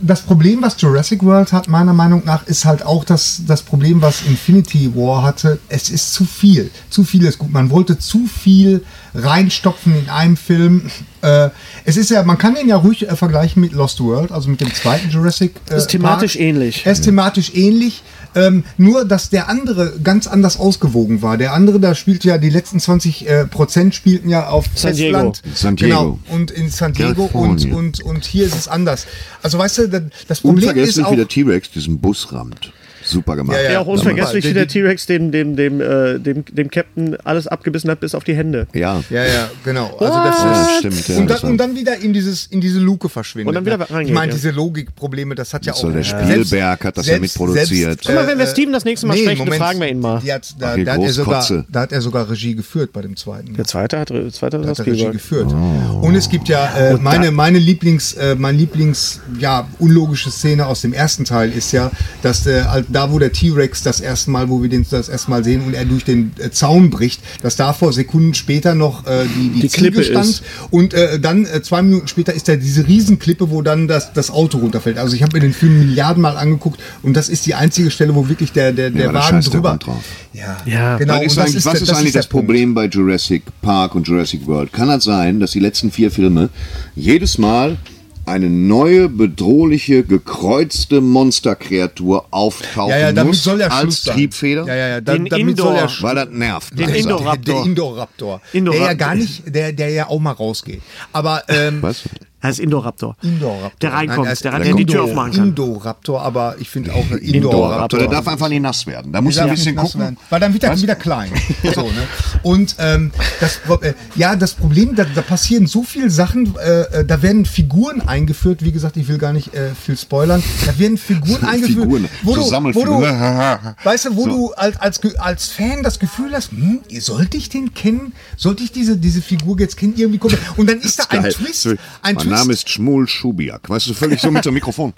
das Problem, was Jurassic World hat, meiner Meinung nach, ist halt auch das, das Problem, was Infinity War hatte. Es ist zu viel. Zu viel ist gut. Man wollte zu viel reinstopfen in einem Film. Äh, es ist ja, man kann den ja ruhig äh, vergleichen mit Lost World, also mit dem zweiten Jurassic. Äh,
Ist thematisch ähnlich.
Er ist thematisch ähnlich, ähm, nur dass der andere ganz anders ausgewogen war. Der andere, da spielte ja die letzten 20 äh, Prozent spielten ja auf
San Diego.
Festland.
San Diego.
Genau, und in San Diego und,
Kalifornien.
und, und hier ist es anders. Also weißt du, das Problem ist
Unvergesslich,
auch...
wie der T-Rex diesen Bus rammt. Super gemacht.
Ja,
Ja,
ja.
auch unvergesslich,
Hammer.
wie der T-Rex dem, dem, dem, äh, dem, dem Captain alles abgebissen hat, bis auf die Hände.
Ja,
Ja, ja, genau. Also
Ja,
das ist
stimmt. Ja,
und, dann,
das war-
und dann wieder in, dieses, in diese Luke verschwindet.
Und dann wieder
ne?
reingeht,
Ich meine,
ja.
diese Logikprobleme, das hat ja auch.
soll der Spielberg hat das ja mitproduziert. Guck
mal, wenn wir Steven das nächste Mal sprechen, dann fragen wir ihn mal.
Die hat,
Ach,
da,
die
da, hat er sogar,
Großkotze.
da hat er sogar Regie geführt bei dem zweiten.
Der zweite hat, der zweite hat
hat
das
er Regie
Spielberg.
geführt. Und es gibt ja äh, meine, meine Lieblings, äh, mein Lieblings, ja, unlogische Szene aus dem ersten Teil ist ja, dass äh, als- da, wo der T-Rex das erste Mal, wo wir den das erste Mal sehen und er durch den äh, Zaun bricht, dass davor Sekunden später noch äh, die, die,
Die
Ziege
Klippe
stand
ist.
und äh, dann äh, zwei Minuten später ist da diese Riesenklippe, wo dann das, das Auto runterfällt. Also ich habe mir den Film Milliardenmal angeguckt und das ist die einzige Stelle, wo wirklich der, der, der
aber da
Wagen
scheißt der
drüber.
Hund drauf.
Ja,
Ja.
genau.
Was
und
ist
das
eigentlich, was
der-
ist eigentlich
der
das
Punkt.
Problem bei Jurassic Park und Jurassic World? Kann das sein, dass die letzten vier Filme jedes Mal eine neue, bedrohliche, gekreuzte Monsterkreatur auftauchen
Ja, ja, damit
muss
soll ja Schluss
als
sein.
Triebfeder?
Ja, ja, ja, da,
Den
damit soll ja
Indoor-
Schluss
Weil das nervt.
Den
Nein,
Indoor-
sag
Der, der
Indoraptor.
Indoraptor. Der
Indoraptor.
ja gar nicht, der, der ja auch mal rausgeht. Aber ähm,
ich. Was?
Heißt Indoraptor.
Indoraptor.
Der reinkommt,
er ist
der rein- der die Tür aufmachen kann.
Indoraptor, aber ich finde auch
Indoraptor.
Indoraptor.
Der darf einfach nicht nass werden. Da muss
Ja,
er ein bisschen
nicht nass
gucken.
werden. Weil dann wird er
Was?
wieder klein. So, ne? Und ähm, das, Pro- äh, ja, das Problem, da, da passieren so viele Sachen, äh, äh, da werden Figuren eingeführt, wie gesagt, ich will gar nicht äh, viel spoilern, da werden Figuren eingeführt,
Figuren,
wo
so
du, wo
Sammelfiguren.
du, weißt du, wo du als, als, Ge- als Fan das Gefühl hast, hm, sollte ich den kennen? Sollte ich diese, diese Figur jetzt kennen? Irgendwie gucken. Und dann ist da ein
Geil.
Twist, ein
mein
Twist.
Name ist Schmul Schubiak. Weißt du, völlig so mit dem Mikrofon.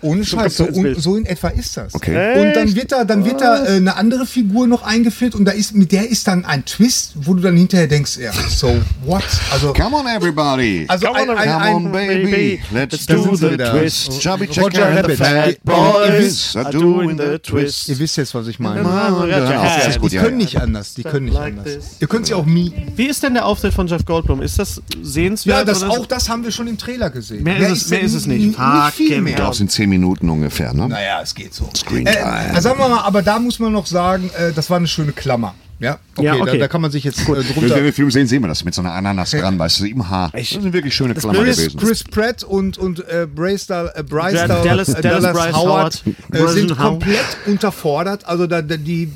Ohne Scheiß, so, un- so in etwa ist das.
Okay.
Und dann wird da, dann wird
Ah.
da äh, eine andere Figur noch eingeführt und da ist, mit der ist dann ein Twist, wo du dann hinterher denkst, ja, so what? Also,
Come on, everybody.
also
Come
ein,
on,
ein,
Come on,
ein,
baby.
baby.
Let's
Da
do
sind sie
the
wieder.
twist. Chubby
Roger
Checker and the
Rabbit. Ihr-
Fat
ihr
Boys
wisst-
are doing the twist.
Ihr wisst jetzt, was ich meine.
Ah, genau, das ist gut,
Die
ja,
können
ja.
nicht anders, die können nicht
Like
anders.
this.
Ihr könnt sie auch mieten.
Wie ist denn der Auftritt von Jeff Goldblum? Ist das sehenswert?
Ja, das,
oder-
auch das haben wir schon im Trailer gesehen.
Mehr ist es- mehr
denn-
ist es nicht.
Nicht viel
Fucking
mehr.
hell.
Das sind 10 Minuten ungefähr, ne?
Naja, es geht so.
Screen
Äh,
Time.
äh, sagen wir mal, aber da muss man noch sagen, äh, das war eine schöne Klammer. Ja, okay,
Ja,
Da,
okay.
da kann man sich jetzt äh,
Wenn
drunter.
wir den Film sehen, sehen wir das mit so einer Ananas dran, weißt du, im Haar. Das sind wirklich schöne Klammern
Chris,
gewesen.
Chris Pratt und, und äh, Braystar, äh, Bryce Dal-
Dallas-
äh,
Dallas Bryce Howard.
äh, sind
Bryson Howard.
komplett unterfordert. Also da, da, die,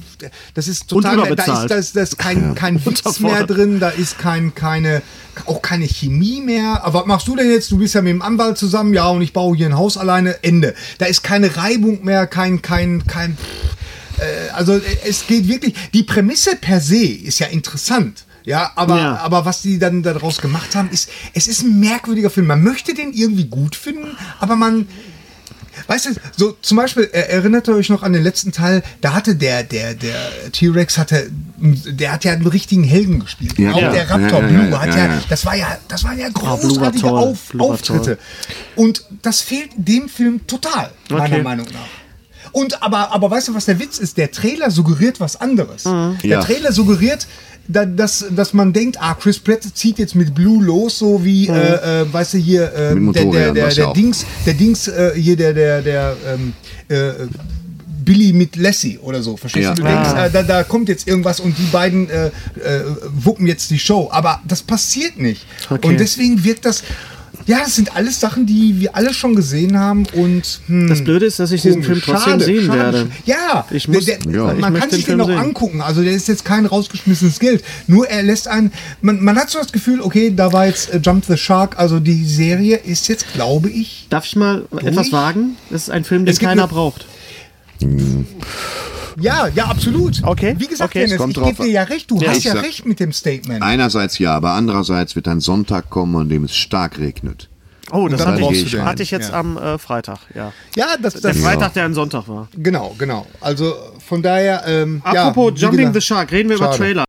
das ist total, da ist,
überbezahlt.
da ist, da ist kein, kein Witz mehr
Unterfordert.
drin, da ist kein, keine, auch keine Chemie mehr. Aber was machst du denn jetzt? Du bist ja mit dem Anwalt zusammen, ja, und ich baue hier ein Haus alleine, Ende. Da ist keine Reibung mehr, kein, kein, kein, äh, also äh, es geht wirklich, die Prämisse per se ist ja interessant. Ja, aber,
Ja.
aber was die dann daraus gemacht haben, ist, es ist ein merkwürdiger Film. Man möchte den irgendwie gut finden, aber man, Weißt du, so zum Beispiel, er- erinnert ihr euch noch an den letzten Teil, da hatte der, der, der T-Rex hatte, der hat ja einen richtigen Helden gespielt.
Ja,
auch
ja.
der Raptor
Ja, ja,
Blue
ja,
hat
ja,
ja,
ja.
das war ja, das waren ja großartige
Ah, toll,
Auf,
Blue war
Auftritte. Und das fehlt dem Film total, meiner
Okay.
Meinung nach. Und aber, aber weißt du, was der Witz ist? Der Trailer suggeriert was anderes. Der
Ja.
Trailer suggeriert, da, dass, dass man denkt, ah, Chris Pratt zieht jetzt mit Blue los, so wie, äh, äh, weißt du, hier, äh,
Mit
der, der,
Motorrädern,
der,
weißt du
der
auch.
Dings, der Dings äh, hier, der, der, der, ähm, äh, Billy mit Lassie oder so, verstehst
Ja.
du? Du denkst, äh, da, da kommt jetzt irgendwas und die beiden äh, äh, wuppen jetzt die Show. Aber das passiert nicht. Und deswegen wirkt das. Ja, das sind alles Sachen, die wir alle schon gesehen haben und hm,
Das Blöde ist, dass ich diesen
komisch.
Film trotzdem
Schade,
sehen
schade,
werde.
schade. Ja,
Ich muss-
der, der,
ja, ich
man kann
möchte
sich den
den
noch
Film sehen.
angucken. Also der ist jetzt kein rausgeschmissenes Geld. Nur er lässt einen. Man, man hat so das Gefühl, okay, da war jetzt äh, Jump the Shark. Also die Serie ist jetzt, glaube ich,
Darf ich mal etwas wagen? Das ist ein Film, den
Es gibt
keiner
eine-
braucht.
ja, ja, absolut.
Okay,
Wie gesagt,
okay.
Dennis, ich
Kommt drauf
gebe dir ja recht. Du hast
ich
ja
sag-
recht mit dem Statement.
Einerseits ja, aber andererseits wird ein Sonntag kommen, an dem es stark regnet.
Oh, das
dann
hatte
brauchst
ich,
du den.
hatte ich jetzt
Ja.
am äh, Freitag, ja.
Ja, das,
Der
das
Freitag, der ein Sonntag war.
genau, genau. Also von daher. Ähm,
Apropos
ja, wie
Jumping
genau?
gesagt-
the Shark, reden wir
Schade.
über Trailer.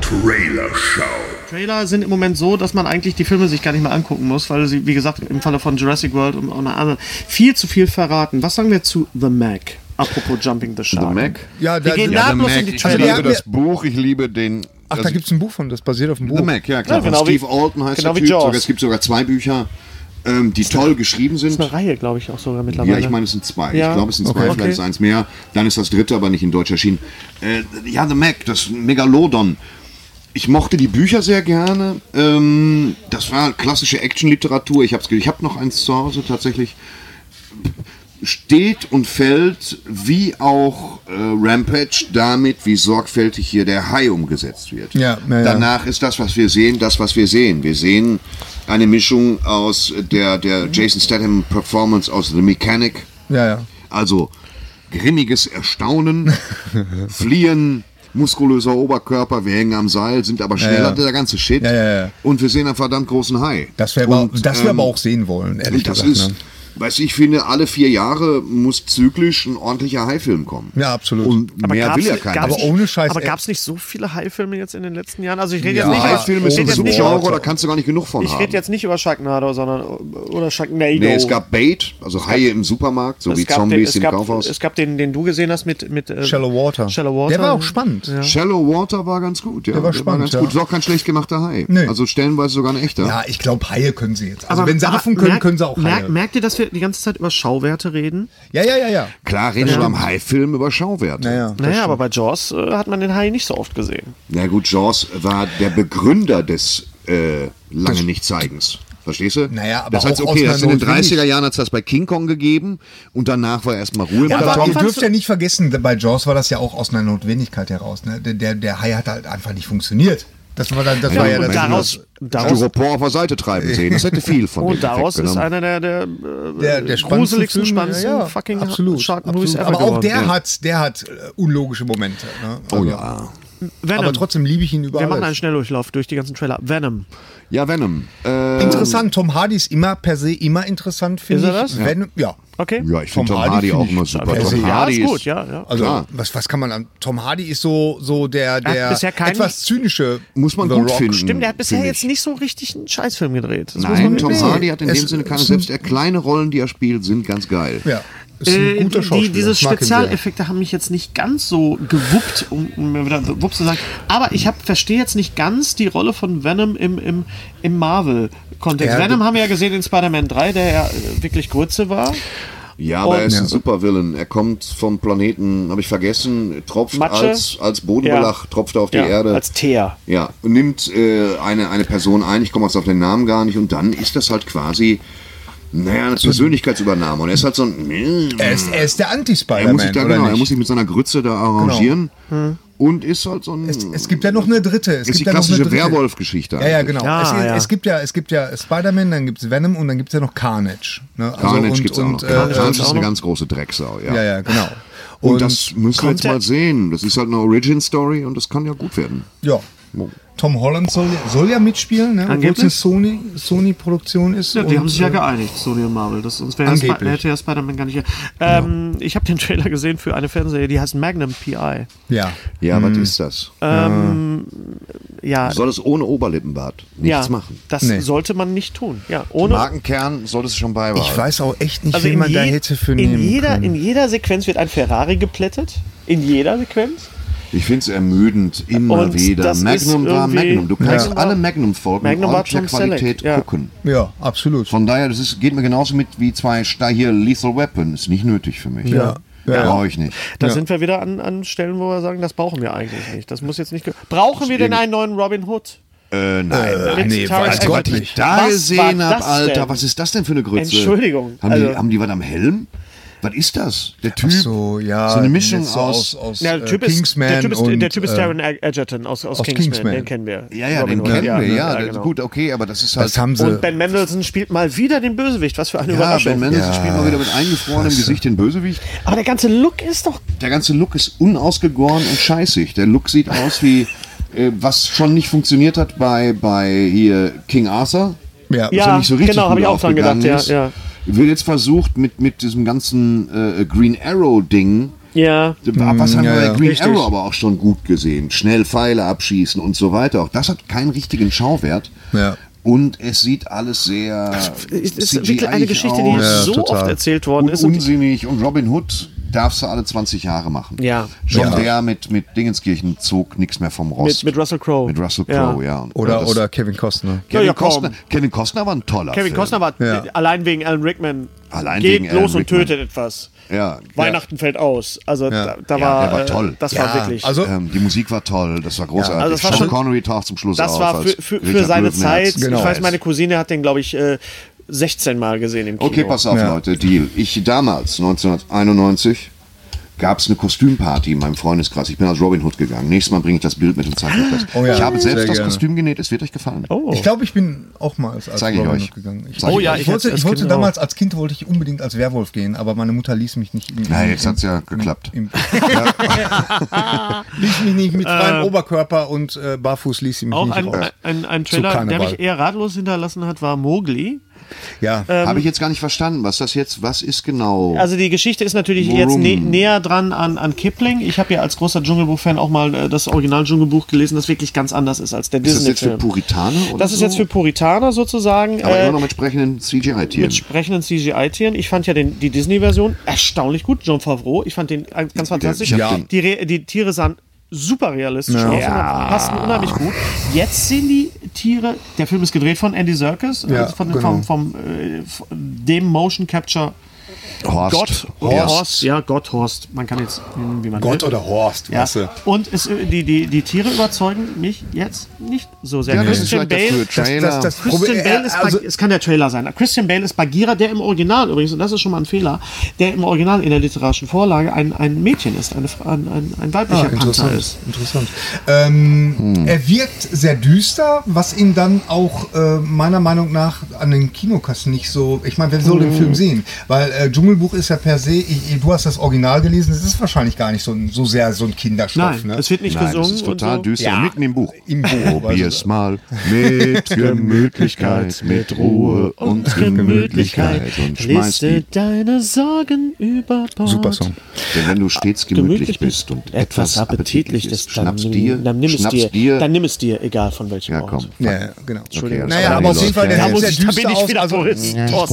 Trailer Show.
Trailer sind im Moment so, dass man eigentlich die Filme sich gar nicht mehr angucken muss, weil sie, wie gesagt, im Falle von Jurassic World und einer anderen viel zu viel verraten. Was sagen wir zu The Mac? Apropos Jumping the Shark.
The Mac?
Ja,
Wir
da,
gehen
ja,
da- Nahtlos in die
Ich
Trailer.
liebe
Ja,
das
wir-
Buch, ich liebe den.
ach, da gibt es ein Buch von, das basiert auf dem Buch.
The Mac, ja klar.
Ja, genau
Von Steve
wie-
Alton heißt
genau
der
wie
Typ.
Jaws.
Sogar, es gibt sogar zwei Bücher, ähm, die toll geschrieben sind.
Eine Reihe, glaube ich, auch sogar
Ja,
mittlerweile.
ich meine, es sind zwei.
Ja.
Ich glaube, es sind zwei,
Okay.
vielleicht ist
Okay.
eins mehr. Dann ist das dritte aber nicht in Deutsch erschienen. Äh, ja, The Mac, das Megalodon. Ich mochte die Bücher sehr gerne. Ähm, das war klassische Action-Literatur. Ich habe ich hab noch eins zu Hause tatsächlich. steht und fällt, wie auch äh, Rampage, damit, wie sorgfältig hier der Hai umgesetzt wird.
Ja, na ja.
Danach ist das, was wir sehen, das, was wir sehen. Wir sehen eine Mischung aus der, der Jason Statham Performance aus The Mechanic.
Ja, ja.
Also grimmiges Erstaunen, Fliehen, muskulöser Oberkörper, wir hängen am Seil, sind aber schneller,
Ja, ja.
der ganze Shit.
Ja, ja, ja.
Und wir sehen einen verdammt großen Hai.
Das wir aber,
Und,
das wir
ähm,
aber auch sehen wollen, ehrlich
und das
gesagt.
ist,
ne?
weißt du, ich finde, alle vier Jahre muss zyklisch ein ordentlicher Haifilm kommen.
ne? Ja, absolut.
Und mehr will ja keiner.
gab's- Aber ohne Scheiß,
Aber
ey.
gab's nicht so viele Haifilme jetzt in den letzten Jahren? Also ich rede
Ja,
jetzt nicht über
Haifilm ist
ich
ein
rede jetzt nicht
Subgenre,
über,
da kannst du gar nicht genug von
ich
haben.
rede jetzt nicht über Sharknado, sondern äh, oder Sharknado.
nee, es gab Bait, also Haie im Supermarkt, so wie
den,
Zombies
es,
im
gab,
Kaufhaus.
es gab den, den du gesehen hast mit mit äh,
Shallow Water.
Shallow Water.
Der war auch spannend.
Ja.
Shallow Water war ganz gut, ja.
war spannend,
ganz
ja.
gut. Ist auch kein schlecht gemachter Hai.
Nee.
Also stellenweise sogar ein echter.
Ja, ich glaube, Haie können sie jetzt. Also wenn sie Affen können,
merk-
können sie auch Haie.
merk- Merkt ihr, dass wir die ganze Zeit über Schauwerte reden?
Ja, ja, ja, ja.
Klar reden wir beim Hai-Film über Schauwerte.
Naja.
Naja, aber bei Jaws äh, hat man den Hai nicht so oft gesehen.
Na gut, Jaws war der Begründer des äh, lange Nichtzeigens. Verstehst du?
Naja, aber
das heißt,
auch
okay,
aus
das in
einer
den
Not
30er Jahren hat es das bei King Kong gegeben und danach war erstmal Ruhe
Ja,
mit der
aber ihr
Tom.
dürft ja nicht vergessen, bei Jaws war das ja auch aus einer Notwendigkeit heraus. Ne? Der, der, der Hai hat halt einfach nicht funktioniert. Das war, dann, das war ja
und
das,
daraus, daraus,
Styropor auf der Seite treiben sehen. Das hätte viel von dem
und daraus
Effekt
ist
genommen.
einer der, der, äh,
der, der spannendste
gruseligsten,
Film,
spannendsten
ja, ja,
fucking
absolut,
Shark-Movies
absolut.
ever
Aber auch
geworden.
der hat, der hat äh, unlogische Momente. Ne?
Oh
Also,
ja.
Venom.
Aber trotzdem liebe ich ihn über
Wir machen einen
alles.
Schnelldurchlauf durch die ganzen Trailer. Venom.
Ja, Venom. Äh,
Interessant, Tom Hardy ist immer per se immer interessant, finde
Ist
ich.
er das?
Wenn, ja.
Okay? Also,
ja, ich finde
Tom
Tom
Hardy
Hardy
find
auch
ich
immer super.
scheiße.
Tom
Ja,
Ja,
Hardy
ist gut,
ist
ja. ja.
Also,
Klar.
was, was kann man an. Tom Hardy ist so, so der,
hat
der
bisher keinen-
etwas zynische.
Muss man
The
gut
Rock.
finden.
Stimmt,
Mm,
der hat bisher
finde
jetzt
ich.
nicht so richtig einen Scheißfilm gedreht. Das muss
Nein,
man-
Tom
Nee.
Hardy hat in
Es-
dem Sinne keine,
es-
selbst er kleine Rollen, die er spielt, sind ganz geil.
Ja. Ist ein
Äh,
guter
die-
Schauspieler.
die, diese
Ich mag ihn sehr.
Spezialeffekte haben mich jetzt nicht ganz so gewuppt, um, um mir wieder so wupp zu sagen. Aber ich hab- verstehe jetzt nicht ganz die Rolle von Venom im, im, im Marvel-Kontext.
Ja,
Venom
du-
haben wir ja gesehen in Spider-Man 3, der ja äh, wirklich Grütze war.
Ja, aber er ist
Ja.
ein Supervillain. Er kommt vom Planeten, habe ich vergessen, tropft
Matsche?
als, als Bodenbelach,
Ja.
tropft er auf die
Ja,
Erde.
als Teer.
Ja, und nimmt äh, eine, eine Person ein, ich komme jetzt auf den Namen gar nicht, und dann ist das halt quasi, naja, eine Persönlichkeitsübernahme. Und er ist halt so ein.
Er ist, er ist der
er muss sich
Anti-Spider-Man,
da,
Äh, oder
genau, er muss
nicht? Genau.
sich mit seiner Grütze da arrangieren.
Hm.
Und ist halt so ein.
Es, es gibt ja noch eine dritte. Es gibt
Ist die
ja noch eine
klassische
dritte.
Werwolf-Geschichte
Ja, ja,
eigentlich.
genau.
Ja,
es,
ja.
es gibt ja, es gibt ja Spider-Man, dann gibt es Venom und dann gibt es ja noch Carnage. Ne? Also
Carnage
und-
gibt's auch
und,
noch.
äh,
Carnage
auch
ist eine
noch.
ganz große Drecksau, ja.
ja, ja, genau.
Und, das müssen wir
kommt
jetzt mal
der-
sehen. Das ist halt eine Origin-Story und das kann ja gut werden.
ja. Tom Holland soll, soll ja mitspielen, ne? obwohl es eine
Angeblich.
Sony, Sony-Produktion ist.
Ja, die
und,
haben sich ja
äh,
geeinigt, Sony und Marvel. Das, sonst wäre ja
Angeblich.
Spi- hätte ja Spider-Man gar nicht. Ähm, Ich habe den Trailer gesehen für eine Fernsehserie, die heißt Magnum PI.
Ja.
Ja, was ist das?
Ja,
soll es ohne Oberlippenbart nichts
ja
machen.
das
Nee.
sollte man nicht tun. Ja, ohne.
Markenkern soll es schon beibehalten.
Ich weiß auch echt nicht,
also
wen
in,
man da
je,
hätte für
in,
nehmen
jeder,
können.
in jeder Sequenz wird ein Ferrari geplättet. In jeder Sequenz.
Ich finde es ermüdend, immer
Und
wieder.
das
Magnum
ist
war
irgendwie-
Magnum. Du kannst
Magnum war-
alle Magnum-Folgen
Magnum
in
war
ordentlicher
Tom Selleck,
Qualität
ja.
gucken.
ja, absolut.
Von daher, das ist, geht mir genauso mit wie zwei Star hier Lethal Weapon. Ist nicht nötig für mich.
Ja. Ja.
Brauche ich nicht.
Da sind wir wieder an, an Stellen, wo wir sagen, das brauchen wir eigentlich nicht. Das muss jetzt nicht. ge- Brauchen wir denn einen neuen Robin Hood? äh,
Äh, nein.
Mit
nee,
Tara-
weiß
Als Gott, ich da
Was
gesehen
war
habe,
das
Alter,
denn?
was ist das denn für eine Grütze?
Entschuldigung,
Haben, die,
also-
haben die was am Helm? Was ist das? Der Typ.
Ach so, ja.
so eine Mischung
jetzt so
aus.
aus
Ja, der,
äh,
typ ist,
Kingsman
der Typ ist,
und,
der typ ist
äh,
Taron Egerton aus, aus,
aus
Kingsman,
Kingsman.
den kennen wir.
ja, ja,
Robin
den
Hood,
kennen wir, ja.
genau.
Gut, okay, aber das ist halt.
Das haben sie.
Und Ben Mendelssohn spielt mal wieder den Bösewicht. Was für eine
ja, Ben
Überraschung.
Mendelssohn spielt mal wieder mit eingefrorenem Gesicht den Bösewicht.
Aber der ganze Look ist doch.
Der ganze Look ist unausgegoren und scheißig. Der Look sieht aus wie, äh, was schon nicht funktioniert hat bei, bei hier King Arthur.
ja,
Ja.
Was nicht so richtig
genau, hab
gut
ich auch dran
aufgegangen
gedacht,
ist.
ja, ja.
Wird jetzt versucht mit, mit diesem ganzen äh, Green Arrow-Ding.
Ja.
Was haben
Mm, ja,
wir bei
ja.
Green
Richtig.
Arrow aber auch schon gut gesehen? Schnell Pfeile abschießen und so weiter. Auch das hat keinen richtigen Schauwert.
Ja.
Und es sieht alles sehr.
Es ist
CGI-ig
wirklich eine Geschichte, die
aus.
Ja,
so
total.
oft erzählt worden
und
ist. Und
unsinnig. Und Robin Hood darfst du alle 20 Jahre machen.
Ja.
Schon
Ja.
der mit, mit Dingenskirchen zog nichts mehr vom Rost.
mit, mit Russell Crowe.
Mit Russell Crowe, ja. Und-
oder,
ja, das-
oder Kevin Costner.
Kevin,
Ja, ja, komm.
Costner, Kevin Costner war ein toller
Kevin
Film.
Costner war
Ja.
allein wegen Alan Rickman.
Allein
geht
wegen Alan
los und
Rickman.
tötet etwas.
Ja.
Weihnachten fällt aus. Also da, da
Ja,
war,
der war
äh,
toll.
Das war wirklich.
Also,
Ähm, die Musik war toll, das war großartig.
also das war
Sean
schon-
Connery taucht zum Schluss
das
auf.
war
als
für, für, für
Richard
seine
Genau.
Löwenherz.
Zeit. Ich weiß, meine Cousine hat den, glaube ich, äh, 16 Mal gesehen im Kino.
Okay, pass auf, Leute, Deal. Ich damals, 1991, gab es eine Kostümparty in meinem Freundeskreis. Ich bin als Robin Hood gegangen. Nächstes Mal bringe ich das Bild mit und zeige euch
Ah.
das.
Oh ja,
ich habe selbst
sehr
das
gerne.
Kostüm genäht, es wird euch gefallen. Oh.
Ich glaube, ich bin auch mal als, als
Zeig ich
Robin
euch.
Hood gegangen. Ich,
Zeig Oh ich
ja, euch.
ich
ich
wollte,
als-
ich
als
wollte
Kind
damals als Kind wollte ich unbedingt als Werwolf gehen, aber meine Mutter ließ mich nicht. In,
Na, jetzt hat's ja geklappt.
Im, ließ mich nicht mit freiem Oberkörper und äh, barfuß ließ sie mich
Äh. Auch
nicht
ein,
raus.
ein, ein, ein
Zu
Trailer, der
Karneval.
mich eher ratlos hinterlassen hat, war Mowgli.
ja.
äh,
Habe ich jetzt gar nicht verstanden, was das jetzt, was ist genau?
Ähm, Also die Geschichte ist natürlich
Worum?
jetzt nä näher dran an, an Kipling. Ich habe ja als großer Dschungelbuch-Fan auch mal äh, das Original-Dschungelbuch gelesen, das wirklich ganz anders ist als der
ist das jetzt für
Disney-Film.
Puritaner? Oder
Das ist
so?
jetzt für Puritaner sozusagen.
Aber
äh,
immer noch mit sprechenden CGI-Tieren.
mit sprechenden CGI-Tieren. Ich fand ja den, die Disney-Version erstaunlich gut. John Favreau, ich fand den äh, ganz fantastisch.
ich hab den-
Die, Re die Tiere sahen super realistisch aus und passten unheimlich gut. Jetzt sehen die Tiere, der Film ist gedreht von Andy Serkis,
Ja,
also von,
genau.
vom, vom, äh, von dem Motion Capture
Horst.
oh Gott, Horst. ja, Gott, Horst. Man kann jetzt, nennen, wie man
Gott
will.
oder Horst,
Ja.
weißt du.
Und es, äh, die, die, die Tiere überzeugen mich jetzt nicht so sehr.
Ja, das ist
Christian
vielleicht
Bale
dafür. Trailer.
Christian
äh,
Problem-
Bale ist,
also,
Bag- es kann der Trailer sein. Christian Bale ist Bagheera, der im Original übrigens, und das ist schon mal ein Fehler, der im Original in der literarischen Vorlage ein, ein Mädchen ist, eine, Fra- ein, ein, ein
Ah,
weiblicher Panther Hm.
interessant,
ist.
interessant. Ähm, Er wirkt sehr düster, was ihn dann auch äh, meiner Meinung nach an den Kinokassen nicht so. Ich meine, wer soll
Hm.
den Film sehen? Weil äh, Dschungelbuch ist ja per se. Ich, du hast das Original gelesen. Es ist wahrscheinlich gar nicht so, ein- so sehr so ein Kinderstoff.
Nein,
ne?
es wird nicht
Nein,
gesungen.
das ist total
und so.
düster. Mitten im Buch.
Im Buch,
Probier's
also-
mal mit Gemütlichkeit, mit Ruhe und Gemütlichkeit und schmeiß
Liste
die.
deine Sorgen über Bord.
Super Song.
Denn wenn du stets gemütlich bist und etwas appetitlich ist, schnappst dir,
dann nimm es dir,
schnappst dir. Oh.
dann nimm es dir, egal von welchem
Ja,
Ort.
komm. Ähm,
Ja, ja, genau.
Entschuldigung.
naja, aber
das
auf
waren die
jeden Fall, der sieht sehr
Leute. Da
muss ich- da
düster
bin ich
aus.
wieder
also,
Tourist.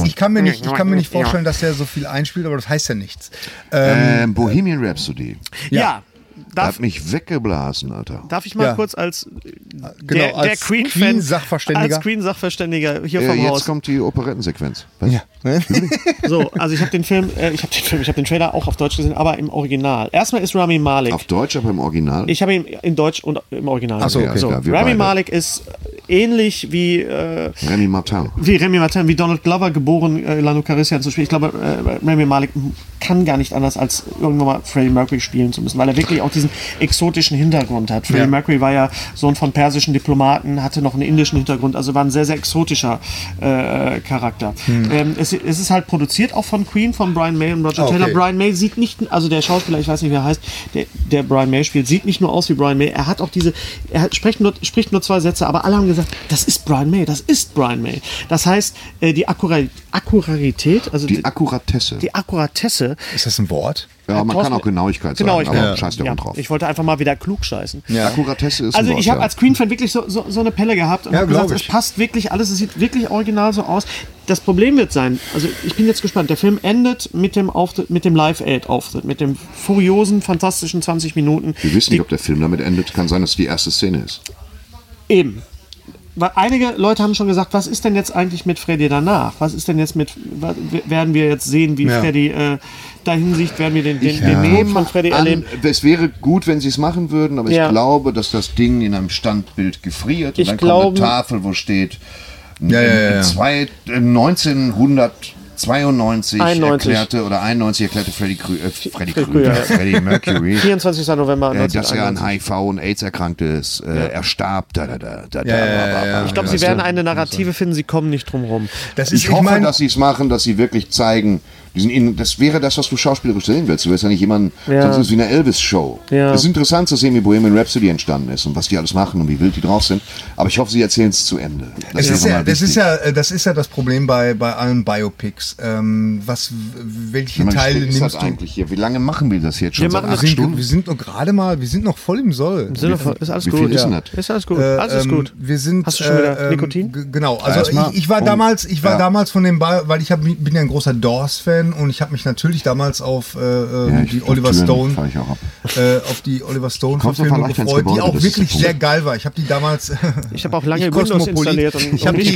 ich, ich, kann mir nicht, ich kann mir nicht vorstellen, dass der so viel einspielt, aber das heißt ja nichts.
äh,
Ähm, Bohemian Rhapsody.
Ja,
Hat
darf,
mich weggeblasen, Alter.
darf ich mal
Ja.
kurz als, äh,
Äh,
Genau,
der, der
als
Queen,
Queen-Sachverständiger.
als Queen-Sachverständiger hier
Äh,
vom
jetzt
Haus.
kommt die Operettensequenz. Was?
Ne?
So, also ich habe den Film, äh, ich habe den Film, ich habe den Trailer auch auf Deutsch gesehen, aber im Original. Erstmal ist Rami Malek.
Auf Deutsch, aber im Original.
ich habe ihn in Deutsch und im Original.
so, okay. Ja,
Rami
wir beide.
Malek ist ähnlich wie äh,
Remy Martin.
wie Remy Martin, wie Donald Glover geboren, äh, Lando Carissian zu spielen. Ich glaube, äh, Remy Malek kann gar nicht anders, als irgendwann mal Freddie Mercury spielen zu müssen, weil er wirklich auch diesen exotischen Hintergrund hat. Freddie Mercury war ja Sohn von persischen Diplomaten, hatte noch einen indischen Hintergrund, also war ein sehr, sehr exotischer äh, Charakter. Ähm, es, es ist halt produziert auch von Queen, von Brian May und Roger
Okay.
Taylor. Brian May sieht nicht, also der Schauspieler, ich weiß nicht, wie er heißt, der, der Brian May spielt, sieht nicht nur aus wie Brian May, er hat auch diese, er hat, spricht, nur, spricht nur zwei Sätze, aber alle haben gesagt, das ist Brian May, das ist Brian May. Das heißt, äh, die Akkura- Akkurarität, also die,
Die Akkuratesse.
die Akkuratesse,
Ist das ein Wort?
ja, man
Thorsten-
kann auch Genauigkeit sagen,
Genauigkeit.
aber
Ja.
scheiß da
Genau, ja,
oben drauf.
ich wollte einfach mal wieder klug scheißen.
Akkuratesse ist
Also
ein Wort,
ich habe
ja.
als Queen-Fan wirklich so, so, so eine Pelle gehabt und
Ja,
hab
glaub
gesagt,
ich.
es passt wirklich alles, es sieht wirklich original so aus. Das Problem wird sein, also ich bin jetzt gespannt, der Film endet mit dem Auftritt, mit dem Live-Aid-Auftritt, mit dem furiosen, fantastischen 20 Minuten.
Wir wissen nicht, ob der Film damit endet. Kann sein, dass es die erste Szene ist.
Eben. Weil einige Leute haben schon gesagt, was ist denn jetzt eigentlich mit Freddy danach? Was ist denn jetzt mit, wa- werden wir jetzt sehen, wie
Ja.
Freddy äh, dahin sieht, werden wir den, den,
Ja.
den Leben von Freddy erleben?
An, es wäre gut, wenn sie es machen würden, aber
Ja.
ich glaube, dass das Ding in einem Standbild gefriert
Ich
und dann
glaube-
kommt eine Tafel, wo steht
Ja, ja, ja, ja.
Zwei, äh, 1992
91.
erklärte oder 91 erklärte Freddie, Krü äh, Freddie,
Krüger,
Krüger,
ja.
Freddie Mercury,
24. November
äh, dass er
1991.
an HIV und AIDS erkrankt ist, äh, er starb, da, da, da, da,
Ja, ja,
da, ba, ba,
ja,
ba.
Ich glaube, sie werden eine Narrative finden, sie kommen nicht drum rum.
Das ist,
Ich hoffe,
mein-
dass sie es machen, dass sie wirklich zeigen, diesen, In- das wäre das, was du schauspielerisch sehen willst. Du willst ja nicht jemanden,
Ja.
sonst ist es wie eine Elvis-Show.
Ja.
Es ist interessant zu sehen, wie Bohemian Rhapsody entstanden ist und was die alles machen und wie wild die drauf sind. Aber ich hoffe, sie erzählen es zu Ende.
Das ist,
wäre
ja,
mal
das, ist
wichtig.
ja, äh, das ist ja das Problem bei, bei allen Biopics. Ähm, was, w- welche
Wie lange
Teile
spät ist
nimmst
das
du?
eigentlich hier? Wie lange machen wir das jetzt schon?
Wir
Seit
machen das
acht
Wir sind,
Stunden?
wir sind noch gerade mal, wir sind noch voll im Soll.
Sind wir- ist alles
wie
gut.
viel ist
ja.
denn das?
Ist alles gut.
Äh,
alles ist
ähm,
gut.
Wir sind,
Hast du schon wieder
ähm,
Nikotin?
g- Genau, also
Erstmal.
ich, ich war
Punkt.
damals, ich war
Ja.
damals von dem Ball, weil ich hab, bin ja ein großer Doors-Fan und ich habe mich natürlich damals auf äh, äh,
Ja, ich-
die Oliver
Türen
Stone,
fahr ich auch ab.
äh, auf die Oliver Stone
Kommst du
Verfilmung
von leicht ins
gefreut, die
Gebäude,
auch
das ist
wirklich
der Punkt.
sehr geil war. Ich habe die damals
Ich habe auch lange
ich
Windows
Kosmopolit-
installiert und,
Ich
und
hab
nicht
die-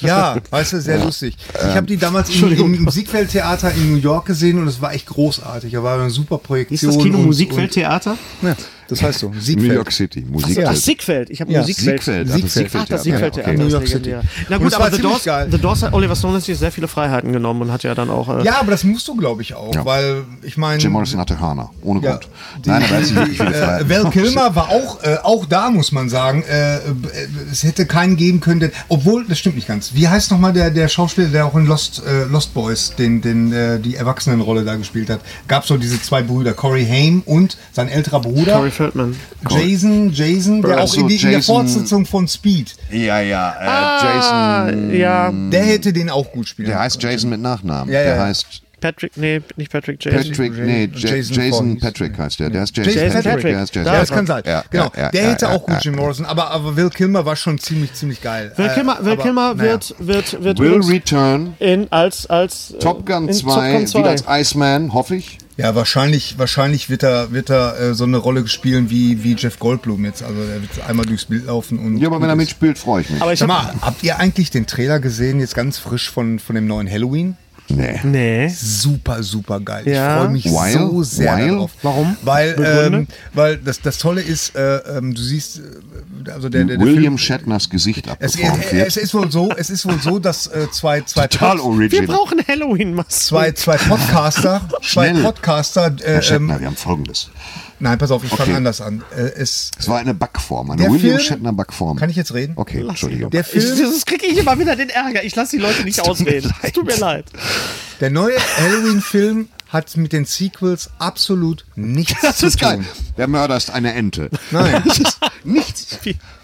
Ja, weißt du, sehr lustig. Ich habe die damals im, im Musikfeldtheater in New York gesehen und es war echt großartig. Da war eine super
Ist
Projektion.
das Kino
und,
Musikfeldtheater?
Und, ja, das Das heißt so. Siegfeld.
New York City, Musik.
Ja.
Das Siegfeld. Ich habe
Ja.
ja. Musikfeld.
Siegfeld, ach, das Siegfeld
Ach,
Theater,
das Siegfeld.
ja,
Theater,
okay.
das
New York
legendäre.
City.
Na
Und
gut,
es war
aber The
ziemlich
Doors,
geil.
The Doors hat Oliver Stone hat sich sehr viele Freiheiten genommen und hat ja dann auch. Äh,
Ja, aber das musst du, glaube ich, auch, weil ich meine.
Jim Morrison hatte Hörner, ohne
Ja,
Grund. Nein, er weiß nicht, wie viele
Äh,
Freiheiten.
Val Kilmer war auch, äh, auch da muss man sagen, äh, äh, es hätte keinen geben können, denn, obwohl, das stimmt nicht ganz. Wie heißt nochmal der, der Schauspieler, der auch in Lost, äh, Lost Boys den, den, äh, die Erwachsenenrolle da gespielt hat? Gab es so diese zwei Brüder, Corey Haim und sein älterer Bruder.
Corey Feldman.
Jason, Jason, der
Ach
auch
so,
in, die, in der
Jason-
Fortsetzung von Speed,
Ja, ja, äh,
Ah.
Ah,
Jason.
Ja,
der hätte den auch gut spielen
Der
können.
heißt Jason mit Nachnamen.
Ja, ja,
der
ja.
heißt
Patrick, nee, nicht Patrick Jason.
Patrick, nee, Ja-
Jason
Jason,
Voorhees.
Patrick heißt der. Der heißt Jason,
Jason
Patrick.
Patrick.
Der heißt Jason.
Ja, das kann sein.
Ja,
genau.
ja, ja,
der
ja,
hätte
ja,
auch gut
ja.
Jim Morrison, aber, aber Will Kilmer war schon ziemlich, ziemlich geil.
Will
Äh,
Kilmer, Will
aber,
Kilmer
naja.
wird, wird, wird
Will
übrigens
Return,
in, als, als äh,
Top Gun
in
2,
Top Gun 2.
wieder als Iceman, hoffe ich.
Ja, wahrscheinlich, wahrscheinlich wird er, wird er äh, so eine Rolle spielen wie, wie Jeff Goldblum jetzt. Also er wird einmal durchs Bild laufen und.
Ja, aber wenn er mitspielt, freue ich mich.
Aber ich
Sag
hab,
mal, habt ihr eigentlich den Trailer gesehen, jetzt ganz frisch von, von dem neuen Halloween?
nee.
nee.
Super, super geil.
Ja.
Ich freue mich
Weil?
so sehr
Weil?
darauf.
Warum?
Weil,
Begründe?
ähm, weil das, das Tolle ist, äh, ähm, du siehst, äh, also der, der, der Film,
William Shatners Gesicht
es,
abgeformt
es, es
wird.
ist wohl so, es ist wohl so, dass äh, zwei, zwei
Total
Props-
Wir
original.
brauchen Halloween-Masken.
zwei, zwei Podcaster, zwei
Schnell.
Podcaster, äh,
Herr
ähm,
Shatner, wir haben folgendes.
nein, pass auf, ich fange
Okay.
anders an. Äh, es,
Es war eine Backform, eine
Der
William
Film-
Shatner Backform.
kann ich jetzt reden?
Okay, Entschuldigung.
Der
Ich,
Film,
das kriege ich immer wieder den Ärger. Ich lasse die Leute nicht ausreden. Es tut mir leid.
der neue Halloween-Film hat mit den Sequels absolut nichts
Das
zu
ist
tun.
geil. Der Mörder ist eine Ente.
Nein,
Nichts.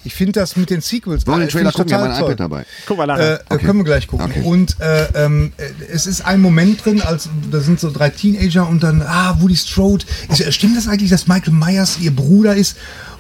ich finde das mit den Sequels
Wollen wir
äh,
den Trailer
find ich
gucken? Wir
total
haben ein
toll.
iPad dabei.
Guck mal
Äh,
nachher.
Können wir gleich gucken.
Okay.
Und äh, ähm, äh, es ist ein Moment drin, als da sind so drei Teenager und dann, ah, Woody Strode. Ist, äh, stimmt das eigentlich, dass Michael Myers ihr Bruder ist?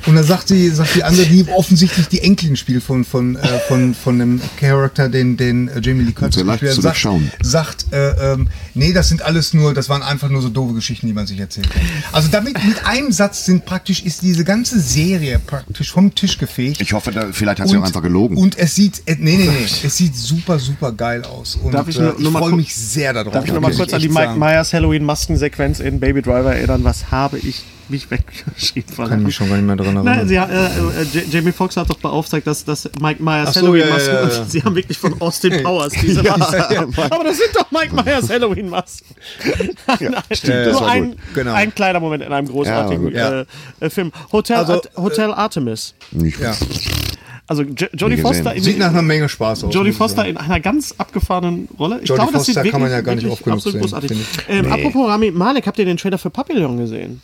Und dann sagt die, sagt die andere, die offensichtlich die Enkelin spielt von, von, äh, von, von dem Charakter, den, den äh, Jamie Lee Curtis
So leicht
gespielt hat,
zu
sagt,
durchschauen.
sagt äh, ähm, nee, das sind alles nur, das waren einfach nur so doofe Geschichten, die man sich erzählt hat. Also damit mit einem Satz sind praktisch, ist diese ganze Serie praktisch vom Tisch gefegt.
Ich hoffe, da, vielleicht hat sie auch einfach gelogen.
Und es sieht, äh, nee, nee, nee, es sieht super, super geil aus. Und
Darf ich
äh,
nur-
ich
nur mal
freue
gu-
mich sehr darauf.
Darf ich nochmal
muss
kurz an
echt
die Mike
sagen.
Myers Halloween-Maskensequenz in Baby Driver erinnern? Was habe ich mich weggeschrieben von?
Kann ich mich schon gar nicht mehr dran erinnern.
Nein, sie, hat- äh, äh, J- Jamie Foxx hat doch beauftragt, dass, dass Mike Myers
Ach so,
Halloween-Masken
ja, ja, ja.
und sie haben wirklich von Austin Powers diese Masken. Aber das sind doch Mike Myers Halloween-Masken. Nein,
das
nur
war
ein,
gut.
Genau.
ein kleiner Moment in einem großartigen
Ja, war
äh, äh, Film. Hotel,
Also,
Art- Hotel Artemis.
Ich-
Ja.
Also J Jodie
Nie
Foster in
Sieht nach einer Menge Spaß aus.
Jodie
muss ich
Foster
sagen.
in einer ganz abgefahrenen Rolle. Ich
Jodie
glaube, das sieht
Foster
wirklich,
kann man ja gar nicht
wirklich
oft genug
absolut
sehen,
großartig.
finde
Ähm, Apropos Rami Malek, habt ihr den Trailer für Papillon gesehen?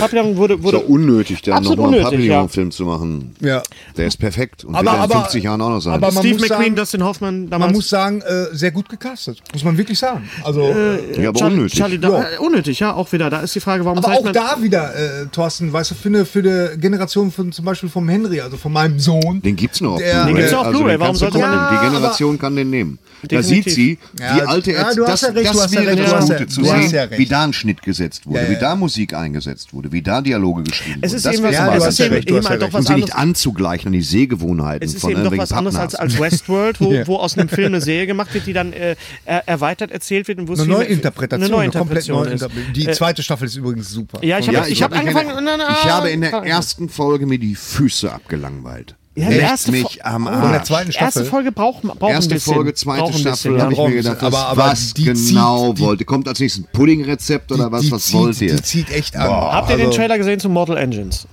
Papillon wurde,
So
wurde
unnötig, da
Absolut
nochmal einen
unnötig, ja.
Papillon-Film zu machen.
Ja.
Der ist perfekt und
Aber-
wird er in
aber-
50 Jahren auch noch sein.
aber man-
Steve
muss
McQueen,
sagen-
Dustin Hoffman damals.
Man muss sagen, äh, sehr gut gecastet. Muss man wirklich sagen. Also, äh,
ja, aber
Charlie,
unnötig.
Charlie da
Ja.
äh, unnötig, ja, auch wieder. Da ist die Frage, warum
aber
zeigt
auch
man
da wieder, äh, Thorsten, weißt du, für eine, für eine Generation von zum Beispiel vom Henry, also von meinem Sohn.
den gibt's noch auf
Der-
Blu-ray.
Den gibt's
noch auf Blu-ray,
den
warum
kannst du
sollte man
gucken.
den-
Die Generation kann den nehmen. Da sieht
Definitiv.
sie, wie
Ja,
alte
ja,
Ärzte,
du hast
das,
ja recht, du
das
hast ja
wäre
recht,
das
du hast
Gute
ja-
zu
du hast
sehen,
ja recht.
wie da ein Schnitt gesetzt wurde,
Ja, ja.
wie da Musik eingesetzt wurde, wie da Dialoge geschrieben
es
wurden.
ist
Das
eben
wäre
was,
mal
du
es
ganz
ist
hast ja
eben,
recht.
du
eben
hast
halt
ja
doch
Um
was
sie nicht
anderes.
anzugleichen an die Sehgewohnheiten
Es ist
von
eben doch
irgendwelchen
was anderes als,
Pappnasen.
als Westworld, wo, wo aus einem Film eine Serie gemacht wird, die dann äh, er, erweitert erzählt wird und wo es
Eine
viel mehr-
Neuinterpretation.
eine
Eine komplett
Neuinterpretation
neue
ist. Äh,
Interpretation. Die zweite Staffel ist übrigens super.
Ja, ich habe
Ja,
ich hab
glaub,
angefangen.
ich,
na,
habe-
na,
ich habe in der
angefangen.
ersten Folge mir die Füße abgelangweilt.
Ja,
Leck
die erste
mich
Fo-
am
Oh,
Arsch.
in der zweiten
Erste
Staffel.
Folge braucht man braucht ein
Erste
bisschen.
Folge, zweite
braucht ein bisschen,
Staffel,
ja.
habe ich mir
Brauchen
gedacht,
sie.
was,
Aber- aber
was
die
genau
zieht- die-
wollte. Kommt als nächstes ein Puddingrezept oder was?
die
was
zieht,
wollt ihr?
Die zieht echt an. Also,
Habt ihr den
Also-
Trailer gesehen zu Mortal Engines?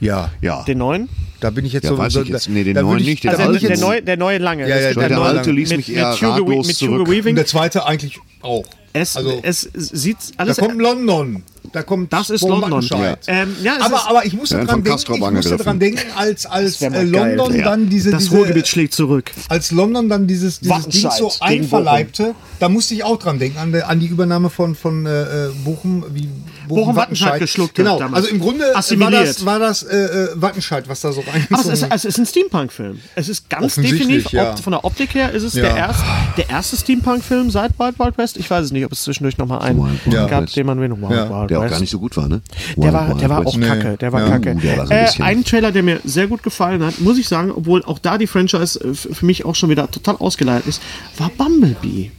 Ja,
Ja.
Den neuen?
da bin ich jetzt
Ja,
so.
weiß
so,
ich jetzt. Nee, den
da würd
neuen
ich-
nicht, den
da
Also
würd
der,
ich
alten.
der,
jetzt-
neue, der neue lange.
Ja,
Das
ja,
ist
der
der
neue
alte
lang.
ließ
mit,
mich
mit
eher
Hugo, We-
ratlos
mit Hugo
zurück.
Weaving.
Und der zweite eigentlich auch.
Es,
also,
es sieht
da
alles. e-
kommt London. Da kommt
Das ist
Bo
London.
Wattenscheid.
Ja. Ähm, ja, es
aber,
ist-
aber ich musste
Ja,
dran
von
denken,
Castro
ich musste
angegriffen.
dran denken, als, als
wär mal
äh, London
geil.
dann diese,
das
diese
Ruhrgebiet schlägt zurück.
als London dann dieses, dieses Ding
Wattenscheid
so
gegen
einverleibte, da musste ich auch dran denken, an, der, an die Übernahme von, von äh, Bochum, wie
Bochum-Wattenscheid geschluckt hat
Genau,
damals.
also im Grunde äh, war
Assimiliert.
das, war das äh, äh, Wattenscheid, was da so
Aber es
reingezogen
ist, es ist ein Steampunk-Film. Es ist ganz
Offensichtlich,
definitiv,
ja.
ob, von der Optik her ist es
Ja.
der, erst, der erste Steampunk-Film seit Wild Wild West. Ich weiß es nicht, ob es zwischendurch nochmal einen
Wild Wild
gab,
West.
den man will. Wild
Ja.
Wild
Der auch
West.
gar nicht so gut war, ne?
Der
Wild
war,
Wild
der war
West.
auch kacke, der war
Ja.
kacke.
Uh, Der war so ein
äh,
bisschen-
ein Trailer, der mir sehr gut gefallen hat, muss ich sagen, obwohl auch da die Franchise äh, f- für mich auch schon wieder total ausgeleiert ist, war Bumblebee.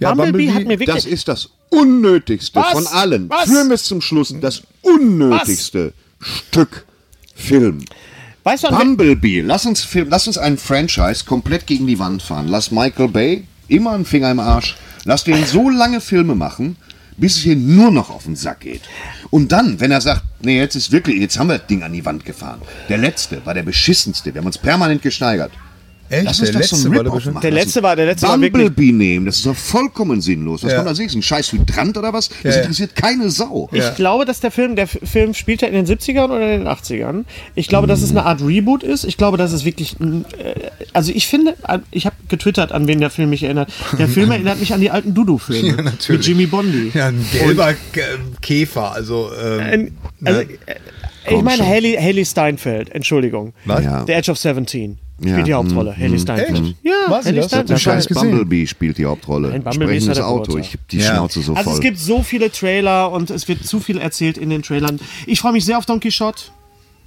Ja,
Bumblebee,
Bumblebee,
hat mir
Das
wirklich...
ist das Unnötigste
Was?
von allen.
Was?
Führen bis zum Schluss. Das Unnötigste. Stück Film.
Weißt du, an wel-
Bumblebee, lass uns, Film, lass uns einen Franchise komplett gegen die Wand fahren. Lass Michael Bay immer einen Finger im Arsch. Lass den so lange Filme machen, bis es hier nur noch auf den Sack geht. Und dann, wenn er sagt, nee, jetzt ist wirklich, jetzt haben wir das Ding an die Wand gefahren. Der letzte war der beschissenste. Wir haben uns permanent gesteigert.
Echt?
Lass uns
der
doch
letzte
so
war
einen
der
Rip-Off
bestimmt-
machen.
Der
Lass
letzte
uns
war- der letzte war wirklich-
Bumblebee nehmen, das ist doch vollkommen sinnlos. Was
Ja.
kommt als nächstes? Ein scheiß Hydrant oder was? Das
Ja.
interessiert keine Sau.
Ich glaube, dass der Film, der F- Film spielt ja in den 70ern oder in den 80ern. Ich glaube, dass es eine Art Reboot ist. Ich glaube, dass es wirklich. ein, äh, Also ich finde, äh, ich habe getwittert, an wen der Film mich erinnert. Der Film erinnert mich an die alten Dudu-Filme
Ja, natürlich.
mit Jimmy Bondi.
Ja, ein gelber K- Käfer, also. Ähm,
Ein- also,
ne?
äh, ich meine, Haley, Haley Steinfeld, Entschuldigung.
Was? Mhm.
Ja.
The Edge of 17 spielt
Ja,
die Hauptrolle. Haley Steinfeld.
Echt?
Ja,
War sie
Haley
das?
Steinfeld.
Der
Das hab ich
scheiß
gesehen.
Bumblebee spielt die Hauptrolle.
Nein, Bumblebee ist ja
Sprechendes
der
Auto.
Roboter.
Ich hab die
Ja.
Schnauze so
Also
voll.
es gibt so viele Trailer und es wird zu viel erzählt in den Trailern. Ich freue mich sehr auf Don Quixote.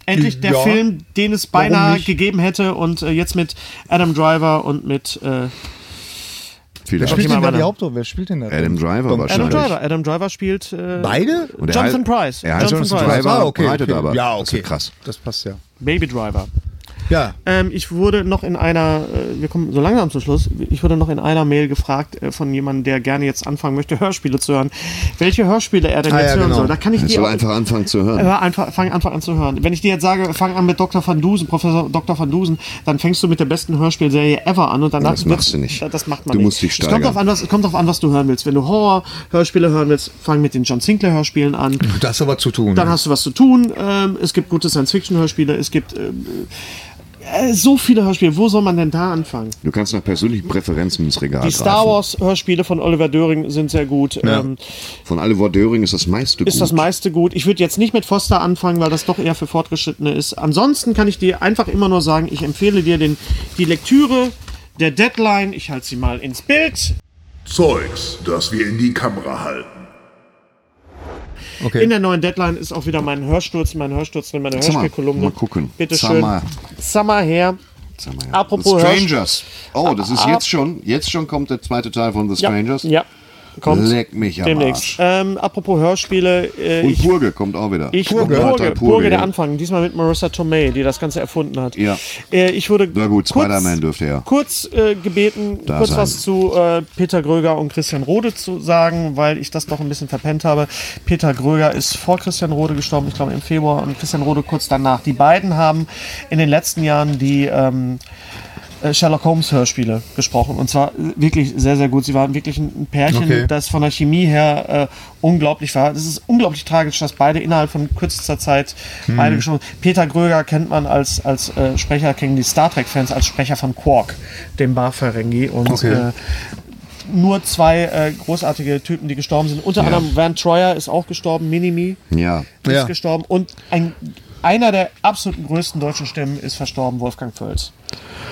Endlich der
Ja.
Film, den es
Warum
beinahe
nicht?
gegeben hätte und äh, jetzt mit Adam Driver und mit äh,
Wer
Vielleicht.
spielt
mal
denn da
meine-
die Hauptrolle? Wer spielt denn da?
Adam Driver
Dom-
wahrscheinlich.
Adam
Schade.
Driver. Adam Driver spielt äh,
Beide?
Und er
Jonathan
heißt-
Price.
Er heißt
Jonathan
Jonathan
Price.
Price.
Ah,
War
okay,
verbreitet
okay.
aber.
Ja,
Das ist
okay.
krass.
Das passt ja.
Baby Driver.
Ja.
Ähm, ich wurde noch in einer, äh, wir kommen so langsam zum Schluss, ich wurde noch in einer Mail gefragt äh, von jemandem, der gerne jetzt anfangen möchte, Hörspiele zu hören, welche Hörspiele er denn
Ah,
jetzt
ja,
hören
genau.
soll. Da kann ich
Ich
dir
soll
auch-
einfach anfangen zu hören.
Hör einfach, fang einfach an zu hören. Wenn ich dir jetzt sage, fang an mit Dr. van Dusen, Professor Dr. van Dusen, dann fängst du mit der besten Hörspielserie ever an und danach
Das
wird-
machst du nicht.
Das macht man
Du
nicht.
musst dich
es kommt
steigern.
drauf an, was, es kommt drauf an, was du hören willst. Wenn du Horror-Hörspiele hören willst, fang mit den John Sinclair-Hörspielen an.
Das hat aber zu tun.
Dann hast du was zu tun. Ähm, es gibt gute Science-Fiction-Hörspiele. Es gibt ähm, äh, so viele Hörspiele. Wo soll man denn da anfangen?
Du kannst nach persönlichen Präferenzen ins Regal
Die Star
greifen.
Wars-Hörspiele von Oliver Döring sind sehr gut. Ähm,
Von Oliver Döring ist das meiste
ist
gut.
das meiste gut. Ich würde jetzt nicht mit Foster anfangen, weil das doch eher für Fortgeschrittene ist. Ansonsten kann ich dir einfach immer nur sagen, ich empfehle dir den, die Lektüre der Deadline. Ich halte sie mal ins Bild.
Zeugs, das wir in die Kamera halten.
Okay.
In der neuen Deadline ist auch wieder mein Hörsturz, mein Hörsturz drin, meine
Sag mal,
Hörspielkolumne.
mal gucken.
Bitte
Sag
schön.
mal.
Summer her.
Sag mal, ja.
Apropos
The
Hörst-
Strangers. Oh, das ist jetzt schon. Jetzt schon kommt der zweite Teil von The
Ja,
Strangers.
ja. Kommt.
Leck mich am Arsch.
Demnächst. Ähm, apropos Hörspiele. Äh,
Und
ich,
Purge kommt auch wieder.
ich
Kommt
Purge,
weiter,
Purge, Purge der
ja.
Anfang. Diesmal mit Marissa Tomei, die das Ganze erfunden hat.
Ja.
Äh, ich wurde
Na gut,
kurz-
Spider-Man dürfte ja.
kurz äh, gebeten,
Da
kurz
sein.
was zu äh, Peter Gröger und Christian Rode zu sagen, weil ich das doch ein bisschen verpennt habe. Peter Gröger ist vor Christian Rode gestorben, ich glaube im Februar, und Christian Rode kurz danach. Die beiden haben in den letzten Jahren die ähm, äh, Sherlock Holmes Hörspiele gesprochen und zwar äh, wirklich sehr, sehr gut. Sie waren wirklich ein ein Pärchen,
Okay.
das von der Chemie her äh, unglaublich war. Es ist unglaublich tragisch, dass beide innerhalb von kürzester Zeit
Hm.
beide gestorben sind. Peter Gröger kennt man als, als äh, Sprecher, kennen die Star Trek-Fans als Sprecher von Quark, dem Barferengi und
Okay.
äh, nur zwei äh, großartige Typen, die gestorben sind. Unter anderem Van Troyer ist auch gestorben, Minimi
Ja.
ist
Ja.
gestorben und ein, einer der absoluten größten deutschen Stimmen ist verstorben, Wolfgang Völz.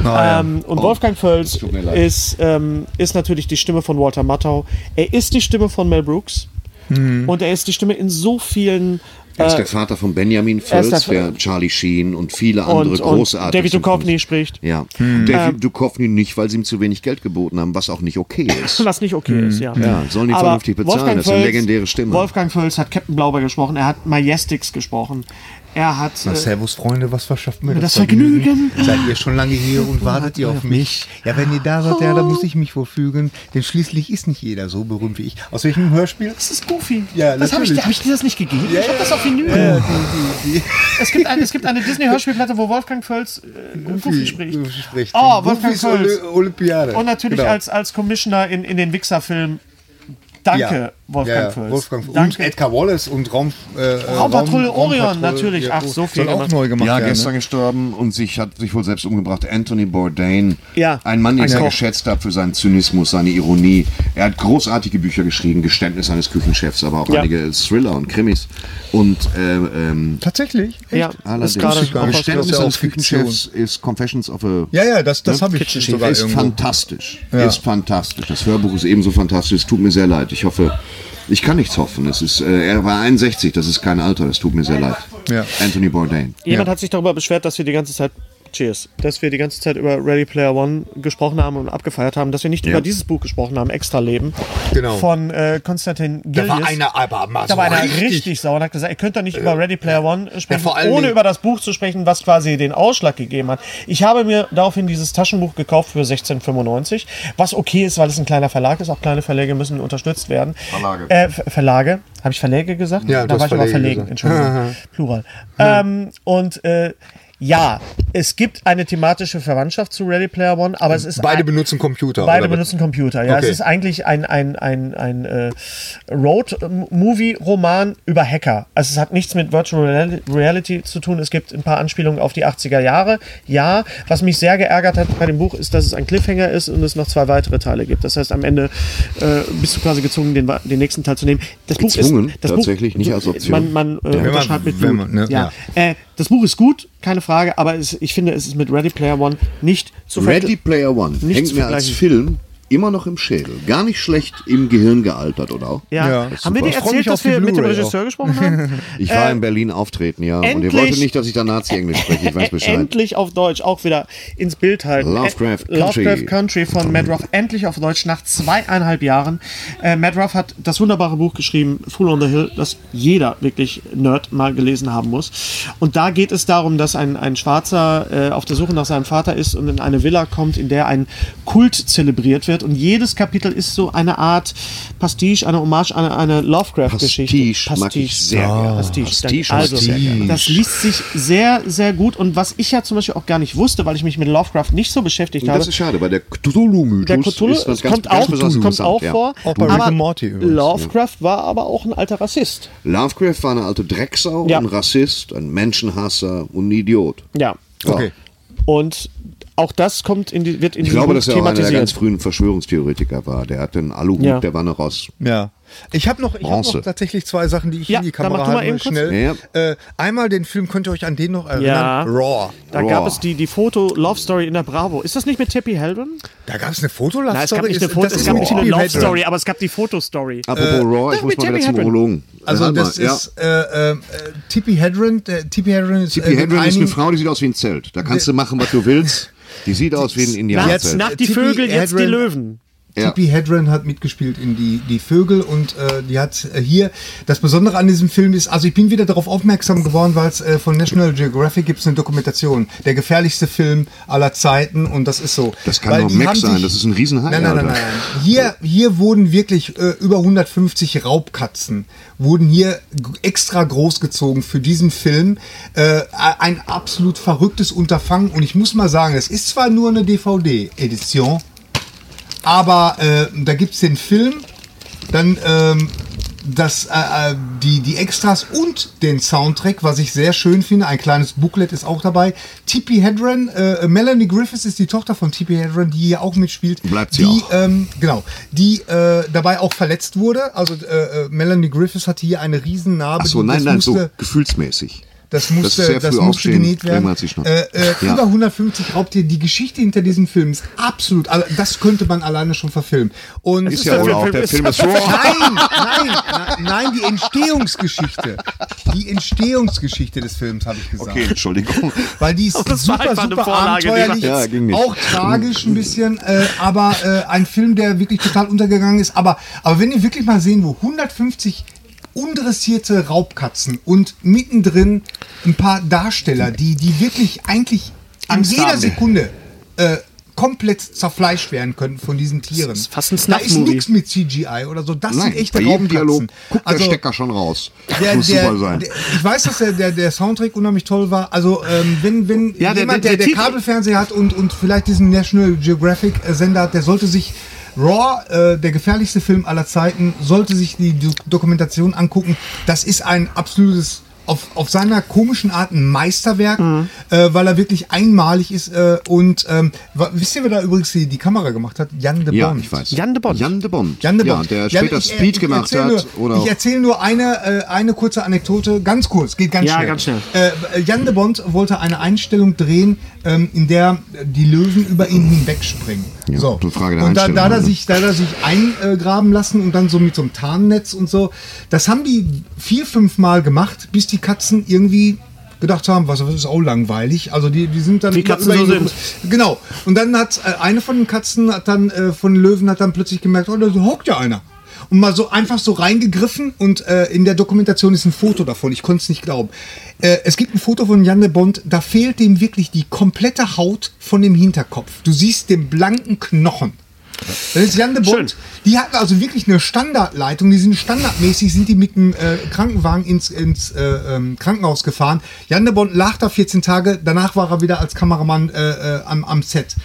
Ähm, und Wolfgang Völz
Ah, Oh, tut mir leid.
ist, ähm, ist natürlich die Stimme von Walter Matthau. Er ist die Stimme von Mel Brooks.
Mhm.
Und er ist die Stimme in so vielen.
Er ist der Vater von Benjamin
Äh, er ist
Völz,
der-
der Charlie Sheen und viele andere
Und, und
großartige.
David Duchovny Hm. Ähm. spricht.
Ja. David Duchovny nicht, weil sie ihm zu wenig Geld geboten haben, was auch nicht okay ist.
Was nicht okay ist, ja.
Mhm. Ja, sollen die vernünftig bezahlen, das ist eine legendäre Stimme.
Wolfgang Völz hat Captain Blaubeer gesprochen, er hat Majestix gesprochen, er hat.
Na,
äh,
servus, Freunde, was verschafft mir das,
das Vergnügen?
Seid ihr schon lange hier und wartet ihr auf mich? Ja, wenn ihr da seid, ja, dann muss ich mich wohl fügen, denn schließlich ist nicht jeder so berühmt wie ich. Aus welchem Hörspiel?
das ist Goofy.
Ja,
das habe ich,
natürlich.
hab ich dir das nicht gegeben. ich habe das auf Vinyl. Es gibt, ein, es gibt eine Disney-Hörspielplatte, wo Wolfgang Völz äh, Goofy, spricht.
Goofy spricht.
Oh, Wolfgang
Goofys
Völz.
Oli- Olympiade.
Und natürlich
Genau.
als, als Commissioner in, in den Wichser-Film. Danke,
Ja.
Wolfgang
Ja, ja,
Völz.
Wolfgang Völz.
Danke.
Und Edgar Wallace und Raum, äh, äh,
Raumpatrouille
Raum-
Orion,
Raumpatrouille,
natürlich. Ach, so viel
Soll auch
gemacht.
neu gemacht
Ja,
werden. ne?
gestern gestorben und sich hat sich wohl selbst umgebracht. Anthony Bourdain.
Ja,
Ein Mann, den
ein
ich sehr
Koch.
geschätzt habe für seinen Zynismus, seine Ironie. Er hat großartige Bücher geschrieben, Geständnis eines Küchenchefs, aber auch
Ja.
einige Thriller und Krimis. Und äh, ähm,
Ne? Tatsächlich?
Ja,
allerdings,
ist
gar
gerade
nicht. Das ist
Geständnis
ja auch
eines
Fiktion.
Küchenchefs ist Confessions of a ne?
Ja, ja, das, das habe ich
Kitchen
sogar
ist
irgendwo.
fantastisch.
Ja.
Ist fantastisch. Das Hörbuch ist ebenso fantastisch. Es tut mir sehr leid. Ich hoffe, ich kann nichts hoffen. Es ist, äh, er war 61, das ist kein Alter. Das tut mir sehr leid.
Ja.
Anthony Bourdain.
Jemand
Ja.
hat sich darüber beschwert, dass wir die ganze Zeit Cheers, dass wir die ganze Zeit über Ready Player One gesprochen haben und abgefeiert haben, dass wir nicht
Ja.
über dieses Buch gesprochen haben, Extra Leben.
Genau.
Von äh, Konstantin Gillies.
Da war einer aber mal
Da
so
war einer
richtig- Äh,
richtig, sauer und hat gesagt, ihr könnt doch nicht über Ready Player One sprechen,
vor allen
ohne
Dingen-
über das Buch zu sprechen, was quasi den Ausschlag gegeben hat. Ich habe mir daraufhin dieses Taschenbuch gekauft für 16,95, was okay ist, weil es ein kleiner Verlag ist. Auch kleine Verläge müssen unterstützt werden.
Verlage.
Äh, Ver- Verlage. Habe ich Verläge gesagt?
Ja, du
da
hast
war ich aber
Verlege
verlegen,
gesagt.
Entschuldigung. Plural. Ähm, und äh, ja, es gibt eine thematische Verwandtschaft zu Ready Player One, aber es ist
Beide
ein-
benutzen Computer.
Beide
oder was?
benutzen Computer, ja.
Okay.
Es ist eigentlich ein, ein, ein, ein äh, Road-Movie-Roman über Hacker. Also es hat nichts mit Virtual Reali- Reality zu tun. Es gibt ein paar Anspielungen auf die 80er Jahre. Ja, was mich sehr geärgert hat bei dem Buch, ist, dass es ein Cliffhanger ist und es noch zwei weitere Teile gibt. Das heißt, am Ende äh, bist du quasi gezwungen, den, wa- den nächsten Teil zu nehmen. Das
Gezwungen?
Buch ist, das
Tatsächlich?
Buch,
Nicht als Option?
Man, man äh,
man-
unterschreibt mit
wenn
Blut.
man- ne,
ja. Äh, das Buch ist gut, keine Frage, aber es, ich finde, es ist mit Ready Player One nicht zu vergleichen.
Ready Player One
Nicht
hängt
zu
mir als
vergleichen.
Film immer noch im Schädel. Gar nicht schlecht im Gehirn gealtert, oder auch?
Ja.
Ja.
Haben wir
Super.
dir
Ich freu mich
erzählt,
auf
dass
die
wir mit dem
Blu-ray
Regisseur gesprochen haben?
Ich war in Berlin auftreten, ja. Und ihr
äh, endlich-
wolltet nicht, dass ich da Nazi-Englisch spreche, ich weiß Bescheid.
Endlich auf Deutsch, auch wieder ins Bild halten.
Lovecraft
Äh,
Country.
Lovecraft Country von Madroff, endlich auf Deutsch nach zweieinhalb Jahren. Äh, Madroff hat das wunderbare Buch geschrieben, Fool on the Hill, das jeder wirklich Nerd mal gelesen haben muss. Und da geht es darum, dass ein, ein Schwarzer äh, auf der Suche nach seinem Vater ist und in eine Villa kommt, in der ein Kult zelebriert wird. Und jedes Kapitel ist so eine Art Pastiche, eine Hommage, eine, eine Lovecraft-Geschichte.
Pastiche mag ich sehr gerne.
Pastiche.
Pastiche mag
also,
ich sehr gerne.
das liest sich sehr, sehr gut. Und was ich ja zum Beispiel auch gar nicht wusste, weil ich mich mit Lovecraft nicht so beschäftigt
Und
habe.
das ist schade, weil der Cthulhu-Mythos
der Cthulhu
ist was
es
ganz,
kommt
ganz
auch,
besonders
es kommt
interessant,
auch
ja.
vor.
Auch bei Rick
aber
and Morty übrigens,
Lovecraft war aber auch ein alter Rassist.
Lovecraft war eine alte Drecksau,
Ja.
ein Rassist, ein Menschenhasser und ein Idiot.
Ja.
Ja.
Okay.
Und auch das kommt in die, wird in
Ich
diesem
glaube,
Buch
dass er auch einer der ganz
thematisiert.
frühen Verschwörungstheoretiker war. Der hatte einen Aluhut,
Ja.
der war noch aus
Ja. Ich habe noch, ich hab
Bronze.
noch tatsächlich zwei Sachen, die ich
Ja,
in die
dann
Kamera
mach du mal
halten will,
eben kurz.
schnell.
Ja.
Äh, einmal den Film, könnt ihr euch an den noch erinnern?
Ja.
Raw.
Da
Boah.
gab es die, die Foto-Love-Story in der Bravo. Ist das nicht mit Tippi Heldon?
Da gab es eine Fotolast.
Nein, es gab nicht eine, Foto, es gab nicht eine Love-Story, aber es gab die Foto-Story.
Apropos Raw, ich
doch,
muss
mit
mal wieder
Jimi
zum
Hendrix.
Urologen.
Also
Hör mal,
das ist äh, äh, Tippi Hedren. äh, Tippi Hedren ist,
Tippi
den
Hedren ist
einigen-
eine Frau, die sieht aus wie ein Zelt. Da kannst du machen, was du willst. Die sieht aus wie ein
Nachts,
Indianerzelt.
nach die
Tippi
Vögel, jetzt die
Hedren-
Löwen.
Ja.
Tippi Hedren hat mitgespielt in die, die Vögel und äh, die hat äh, hier, das Besondere an diesem Film ist, also ich bin wieder darauf aufmerksam geworden, weil es äh, von National Geographic gibt es eine Dokumentation, der gefährlichste Film aller Zeiten und das ist so.
Das kann
Weil
doch
die
Mac
haben
sein, das ist ein Riesenhai,
Nein, nein, nein, nein.
Alter.
nein. Hier, hier wurden wirklich äh, über 150 Raubkatzen, wurden hier g- extra großgezogen für diesen Film. Äh, ein absolut verrücktes Unterfangen und ich muss mal sagen, es ist zwar nur eine DVD-Edition, aber äh, da gibt es den Film, dann ähm, das, äh, äh, die, die Extras und den Soundtrack, was ich sehr schön finde. Ein kleines Booklet ist auch dabei. Tippi Hedren, äh, Melanie Griffiths ist die Tochter von Tippi Hedren, die hier auch mitspielt.
Bleibt sie
die,
auch.
Ähm, genau, die äh, dabei auch verletzt wurde. Also äh, äh, Melanie Griffiths hatte hier eine Riesennarbe.
Achso,
die-
nein,
das
nein, so
musste-
gefühlsmäßig.
das musste,
ist sehr
das musste
früh aufstehen,
genäht werden.
Bremer hat sich noch-
Äh, äh,
Ja.
Über 150 Raubtiere. Die Geschichte hinter diesem Film ist absolut. alle- Das könnte man alleine schon verfilmen. Und
Ist ja wohl auch, der Film ist Raw.
Nein, nein, nein, nein, die Entstehungsgeschichte. Die Entstehungsgeschichte des Films, habe ich gesagt.
Okay, Entschuldigung.
Weil die ist
das war
super,
einfach eine
super
Vorlage, die war-
abenteuerlich,
Ja, ging nicht.
auch tragisch ein bisschen, äh, aber äh, ein Film, der wirklich total untergegangen ist. Aber, aber wenn ihr wirklich mal sehen, wo 150 undressierte Raubkatzen und mittendrin ein paar Darsteller, die, die wirklich eigentlich in
Angst
jeder
haben.
Sekunde äh, komplett zerfleischt werden können von diesen Tieren.
ist fast ein
da ist
Snuff-Movie.
nichts mit CGI oder so. Das
Nein,
sind echte
bei jedem
Raubkatzen. Also,
Dialog guckt der Stecker schon raus.
Der,
Muss
der,
super sein.
Der, ich weiß, dass der, der, der Soundtrack unheimlich toll war. Also ähm, wenn, wenn
Ja, der-
jemand, der,
der-
der,
der Titel-
Kabelfernseher hat und, und vielleicht diesen National Geographic äh, Sender hat, der sollte sich Raw, äh, der gefährlichste Film aller Zeiten, sollte sich die Do Dokumentation angucken. Das ist ein absolutes auf, auf seiner komischen Art ein Meisterwerk,
Mhm.
äh, weil er wirklich einmalig ist. Äh, und ähm, wa- wisst ihr, wer da übrigens die, die Kamera gemacht hat? Jan de
Ja,
Bond.
ich weiß.
Jan de Bond.
Jan de Bond.
Jan de
ja,
Bond.
der
Jan,
später
ich, äh,
Speed
ich
gemacht
erzähl
hat.
Nur,
Oder
ich
auch
erzähle nur eine, äh, eine kurze Anekdote, ganz kurz, geht ganz
Ja,
schnell.
ganz schnell.
Äh, Jan de Bond wollte eine Einstellung drehen, ähm, in der die Löwen über ihn hinwegspringen.
Ja,
so.
eine Frage der
und da, da,
Einstellung,
da,
ne?
sich, da da sich eingraben lassen und dann so mit so einem Tarnnetz und so. Das haben die vier, fünf Mal gemacht, bis die Katzen irgendwie gedacht haben, was, was ist auch langweilig. Also die, die sind dann
Wie
immer
Katzen
über
so
ihn- Genau. Und dann hat äh, eine von den Katzen hat dann äh, von Löwen hat dann plötzlich gemerkt, oh, da hockt ja einer. Und mal so einfach so reingegriffen und äh, in der Dokumentation ist ein Foto davon. Ich konnte es nicht glauben. Äh, es gibt ein Foto von Jan de Bond, da fehlt dem wirklich die komplette Haut von dem Hinterkopf. Du siehst den blanken Knochen. Das ist Jan de Bond. Die hatten also wirklich eine Standardleitung. Die sind standardmäßig, sind die mit dem äh, Krankenwagen ins, ins äh, ähm, Krankenhaus gefahren. Jan de Bond lag da 14 Tage. Danach war er wieder als Kameramann äh, äh, am, am Set.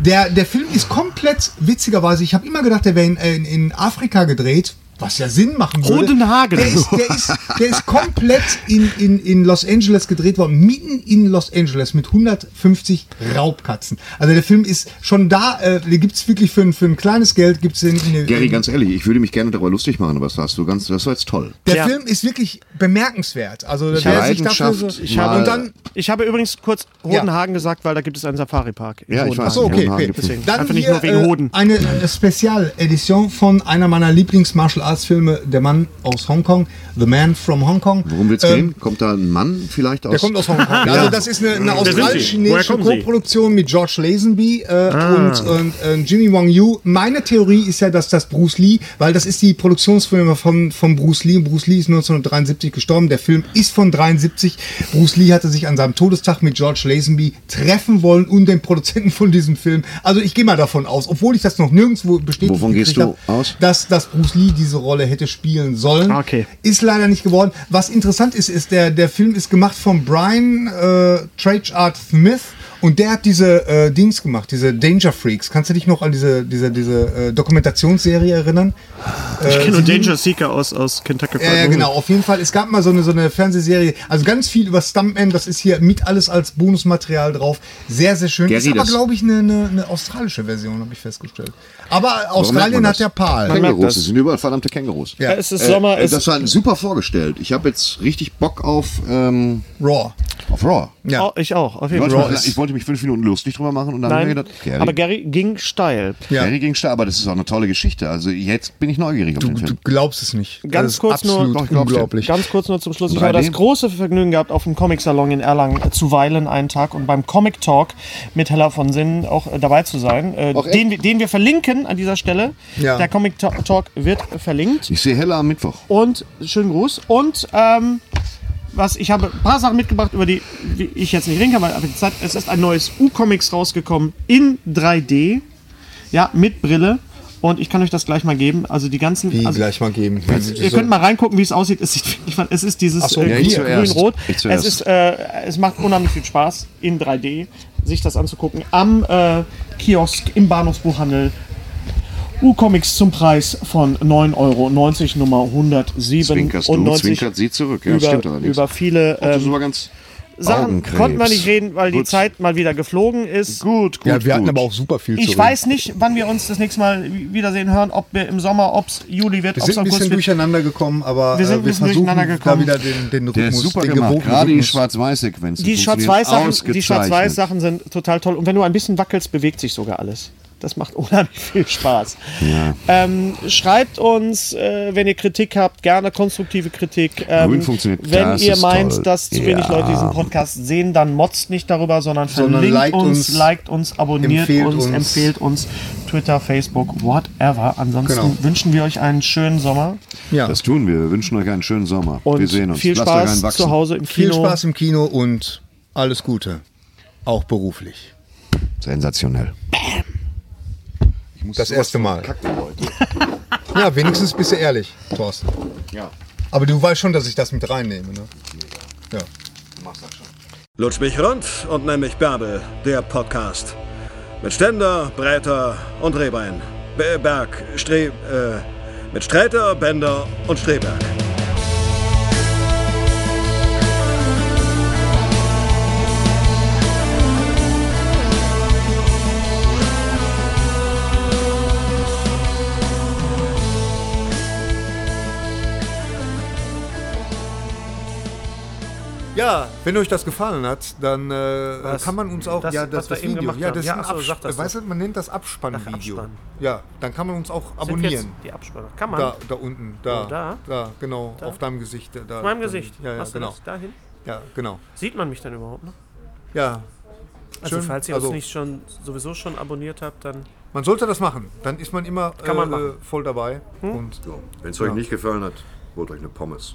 Der, der Film ist komplett, witzigerweise, ich habe immer gedacht, der wäre in, äh, in, in Afrika gedreht. Was ja Sinn machen würde.
Rodenhagen.
Der ist, der ist, der ist komplett in, in, in Los Angeles gedreht worden. Mitten in Los Angeles mit 150 Raubkatzen. Also der Film ist schon da, äh, den gibt's wirklich für ein, für ein kleines Geld. Gibt's den in,
Gary, ganz ehrlich, ich würde mich gerne darüber lustig machen, aber das warst du ganz, das war jetzt toll.
der Film ist wirklich bemerkenswert. Also
Ich
wer
habe-
sich dafür so,
Leidenschaft
Ich habe,
mal-
und dann
ich habe übrigens kurz Hodenhagen gesagt, weil da gibt es einen Safari-Park. in
Ja, ich
Hodenhagen.
weiß.
So, okay,
Ja,
okay.
deswegen.
Dann
Einfach
hier,
nicht nur wegen
äh,
Hoden.
Eine äh, Spezialedition von einer meiner Lieblings-Martial-Arts-Filme, Der Mann aus Hongkong, The Man from Hong Kong.
Worum wird's
Ähm,
gehen? Kommt da ein Mann vielleicht aus?
Der kommt aus Hongkong. Also das ist eine, eine
sind Sie? Woher
australisch-chinesische
kommen Sie? Ah.
Co-Produktion mit George Lazenby äh, und, und äh, Jimmy Wong Yu. Meine Theorie ist ja, dass das Bruce Lee, weil das ist die Produktionsfirma von, von Bruce Lee. Bruce Lee ist 1973 gestorben. Der Film ist von 73. Bruce Lee hatte sich an seinem Todestag mit George Lazenby treffen wollen und den Produzenten von diesem Film. Also ich gehe mal davon aus, obwohl ich das noch nirgendwo bestätigt
Wovon gehst
gekriegt
du aus?
dass, dass Bruce Lee diese Rolle hätte spielen sollen.
Okay.
Ist leider nicht geworden. Was interessant ist, ist, der, der Film ist gemacht von Brian äh, Trachart Smith und der hat diese äh, Dings gemacht, diese Danger Freaks. Kannst du dich noch an diese, diese, diese äh, Dokumentationsserie erinnern?
Ich kenne nur Äh, Danger Seeker aus, aus Kentucky Fried
Ja, ja,
Movie.
genau. Auf jeden Fall, es gab mal so eine, so eine Fernsehserie, also ganz viel über Stuntman, das ist hier mit alles als Bonusmaterial drauf. Sehr, sehr schön.
Gary,
ist aber,
das-
glaube ich, eine, eine, eine australische Version, habe ich festgestellt. Aber
Warum merkt
Australien
man
hat
das?
ja Pal.
Kängurus,
das.
das sind überall verdammte Kängurus.
Ja.
Es ist Sommer,
Äh,
es
das war super vorgestellt. Ich habe jetzt richtig Bock auf, ähm,
Raw.
auf Raw.
Ja.
Oh, ich auch, auf
Ich
jeden
wollte,
Fall.
mal, ich wollte mich fünf Minuten lustig drüber machen und dann habe ich
Nein,
mir gedacht, Gary,
aber Gary ging steil.
Ja.
Gary ging stark, aber das ist auch eine tolle Geschichte. Also jetzt bin ich neugierig auf
Du,
den
du
Film.
glaubst es nicht.
Ganz
Das ist
kurz nur-
absolut
Doch, ich glaub's dir.
unglaublich.
Ganz kurz nur zum Schluss. Ich
3D.
habe das große Vergnügen gehabt, auf dem Comic-Salon in Erlangen äh, zuweilen einen Tag und beim Comic Talk mit Hella von Sinnen auch äh, dabei zu sein. Äh,
Ach, echt?
den, wir- den wir verlinken an dieser Stelle.
Ja.
Der Comic Ta- Talk wird verlinkt.
Ich sehe Hella am Mittwoch.
Und schönen Gruß. Und ähm, was ich habe ein paar Sachen mitgebracht, über die wie ich jetzt nicht reden kann, weil aber die Zeit, es ist ein neues U-Comics rausgekommen in 3D. Ja, mit Brille. Und ich kann euch das gleich mal geben. Also die ganzen.
Wie
also,
gleich mal geben.
Ihr könnt mal reingucken, wie es aussieht. Es, sieht, ich meine, es ist dieses
so, ja,
äh,
ich
grün-
zuerst.
grün-rot.
Ich
es,
zuerst.
ist, äh, es macht unheimlich viel Spaß in 3D, sich das anzugucken. Am äh, Kiosk im Bahnhofsbuchhandel. U-Comics zum Preis von 9,90 Euro, Nummer 197.
Zwinkerst du, zwinkert sie zurück. Ja, stimmt
über,
allerdings.
über viele
Ach, das
ähm,
war ganz
Sachen
Augenkrebs.
konnten wir nicht reden, weil die
Gut.
Zeit mal wieder geflogen ist.
Gut, gut,
Ja, wir hatten
gut.
aber auch super viel zu
Ich
reden.
weiß nicht, wann wir uns das nächste Mal wiedersehen hören, ob wir im Sommer, ob es Juli wird,
Wir
ob
sind
es
ein
August
bisschen
wird.
durcheinander gekommen, aber
Wir sind
äh,
ein
wir
bisschen
versuchen
durcheinander
da
gekommen.
wieder den, den Rhythmus,
Der ist super
den
gemacht.
gewogenen
Gerade die
Rhythmus.
Schwarz-Weiß-Sequenzen.
Die Schwarz-Weiß-Sachen die Schwarz Sachen sind total toll. Und wenn du ein bisschen wackelst, bewegt sich sogar alles. Das macht unheimlich viel Spaß. Ähm, schreibt uns, äh, wenn ihr Kritik habt, gerne konstruktive Kritik. Ähm,
Grün funktioniert.
Wenn
Das
ihr
ist
meint,
toll.
dass zu wenig
Ja.
Leute diesen Podcast sehen, dann motzt nicht darüber, sondern
Sondern
verlinkt
liked
uns,
uns,
liked uns, abonniert
empfehlt
uns,
uns.
empfehlt uns, Twitter, Facebook, whatever. Ansonsten
Genau.
wünschen wir euch einen schönen Sommer
Ja.
Das tun wir. Wir wünschen euch einen schönen Sommer.
und
wir sehen uns.
viel
Lasst euch einen
Spaß
wachsen.
zu Hause im
Viel
Kino.
Spaß im Kino und alles Gute. Auch beruflich.
Sensationell. Ich muss
Das
sowas
erste Mal.
verkacken, Leute.
Ja, wenigstens bist du ehrlich, Thorsten.
Ja,
Aber du weißt schon, dass ich das mit reinnehme, ne? Ja.
du machst das schon.
Lutsch mich rund und nenn mich Bärbel, der Podcast. Mit Ständer, Breiter und Rehbein. Be- Berg, Stre... Äh, mit Sträter, Bender und Streberg.
Ja,
Wenn euch das gefallen hat, dann äh,
Was?
kann man uns auch
Das,
ja das,
was wir
das
eben
Video,
gemacht
ja
haben.
das
Ja,
ist
ach so,
Abs-
sag das
weißt du, man nennt das Abspannvideo.
Ach, Abspann.
Ja, dann kann man uns auch
Sind jetzt
abonnieren.
Die Abspanner. Kann man?
Da, da unten, da,
Oh, da?
da, genau, auf deinem Gesicht, da,
Auf meinem Gesicht.
Ja, ja,
Machst du
genau.
das dahin? Ja, genau.
Sieht man mich dann überhaupt noch?
Ja.
Also
Schön,
falls ihr
also-
uns nicht schon sowieso schon abonniert habt, dann
Man sollte das machen. Dann ist man Hm? immer
Kann man
äh,
machen.
voll dabei. Und
So, wenn es euch
Ja.
nicht gefallen hat, holt euch eine Pommes.